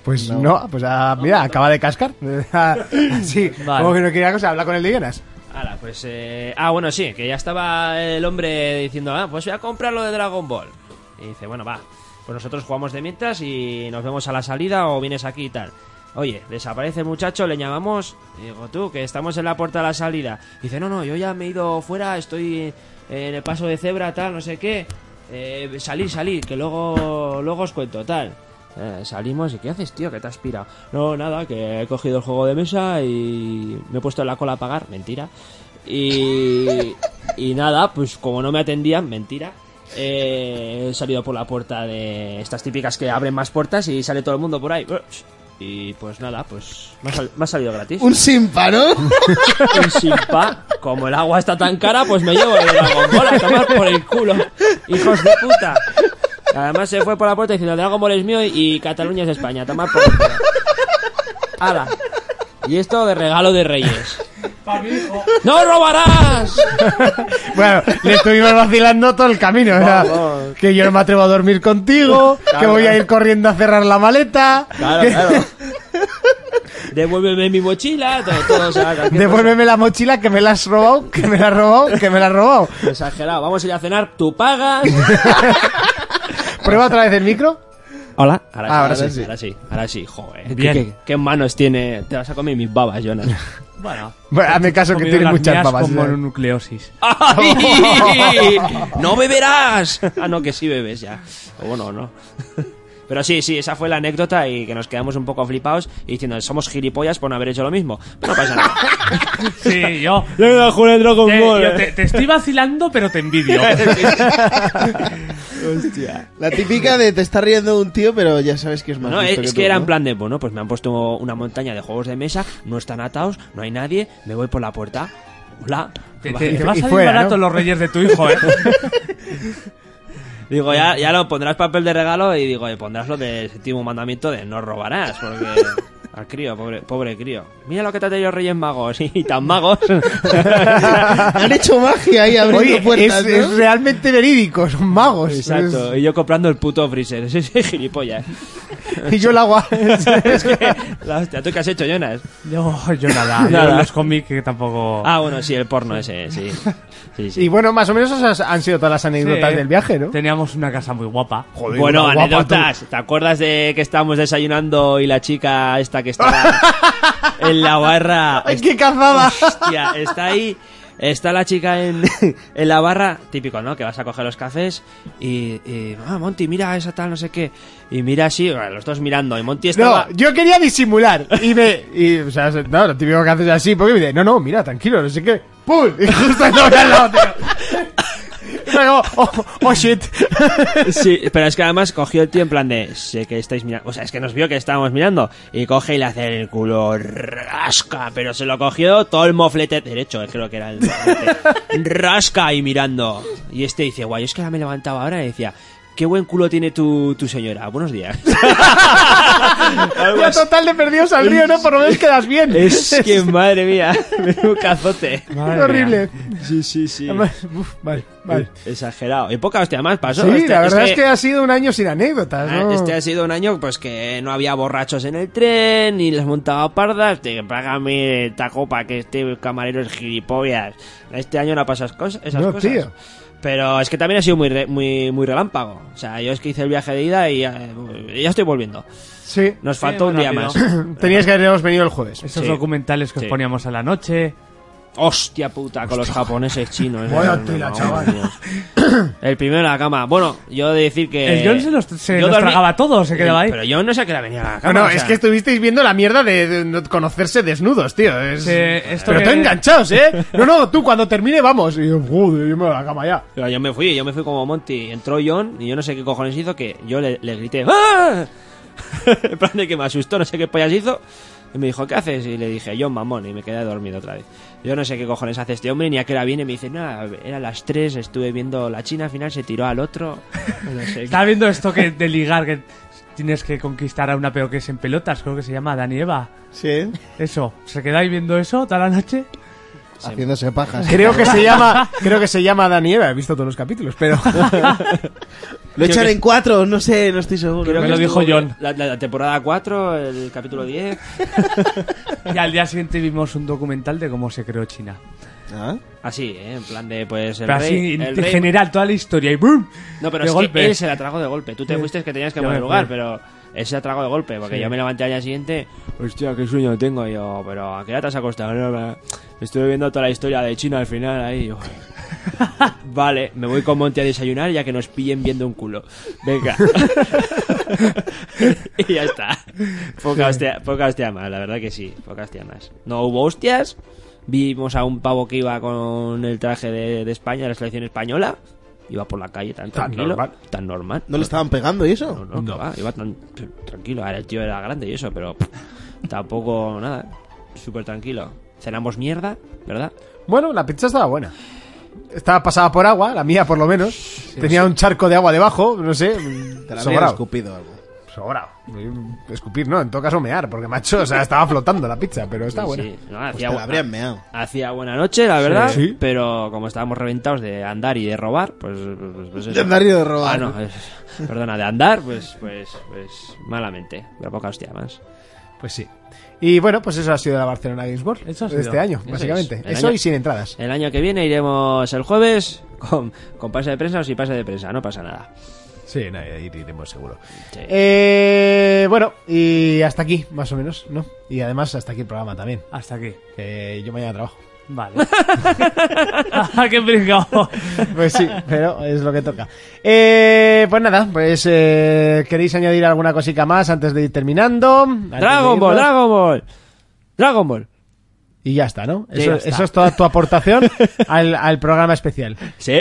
[SPEAKER 1] Pues no, pues ah, mira, acaba de cascar. Así,
[SPEAKER 3] Vale.
[SPEAKER 1] como que no quería cosa, habla con el de Jonas.
[SPEAKER 5] Ahora, pues. eh, ah, bueno, sí, que ya estaba el hombre diciendo, ah, pues voy a comprar lo de Dragon Ball. Y dice, bueno, va. Pues nosotros jugamos de mientras y nos vemos a la salida o vienes aquí y tal. Oye, desaparece el muchacho, le llamamos. y digo, tú, que estamos en la puerta de la salida. Y dice, no, no, yo ya me he ido fuera, estoy en el paso de cebra, tal, no sé qué. Eh, salir, salir, que luego, luego os cuento, tal. Eh, salimos y ¿qué haces, tío? Que te has pirado. No, nada, que he cogido el juego de mesa y me he puesto en la cola a pagar. Mentira. Y, y nada, pues como no me atendían, mentira. eh, he salido por la puerta de estas típicas que abren más puertas y sale todo el mundo por ahí. Y pues nada, pues me ha, sal- me ha salido gratis.
[SPEAKER 2] Un simpa, ¿no?
[SPEAKER 5] Un simpa, como el agua está tan cara, pues me llevo el Dragon Ball a tomar por el culo. Hijos de puta. Además se fue por la puerta diciendo Dragon Ball es mío y Cataluña es de España, tomar por el culo. Ala. Y esto de regalo de Reyes. ¡No robarás!
[SPEAKER 1] Bueno, le estuvimos vacilando todo el camino. o sea, que yo no me atrevo a dormir contigo, que voy a ir corriendo a cerrar la maleta, que-
[SPEAKER 5] Devuélveme mi mochila, todo, todo o sea, cualquier
[SPEAKER 1] devuélveme la mochila que me la has robado, que me la has robado, que me la has robado.
[SPEAKER 5] cosa. Exagerado, vamos a ir a cenar, tú pagas.
[SPEAKER 1] Prueba otra vez el micro.
[SPEAKER 4] Hola.
[SPEAKER 5] Ahora,
[SPEAKER 1] Ah, ahora
[SPEAKER 5] sí,
[SPEAKER 1] sí.
[SPEAKER 5] ahora sí, ahora sí, joder. ¿Qué-
[SPEAKER 3] Bien.
[SPEAKER 5] ¿Qué, qué manos tiene? Te vas a comer mis babas, Jonas.
[SPEAKER 3] Bueno,
[SPEAKER 1] Bueno, hazme caso que
[SPEAKER 3] comido
[SPEAKER 1] tiene
[SPEAKER 3] las
[SPEAKER 1] muchas
[SPEAKER 3] mías
[SPEAKER 1] babas. ¿eh?
[SPEAKER 3] Como
[SPEAKER 1] ¿sabes?
[SPEAKER 3] nucleosis.
[SPEAKER 5] ¡Ay! ¡No beberás! Ah, no, que sí bebes ya. O bueno, no. Pero sí, sí, esa fue la anécdota y que nos quedamos un poco flipados y diciendo, somos gilipollas por no haber hecho lo mismo. Pero no pasa nada.
[SPEAKER 3] Sí, yo.
[SPEAKER 5] Yo me la jugué en Dragon
[SPEAKER 3] Te,
[SPEAKER 5] Ball,
[SPEAKER 3] yo
[SPEAKER 5] eh.
[SPEAKER 3] te- te estoy vacilando, pero te envidio.
[SPEAKER 2] La típica de te está riendo un tío, pero ya sabes que es más
[SPEAKER 5] No, es,
[SPEAKER 2] listo
[SPEAKER 5] es
[SPEAKER 2] tú,
[SPEAKER 5] que era en
[SPEAKER 2] ¿no?
[SPEAKER 5] plan de, bueno, pues me han puesto una montaña de juegos de mesa, no están atados, no hay nadie, me voy por la puerta. Hola.
[SPEAKER 3] Te,
[SPEAKER 5] Vale.
[SPEAKER 3] te- te va a
[SPEAKER 1] Y
[SPEAKER 3] salir
[SPEAKER 1] fuera,
[SPEAKER 3] barato
[SPEAKER 1] ¿no?
[SPEAKER 3] los reyes de tu hijo, ¿eh?
[SPEAKER 5] Digo, ya, ya lo pondrás papel de regalo y digo, eh, pondrás lo del séptimo mandamiento de no robarás, porque al crío, pobre, pobre crío. Mira lo que te han traído Reyes Magos y tan magos.
[SPEAKER 2] Han hecho magia ahí abriendo
[SPEAKER 1] Oye, es,
[SPEAKER 2] puertas, ¿no?
[SPEAKER 1] es realmente verídico, son magos.
[SPEAKER 5] Exacto. Y yo comprando el puto freezer, ese es gilipollas.
[SPEAKER 1] Es- y yo el agua.
[SPEAKER 5] Es que, la hostia, ¿tú qué has hecho, Jonas?
[SPEAKER 3] Yo, yo nada, yo
[SPEAKER 5] Nada.
[SPEAKER 3] los cómics que tampoco.
[SPEAKER 5] Ah, bueno, sí, el porno ese, sí. Sí, sí.
[SPEAKER 1] y bueno, más o menos esas han sido todas las
[SPEAKER 3] Sí,
[SPEAKER 1] anécdotas del viaje, ¿no?
[SPEAKER 3] Teníamos una casa muy guapa.
[SPEAKER 5] bueno,
[SPEAKER 1] guapa,
[SPEAKER 5] anécdotas. ¿Te acuerdas de que estábamos desayunando y la chica esta que estaba en la barra
[SPEAKER 1] ¡Ay, qué cazada!
[SPEAKER 5] Hostia, está ahí. Está la chica en, en la barra, típico, ¿no? Que vas a coger los cafés y, y, Ah, Monty, mira esa tal, no sé qué. Y mira así, bueno, los dos mirando. Y Monty estaba.
[SPEAKER 1] No, yo quería disimular. Y me. Y, o sea, no, lo típico que haces así, porque me dice, no, no, mira, tranquilo, no sé qué. ¡Pum! Y justo en la hora al lado, tío. Y me digo, oh, oh, shit.
[SPEAKER 5] Sí, pero es que además cogió el tío en plan de. Sé que estáis mirando. O sea, es que nos vio que estábamos mirando. Y coge y le hace el culo rasca. Pero se lo cogió todo el moflete derecho, eh, creo que era el moflete. Rasca y mirando. Y este dice, guay, es que ahora me levantaba ahora y decía. Qué buen culo tiene tu, tu señora. Buenos días. Algo
[SPEAKER 1] Ya
[SPEAKER 5] así.
[SPEAKER 1] total de perdidos al río, ¿no? Por lo menos quedas bien.
[SPEAKER 5] Es que madre mía, menudo cazote.
[SPEAKER 3] Madre
[SPEAKER 1] horrible.
[SPEAKER 5] Sí, sí, sí.
[SPEAKER 1] Además, uf, vale, vale.
[SPEAKER 5] Exagerado. Y poca hostia más pasó.
[SPEAKER 1] Sí,
[SPEAKER 5] Este-
[SPEAKER 1] la verdad
[SPEAKER 5] este-
[SPEAKER 1] es que ha sido un año sin anécdotas,
[SPEAKER 5] Ah,
[SPEAKER 1] ¿no?
[SPEAKER 5] Este ha sido un año pues que no había borrachos en el tren, ni les montaba pardas, de que págame esta copa que este camarero es gilipollas. Este año no ha pasado esas cosas. esas
[SPEAKER 1] No,
[SPEAKER 5] cosas.
[SPEAKER 1] tío.
[SPEAKER 5] Pero es que también ha sido muy, re- muy, muy relámpago. O sea, yo es que hice el viaje de ida y eh, ya estoy volviendo.
[SPEAKER 1] Sí.
[SPEAKER 5] Nos
[SPEAKER 3] Sí,
[SPEAKER 5] faltó
[SPEAKER 3] muy
[SPEAKER 5] un día
[SPEAKER 3] rápido.
[SPEAKER 5] más.
[SPEAKER 1] Tenías que habernos venido el jueves.
[SPEAKER 3] Esos
[SPEAKER 5] Sí.
[SPEAKER 3] documentales que
[SPEAKER 5] Sí.
[SPEAKER 3] os poníamos a la noche.
[SPEAKER 5] Hostia puta, con los japoneses chinos. eh.
[SPEAKER 1] Vaya
[SPEAKER 5] No,
[SPEAKER 1] tela,
[SPEAKER 5] no,
[SPEAKER 1] chaval.
[SPEAKER 5] Dios. El primero en la cama. Bueno, yo he de decir que.
[SPEAKER 3] El John se los, se
[SPEAKER 5] yo
[SPEAKER 3] los
[SPEAKER 5] dormí-
[SPEAKER 3] tragaba todo, se quedaba ahí.
[SPEAKER 5] Pero yo no sé a qué hora venía a la
[SPEAKER 1] Ah, No,
[SPEAKER 5] cama.
[SPEAKER 1] no,
[SPEAKER 5] o sea,
[SPEAKER 1] es que estuvisteis viendo la mierda de, de no conocerse desnudos, tío. Es-
[SPEAKER 3] Sí, esto
[SPEAKER 1] Pero
[SPEAKER 3] que-
[SPEAKER 1] todo enganchados, ¿eh? No, no, tú cuando termine vamos. Y yo, joder, yo me voy a la cama ya.
[SPEAKER 5] Pero yo me fui, yo me fui como Monty. Entró John y yo no sé qué cojones hizo que yo le, le grité. ¡Ah! en plan de que me asustó, no sé qué pollas hizo. Y me dijo, ¿qué haces? Y le dije, John, mamón. Y me quedé dormido otra vez. Yo no sé qué cojones hace este hombre, ni a qué hora viene. Y me dice, nada, eran las 3, estuve viendo la China, al final se tiró al otro. No sé qué.
[SPEAKER 3] Estaba viendo esto que de ligar que tienes que conquistar a una pero que es en pelotas, creo que se llama Dani Eva.
[SPEAKER 2] Sí,
[SPEAKER 3] Eso, ¿se quedáis viendo eso toda la noche?
[SPEAKER 2] haciéndose pajas.
[SPEAKER 1] Creo que se llama, creo que se llama Daniela, he visto todos los capítulos, pero
[SPEAKER 2] Lo echan en cuatro, no sé, no estoy seguro.
[SPEAKER 5] Creo
[SPEAKER 3] Me
[SPEAKER 5] que
[SPEAKER 3] lo dijo
[SPEAKER 5] estuvo-
[SPEAKER 3] John.
[SPEAKER 5] La, la temporada 4, el capítulo 10.
[SPEAKER 3] Y al día siguiente vimos un documental de cómo se creó China.
[SPEAKER 2] Ah.
[SPEAKER 5] Así, ¿eh? En plan de, pues, el
[SPEAKER 3] Pero
[SPEAKER 5] rey...
[SPEAKER 3] así, en
[SPEAKER 5] el rey-
[SPEAKER 3] general, toda la historia y ¡boom!
[SPEAKER 5] No, pero
[SPEAKER 3] de
[SPEAKER 5] es
[SPEAKER 3] golpe.
[SPEAKER 5] que él se la tragó de golpe. Tú te fuiste que tenías que
[SPEAKER 3] Yo me
[SPEAKER 5] madrugar,
[SPEAKER 3] fui.
[SPEAKER 5] pero él se la tragó de golpe. Porque
[SPEAKER 3] Sí.
[SPEAKER 5] yo me levanté al día siguiente... Hostia, qué sueño tengo. Y yo, pero ¿a qué hora te has acostado? No, me- Estuve viendo toda la historia de China al final ahí. y yo, vale, me voy con Monty a desayunar ya que nos pillen viendo un culo. Venga. y ya está. Poca, hostia, poca hostia más, la verdad que sí. Poca hostia más. No hubo hostias. Vimos a un pavo que iba con el traje de, de España, de la selección española. Iba por la calle tan, tranquilo.
[SPEAKER 1] normal.
[SPEAKER 5] Tan normal.
[SPEAKER 2] ¿No le estaban pegando y eso?
[SPEAKER 5] No, no, que va, iba tan tranquilo. Ahora el tío era grande y eso, pero pff, tampoco nada. Súper tranquilo. Cenamos mierda, ¿verdad?
[SPEAKER 1] bueno, la pizza estaba buena. Estaba pasada por agua, la mía por lo menos. Tenía un charco de agua debajo, no sé,
[SPEAKER 2] Te la habrían
[SPEAKER 1] sobrado.
[SPEAKER 2] escupido algo. Pues
[SPEAKER 1] sobra. Escupir, no, en todo caso mear, porque macho, o sea, estaba flotando la pizza, pero está
[SPEAKER 5] Sí,
[SPEAKER 1] buena.
[SPEAKER 5] sí. No,
[SPEAKER 2] Pues
[SPEAKER 5] hacía,
[SPEAKER 2] te la
[SPEAKER 5] bu- ah,
[SPEAKER 2] habrían meado.
[SPEAKER 5] hacía buena noche, la verdad.
[SPEAKER 1] Sí.
[SPEAKER 5] Pero como estábamos reventados de andar y de robar, pues. pues- pues eso.
[SPEAKER 2] De andar y de robar.
[SPEAKER 5] Ah, no, es- perdona, de andar, pues, pues, pues malamente. Pero poca hostia más.
[SPEAKER 1] Pues sí. Y bueno, pues eso ha sido la Barcelona Games World
[SPEAKER 3] Eso ha
[SPEAKER 1] de este
[SPEAKER 3] sido.
[SPEAKER 1] año,
[SPEAKER 5] Eso
[SPEAKER 1] básicamente.
[SPEAKER 5] es. El
[SPEAKER 1] Eso
[SPEAKER 5] año-
[SPEAKER 1] y sin entradas.
[SPEAKER 5] El año que viene iremos el jueves con, con pase de prensa o sin pase de prensa, no pasa nada.
[SPEAKER 1] Sí, no, ahí iremos seguro.
[SPEAKER 5] Sí.
[SPEAKER 1] Eh, bueno, y hasta aquí, más o menos, ¿no? Y además hasta aquí el programa también,
[SPEAKER 3] Hasta aquí.
[SPEAKER 1] que yo mañana trabajo.
[SPEAKER 3] Vale. Ah, ¡Qué pringao!
[SPEAKER 1] Pues sí, pero es lo que toca. Eh, pues nada, pues eh, queréis añadir alguna cosica más antes de ir terminando. Antes de
[SPEAKER 5] Dragon Ball,
[SPEAKER 1] irnos.
[SPEAKER 5] Dragon Ball. Dragon Ball.
[SPEAKER 1] Y ya está, ¿no?
[SPEAKER 5] Sí,
[SPEAKER 1] eso,
[SPEAKER 5] ya está.
[SPEAKER 1] eso es toda tu aportación al, al programa especial.
[SPEAKER 5] Sí.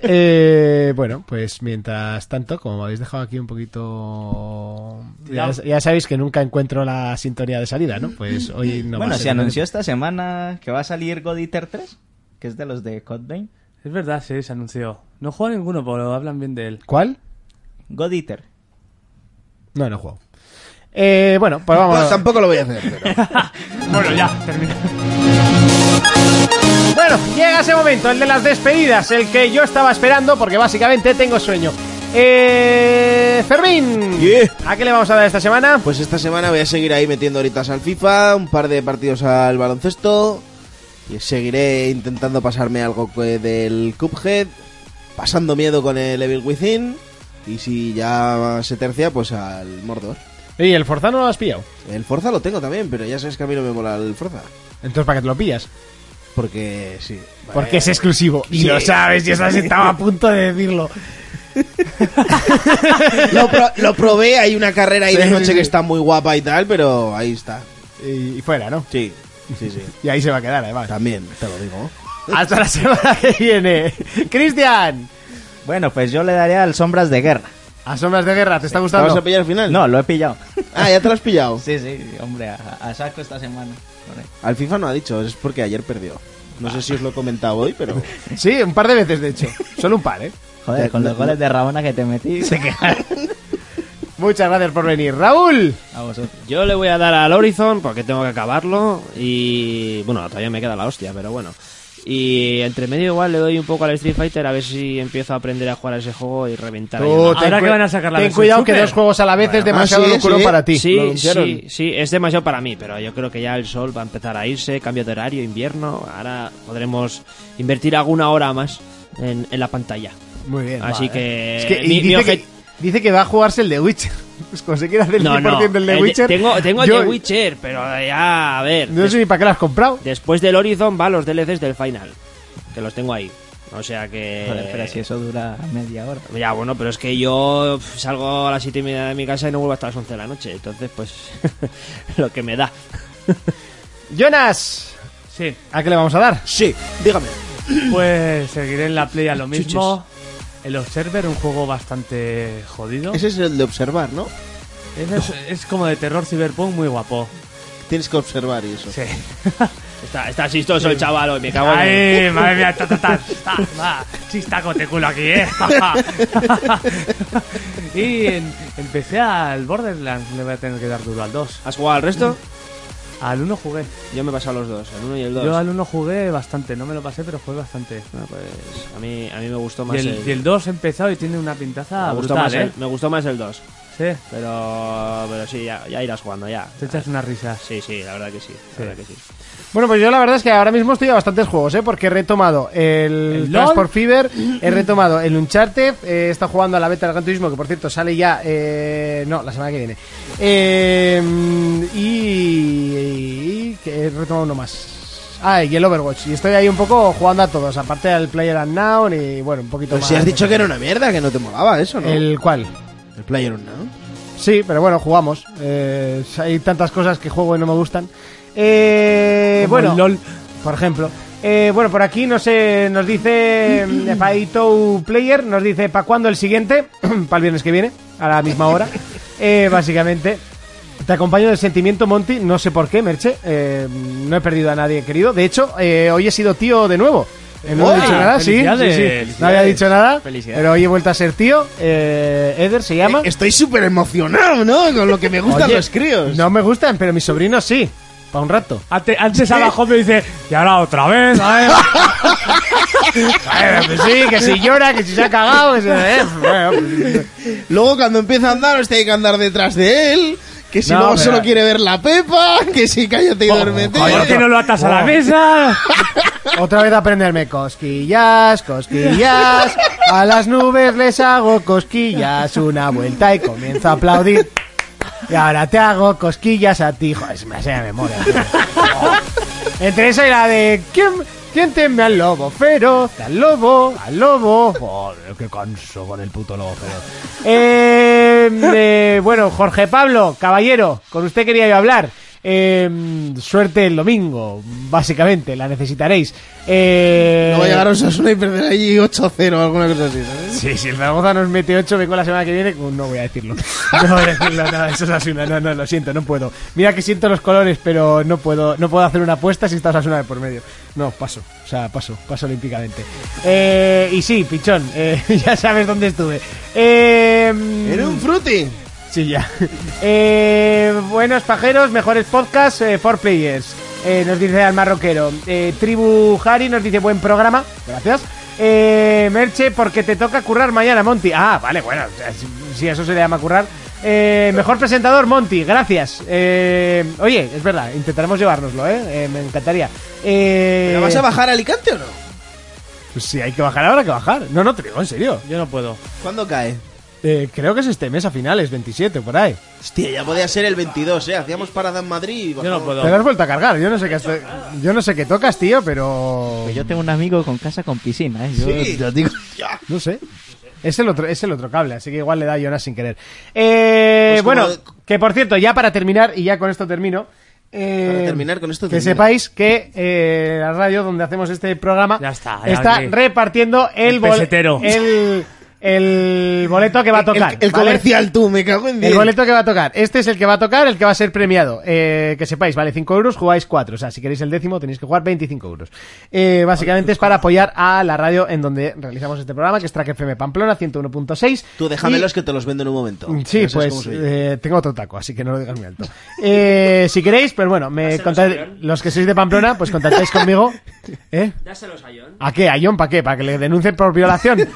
[SPEAKER 1] Eh, bueno, pues mientras tanto, como me habéis dejado aquí un poquito... Ya, ya sabéis que nunca encuentro la sintonía de salida, ¿no? Pues hoy no va
[SPEAKER 4] bueno,
[SPEAKER 1] a ser
[SPEAKER 4] se anunció
[SPEAKER 1] diferente.
[SPEAKER 4] esta semana que va a salir God Eater 3, que es de los de Codename.
[SPEAKER 3] Es verdad, sí, se anunció. No juega ninguno, pero hablan bien de él.
[SPEAKER 1] ¿Cuál?
[SPEAKER 4] God Eater.
[SPEAKER 1] No, no juego. Eh, bueno, pues vamos...
[SPEAKER 2] Pues tampoco lo voy a hacer, pero.
[SPEAKER 3] Bueno, ya, termina.
[SPEAKER 1] Bueno, llega ese momento, el de las despedidas, el que yo estaba esperando porque básicamente tengo sueño. Eh, Fermín,
[SPEAKER 2] Yeah.
[SPEAKER 1] ¿a qué le vamos a dar esta semana?
[SPEAKER 2] Pues esta semana voy a seguir ahí metiendo horitas al FIFA, un par de partidos al baloncesto. Y seguiré intentando pasarme algo que- del Cuphead, pasando miedo con el Evil Within. Y si ya se tercia, pues al Mordor.
[SPEAKER 1] Y el Forza no lo has pillado.
[SPEAKER 2] El Forza lo tengo también, pero ya sabes que a mí no me mola el Forza.
[SPEAKER 1] Entonces, ¿para qué te lo pillas?
[SPEAKER 2] Porque sí.
[SPEAKER 1] Porque es exclusivo. Y
[SPEAKER 2] Sí.
[SPEAKER 1] lo sabes, y estás estaba a punto de decirlo.
[SPEAKER 2] Lo, pro- lo probé, hay una carrera ahí
[SPEAKER 1] Sí,
[SPEAKER 2] de
[SPEAKER 1] sí,
[SPEAKER 2] noche
[SPEAKER 1] sí.
[SPEAKER 2] que está muy guapa y tal, pero ahí está.
[SPEAKER 1] Y, y fuera, ¿no?
[SPEAKER 2] Sí, sí, sí.
[SPEAKER 1] Y ahí se va a quedar, además.
[SPEAKER 2] También, te lo digo.
[SPEAKER 1] Hasta la semana que viene. Cristian,
[SPEAKER 4] Bueno, pues yo le daré al Sombras de Guerra.
[SPEAKER 1] a sombras de guerra, ¿te está
[SPEAKER 2] ¿Te vas a
[SPEAKER 1] gustando?
[SPEAKER 2] pillar al final?
[SPEAKER 4] No, lo he pillado.
[SPEAKER 2] Ah, ya te lo has pillado.
[SPEAKER 4] Sí, sí, hombre, a, a saco esta semana. Hombre.
[SPEAKER 2] Al FIFA no ha dicho, es porque ayer perdió. No sé si os lo he comentado hoy, pero.
[SPEAKER 1] Sí, un par de veces, de hecho. Solo un par, ¿eh?
[SPEAKER 4] Joder, con los goles de Rabona que te metí, se quedaron
[SPEAKER 1] Muchas gracias por venir. Raúl,
[SPEAKER 4] a vosotros.
[SPEAKER 5] Yo le voy a dar al Horizon porque tengo que acabarlo y bueno, todavía me queda la hostia, pero bueno. Y entre medio igual le doy un poco al Street Fighter a ver si empiezo a aprender a jugar a ese juego y reventar. ahí
[SPEAKER 1] Tú,
[SPEAKER 5] a-
[SPEAKER 3] Ahora
[SPEAKER 1] cu-
[SPEAKER 3] que van a sacar la
[SPEAKER 1] ten
[SPEAKER 3] versión
[SPEAKER 1] cuidado que
[SPEAKER 3] Super.
[SPEAKER 1] dos juegos a la vez es demasiado
[SPEAKER 2] Ah, sí,
[SPEAKER 1] locuro
[SPEAKER 2] sí.
[SPEAKER 1] para ti.
[SPEAKER 2] ¿lo
[SPEAKER 5] Sí,
[SPEAKER 2] anunciaron?
[SPEAKER 5] sí, sí, es demasiado para mí, pero yo creo que ya el sol va a empezar a irse, cambio de horario, invierno, ahora podremos invertir alguna hora más en, en la pantalla.
[SPEAKER 1] Muy bien.
[SPEAKER 5] Así que,
[SPEAKER 1] Es que- y
[SPEAKER 5] mi- mi
[SPEAKER 1] dice,
[SPEAKER 5] obje-
[SPEAKER 1] que dice que va a jugarse el de Witcher. Pues como se quiere hacer el
[SPEAKER 5] No,
[SPEAKER 1] 100%
[SPEAKER 5] no,
[SPEAKER 1] del de
[SPEAKER 5] el de-
[SPEAKER 1] Witcher.
[SPEAKER 5] tengo, tengo el
[SPEAKER 1] yo-
[SPEAKER 5] de Witcher, pero ya, a ver,
[SPEAKER 1] No sé ni para qué lo has comprado.
[SPEAKER 5] Después del Horizon va los DLCs del Final, que los tengo ahí. O sea que...
[SPEAKER 4] Joder, pero si eso dura media hora.
[SPEAKER 5] Ya, bueno, pero es que yo pf, salgo a las 7 y media de mi casa y no vuelvo hasta las 11 de la noche. Entonces, pues, lo que me da.
[SPEAKER 1] Jonas,
[SPEAKER 3] Sí,
[SPEAKER 1] ¿a qué le vamos a dar?
[SPEAKER 2] Sí, dígame.
[SPEAKER 3] pues seguiré en la Play a lo mismo. El Observer, un juego bastante jodido.
[SPEAKER 2] Ese es el de observar, ¿no?
[SPEAKER 3] Ese Es, es como de terror cyberpunk muy guapo.
[SPEAKER 2] Tienes que observar y eso.
[SPEAKER 3] Sí.
[SPEAKER 5] Está, está chistoso el chaval hoy, me cago en...
[SPEAKER 3] Ay, madre mía, ta, ta, ta, ta, va. Chistaco te culo aquí, eh. y en- empecé al Borderlands, le voy a tener que dar duro al 2.
[SPEAKER 5] ¿Has jugado al resto?
[SPEAKER 3] Al 1 jugué.
[SPEAKER 5] Yo me he pasado los dos, el uno y el
[SPEAKER 3] Yo
[SPEAKER 5] dos.
[SPEAKER 3] al 1 jugué bastante, no me lo pasé, pero jugué bastante.
[SPEAKER 5] Ah, pues, a mí, a mí me gustó
[SPEAKER 3] Y
[SPEAKER 5] más
[SPEAKER 3] el, y el 2 he empezado y tiene una pintaza
[SPEAKER 5] me, gustó
[SPEAKER 3] brutal,
[SPEAKER 5] más
[SPEAKER 3] ¿eh?
[SPEAKER 5] el, me gustó más el 2,
[SPEAKER 3] Sí,
[SPEAKER 5] pero, pero sí, ya, ya irás jugando, ya.
[SPEAKER 3] te echas unas risas.
[SPEAKER 5] Sí, sí, la verdad que sí, la
[SPEAKER 3] Sí.
[SPEAKER 5] verdad que sí.
[SPEAKER 1] Bueno, pues yo la verdad es que ahora mismo estoy a bastantes juegos, ¿eh? Porque he retomado el,
[SPEAKER 3] ¿El
[SPEAKER 1] Transport Fever, he retomado el Uncharted, eh, he estado jugando a la beta del Gran Turismo, que por cierto sale ya... eh, no, la semana que viene. Eh, y, y que he retomado uno más. Ah, y el Overwatch. Y estoy ahí un poco jugando a todos, aparte del Player Unknown y bueno, un poquito
[SPEAKER 2] Pero
[SPEAKER 1] más.
[SPEAKER 2] si has dicho que era una mierda, que no te molaba eso, ¿no?
[SPEAKER 1] ¿El cuál?
[SPEAKER 2] El player, ¿no?
[SPEAKER 1] Sí, pero bueno, jugamos. Eh, hay tantas cosas que juego y no me gustan. Eh,
[SPEAKER 3] Como
[SPEAKER 1] bueno,
[SPEAKER 3] el LOL.
[SPEAKER 1] por ejemplo. Eh, bueno, por aquí no sé, nos dice mm, Faito Player, nos dice ¿para cuándo el siguiente? para el viernes que viene, a la misma hora. Eh, básicamente. Te acompaño del sentimiento, Monty. No sé por qué, Merche. Eh, no he perdido a nadie querido. De hecho, eh, hoy he sido tío de nuevo. Eh, No
[SPEAKER 2] ¡Oh!
[SPEAKER 1] había dicho nada, sí, sí,
[SPEAKER 3] Felicidades.
[SPEAKER 1] sí. No había dicho nada.
[SPEAKER 2] Felicidades.
[SPEAKER 1] Pero hoy he vuelto a ser tío. Eh, Eder se llama.
[SPEAKER 2] Estoy súper emocionado, ¿no? Con lo que me gustan
[SPEAKER 1] Oye,
[SPEAKER 2] los críos.
[SPEAKER 1] No me gustan, pero mis sobrinos sí. Para un rato.
[SPEAKER 3] Ante- Antes
[SPEAKER 1] Eh.
[SPEAKER 3] abajo me dice, y ahora otra vez, a ver".
[SPEAKER 1] Pues sí, que si llora, que si se ha cagado. que si- eh, bueno, pues-
[SPEAKER 2] Luego cuando empieza a andar, usted hay que andar detrás de él. Que si
[SPEAKER 1] No,
[SPEAKER 2] luego
[SPEAKER 1] pero-
[SPEAKER 2] solo quiere ver la Pepa, que si cállate y duérmete.
[SPEAKER 3] ¿Por qué no lo atas a la mesa?
[SPEAKER 1] Otra vez aprenderme cosquillas, cosquillas. A las nubes les hago cosquillas. Una vuelta y comienzo a aplaudir. Y ahora te hago cosquillas a ti. Joder, se me hace de memoria. tío. Entre esa y la de. ¿Quién, quién teme al lobo feroz? Al lobo, al lobo. Joder, qué canso con el puto lobo feroz. Eh, eh, bueno, Jorge Pablo, caballero, con usted quería yo hablar. Eh, suerte el domingo, básicamente, la necesitaréis. Eh,
[SPEAKER 2] Luego llegar a Osasuna y perder allí 8-0 o alguna cosa así, ¿sabes?
[SPEAKER 1] Sí, si el Zaragoza nos mete 8, vengo la semana que viene. con- No voy a decirlo. No voy a decirlo, no, eso es Asuna. No, no, lo siento, no puedo. Mira que siento los colores, pero no puedo no puedo hacer una apuesta si está Asuna de por medio. No, paso. O sea, paso, paso olímpicamente. Eh, y sí, pichón, eh, ya sabes dónde estuve. Eh,
[SPEAKER 2] Era un fruti.
[SPEAKER 1] Sí, ya. Eh, buenos pajeros, mejores podcasts, eh, for players. Eh, nos dice Alma Roquero. Eh, Tribu Hari nos dice buen programa. Gracias. Eh, Merche, porque te toca currar mañana, Monty. Ah, vale, bueno, si- si eso se le llama currar. Eh, mejor presentador, Monty, gracias. Eh, oye, es verdad, intentaremos llevárnoslo, ¿eh? Eh, me encantaría. Eh,
[SPEAKER 2] ¿Pero vas a bajar a Alicante o no?
[SPEAKER 1] Pues si hay que bajar, habrá que bajar. No, no, te digo, en serio.
[SPEAKER 3] Yo no puedo.
[SPEAKER 2] ¿Cuándo cae?
[SPEAKER 1] Eh, creo que es este mes a finales, 27, por ahí.
[SPEAKER 2] Hostia, ya podía ser el 22, ¿eh? Hacíamos parada en Madrid y
[SPEAKER 3] Yo no
[SPEAKER 2] bajamos.
[SPEAKER 3] puedo.
[SPEAKER 1] Te lo has vuelto a cargar. Yo no sé qué, hasta- yo no sé qué tocas, tío, pero.
[SPEAKER 4] Pues yo tengo un amigo con casa con piscina, ¿eh? Yo-
[SPEAKER 2] Sí.
[SPEAKER 4] yo digo-
[SPEAKER 1] No sé. Es el, otro, es el otro cable, así que igual le da a Jonas sin querer. Eh,
[SPEAKER 2] Pues como-
[SPEAKER 1] bueno, que por cierto, ya para terminar, y ya con esto termino. eh,
[SPEAKER 2] Para terminar, con esto
[SPEAKER 1] Que
[SPEAKER 2] termino.
[SPEAKER 1] sepáis que eh, la radio donde hacemos este programa
[SPEAKER 3] Ya está, ya hablé.
[SPEAKER 1] repartiendo el,
[SPEAKER 3] El
[SPEAKER 1] bol-
[SPEAKER 3] pesetero.
[SPEAKER 1] el, el boleto que va a
[SPEAKER 2] El,
[SPEAKER 1] tocar. ¿vale?
[SPEAKER 2] el comercial, tú, me cago en 10.
[SPEAKER 1] El boleto que va a tocar. Este es el que va a tocar, el que va a ser premiado. Eh, que sepáis, vale 5 euros, jugáis 4. O sea, si queréis el décimo, tenéis que jugar 25 euros. Eh, básicamente es para apoyar a la radio en donde realizamos este programa, que es Track FM Pamplona 101.6.
[SPEAKER 2] Tú
[SPEAKER 1] Y-
[SPEAKER 2] déjamelos que te los vendo en un momento.
[SPEAKER 1] Sí,
[SPEAKER 2] No sabes cómo
[SPEAKER 1] pues
[SPEAKER 2] soy.
[SPEAKER 1] eh, tengo otro taco, así que no lo digas muy alto. Eh, si queréis, pero bueno, me contad, los que sois de Pamplona, pues contactáis conmigo. ¿Eh?
[SPEAKER 5] Dáselos a John.
[SPEAKER 1] ¿A qué? ¿A John para qué? ¿Para que le denuncien por violación?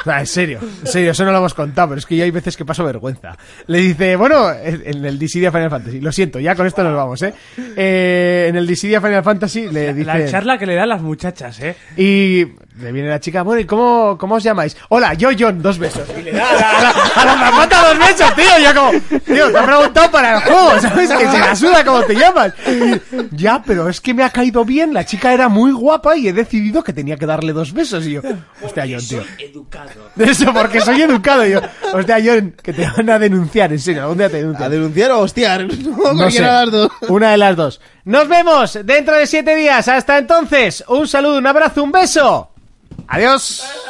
[SPEAKER 1] O sea, en serio, en serio, eso no lo hemos contado, pero es que yo hay veces que paso vergüenza. Le dice, bueno, en el Dissidia Final Fantasy, lo siento, ya con esto nos vamos, ¿eh? Eh, en el Dissidia Final Fantasy le
[SPEAKER 3] La
[SPEAKER 1] dice...
[SPEAKER 3] charla que le dan las muchachas, ¿eh?
[SPEAKER 1] Y le viene la chica, bueno, ¿y cómo, cómo os llamáis? Hola, yo John, dos besos. Y le da a la, a la- a la zapata dos besos, tío. Y yo como, tío, te ha preguntado para el juego, ¿sabes? Que se la suda cómo te llamas. Y, ya, pero es que me ha caído bien, la chica era muy guapa y he decidido que tenía que darle dos besos. Y yo, hostia, John, tío.
[SPEAKER 5] Educado.
[SPEAKER 1] Eso, porque soy educado. Y yo, hostia, John, que te van a denunciar, en serio, algún día te
[SPEAKER 2] ¿A
[SPEAKER 1] denuncian.
[SPEAKER 2] denunciar o hostiar?
[SPEAKER 1] No
[SPEAKER 2] No,
[SPEAKER 1] sé.
[SPEAKER 2] cualquiera de las dos.
[SPEAKER 1] Una de las dos. Nos vemos dentro de siete días. Hasta entonces, un saludo, un abrazo, un beso. Adiós.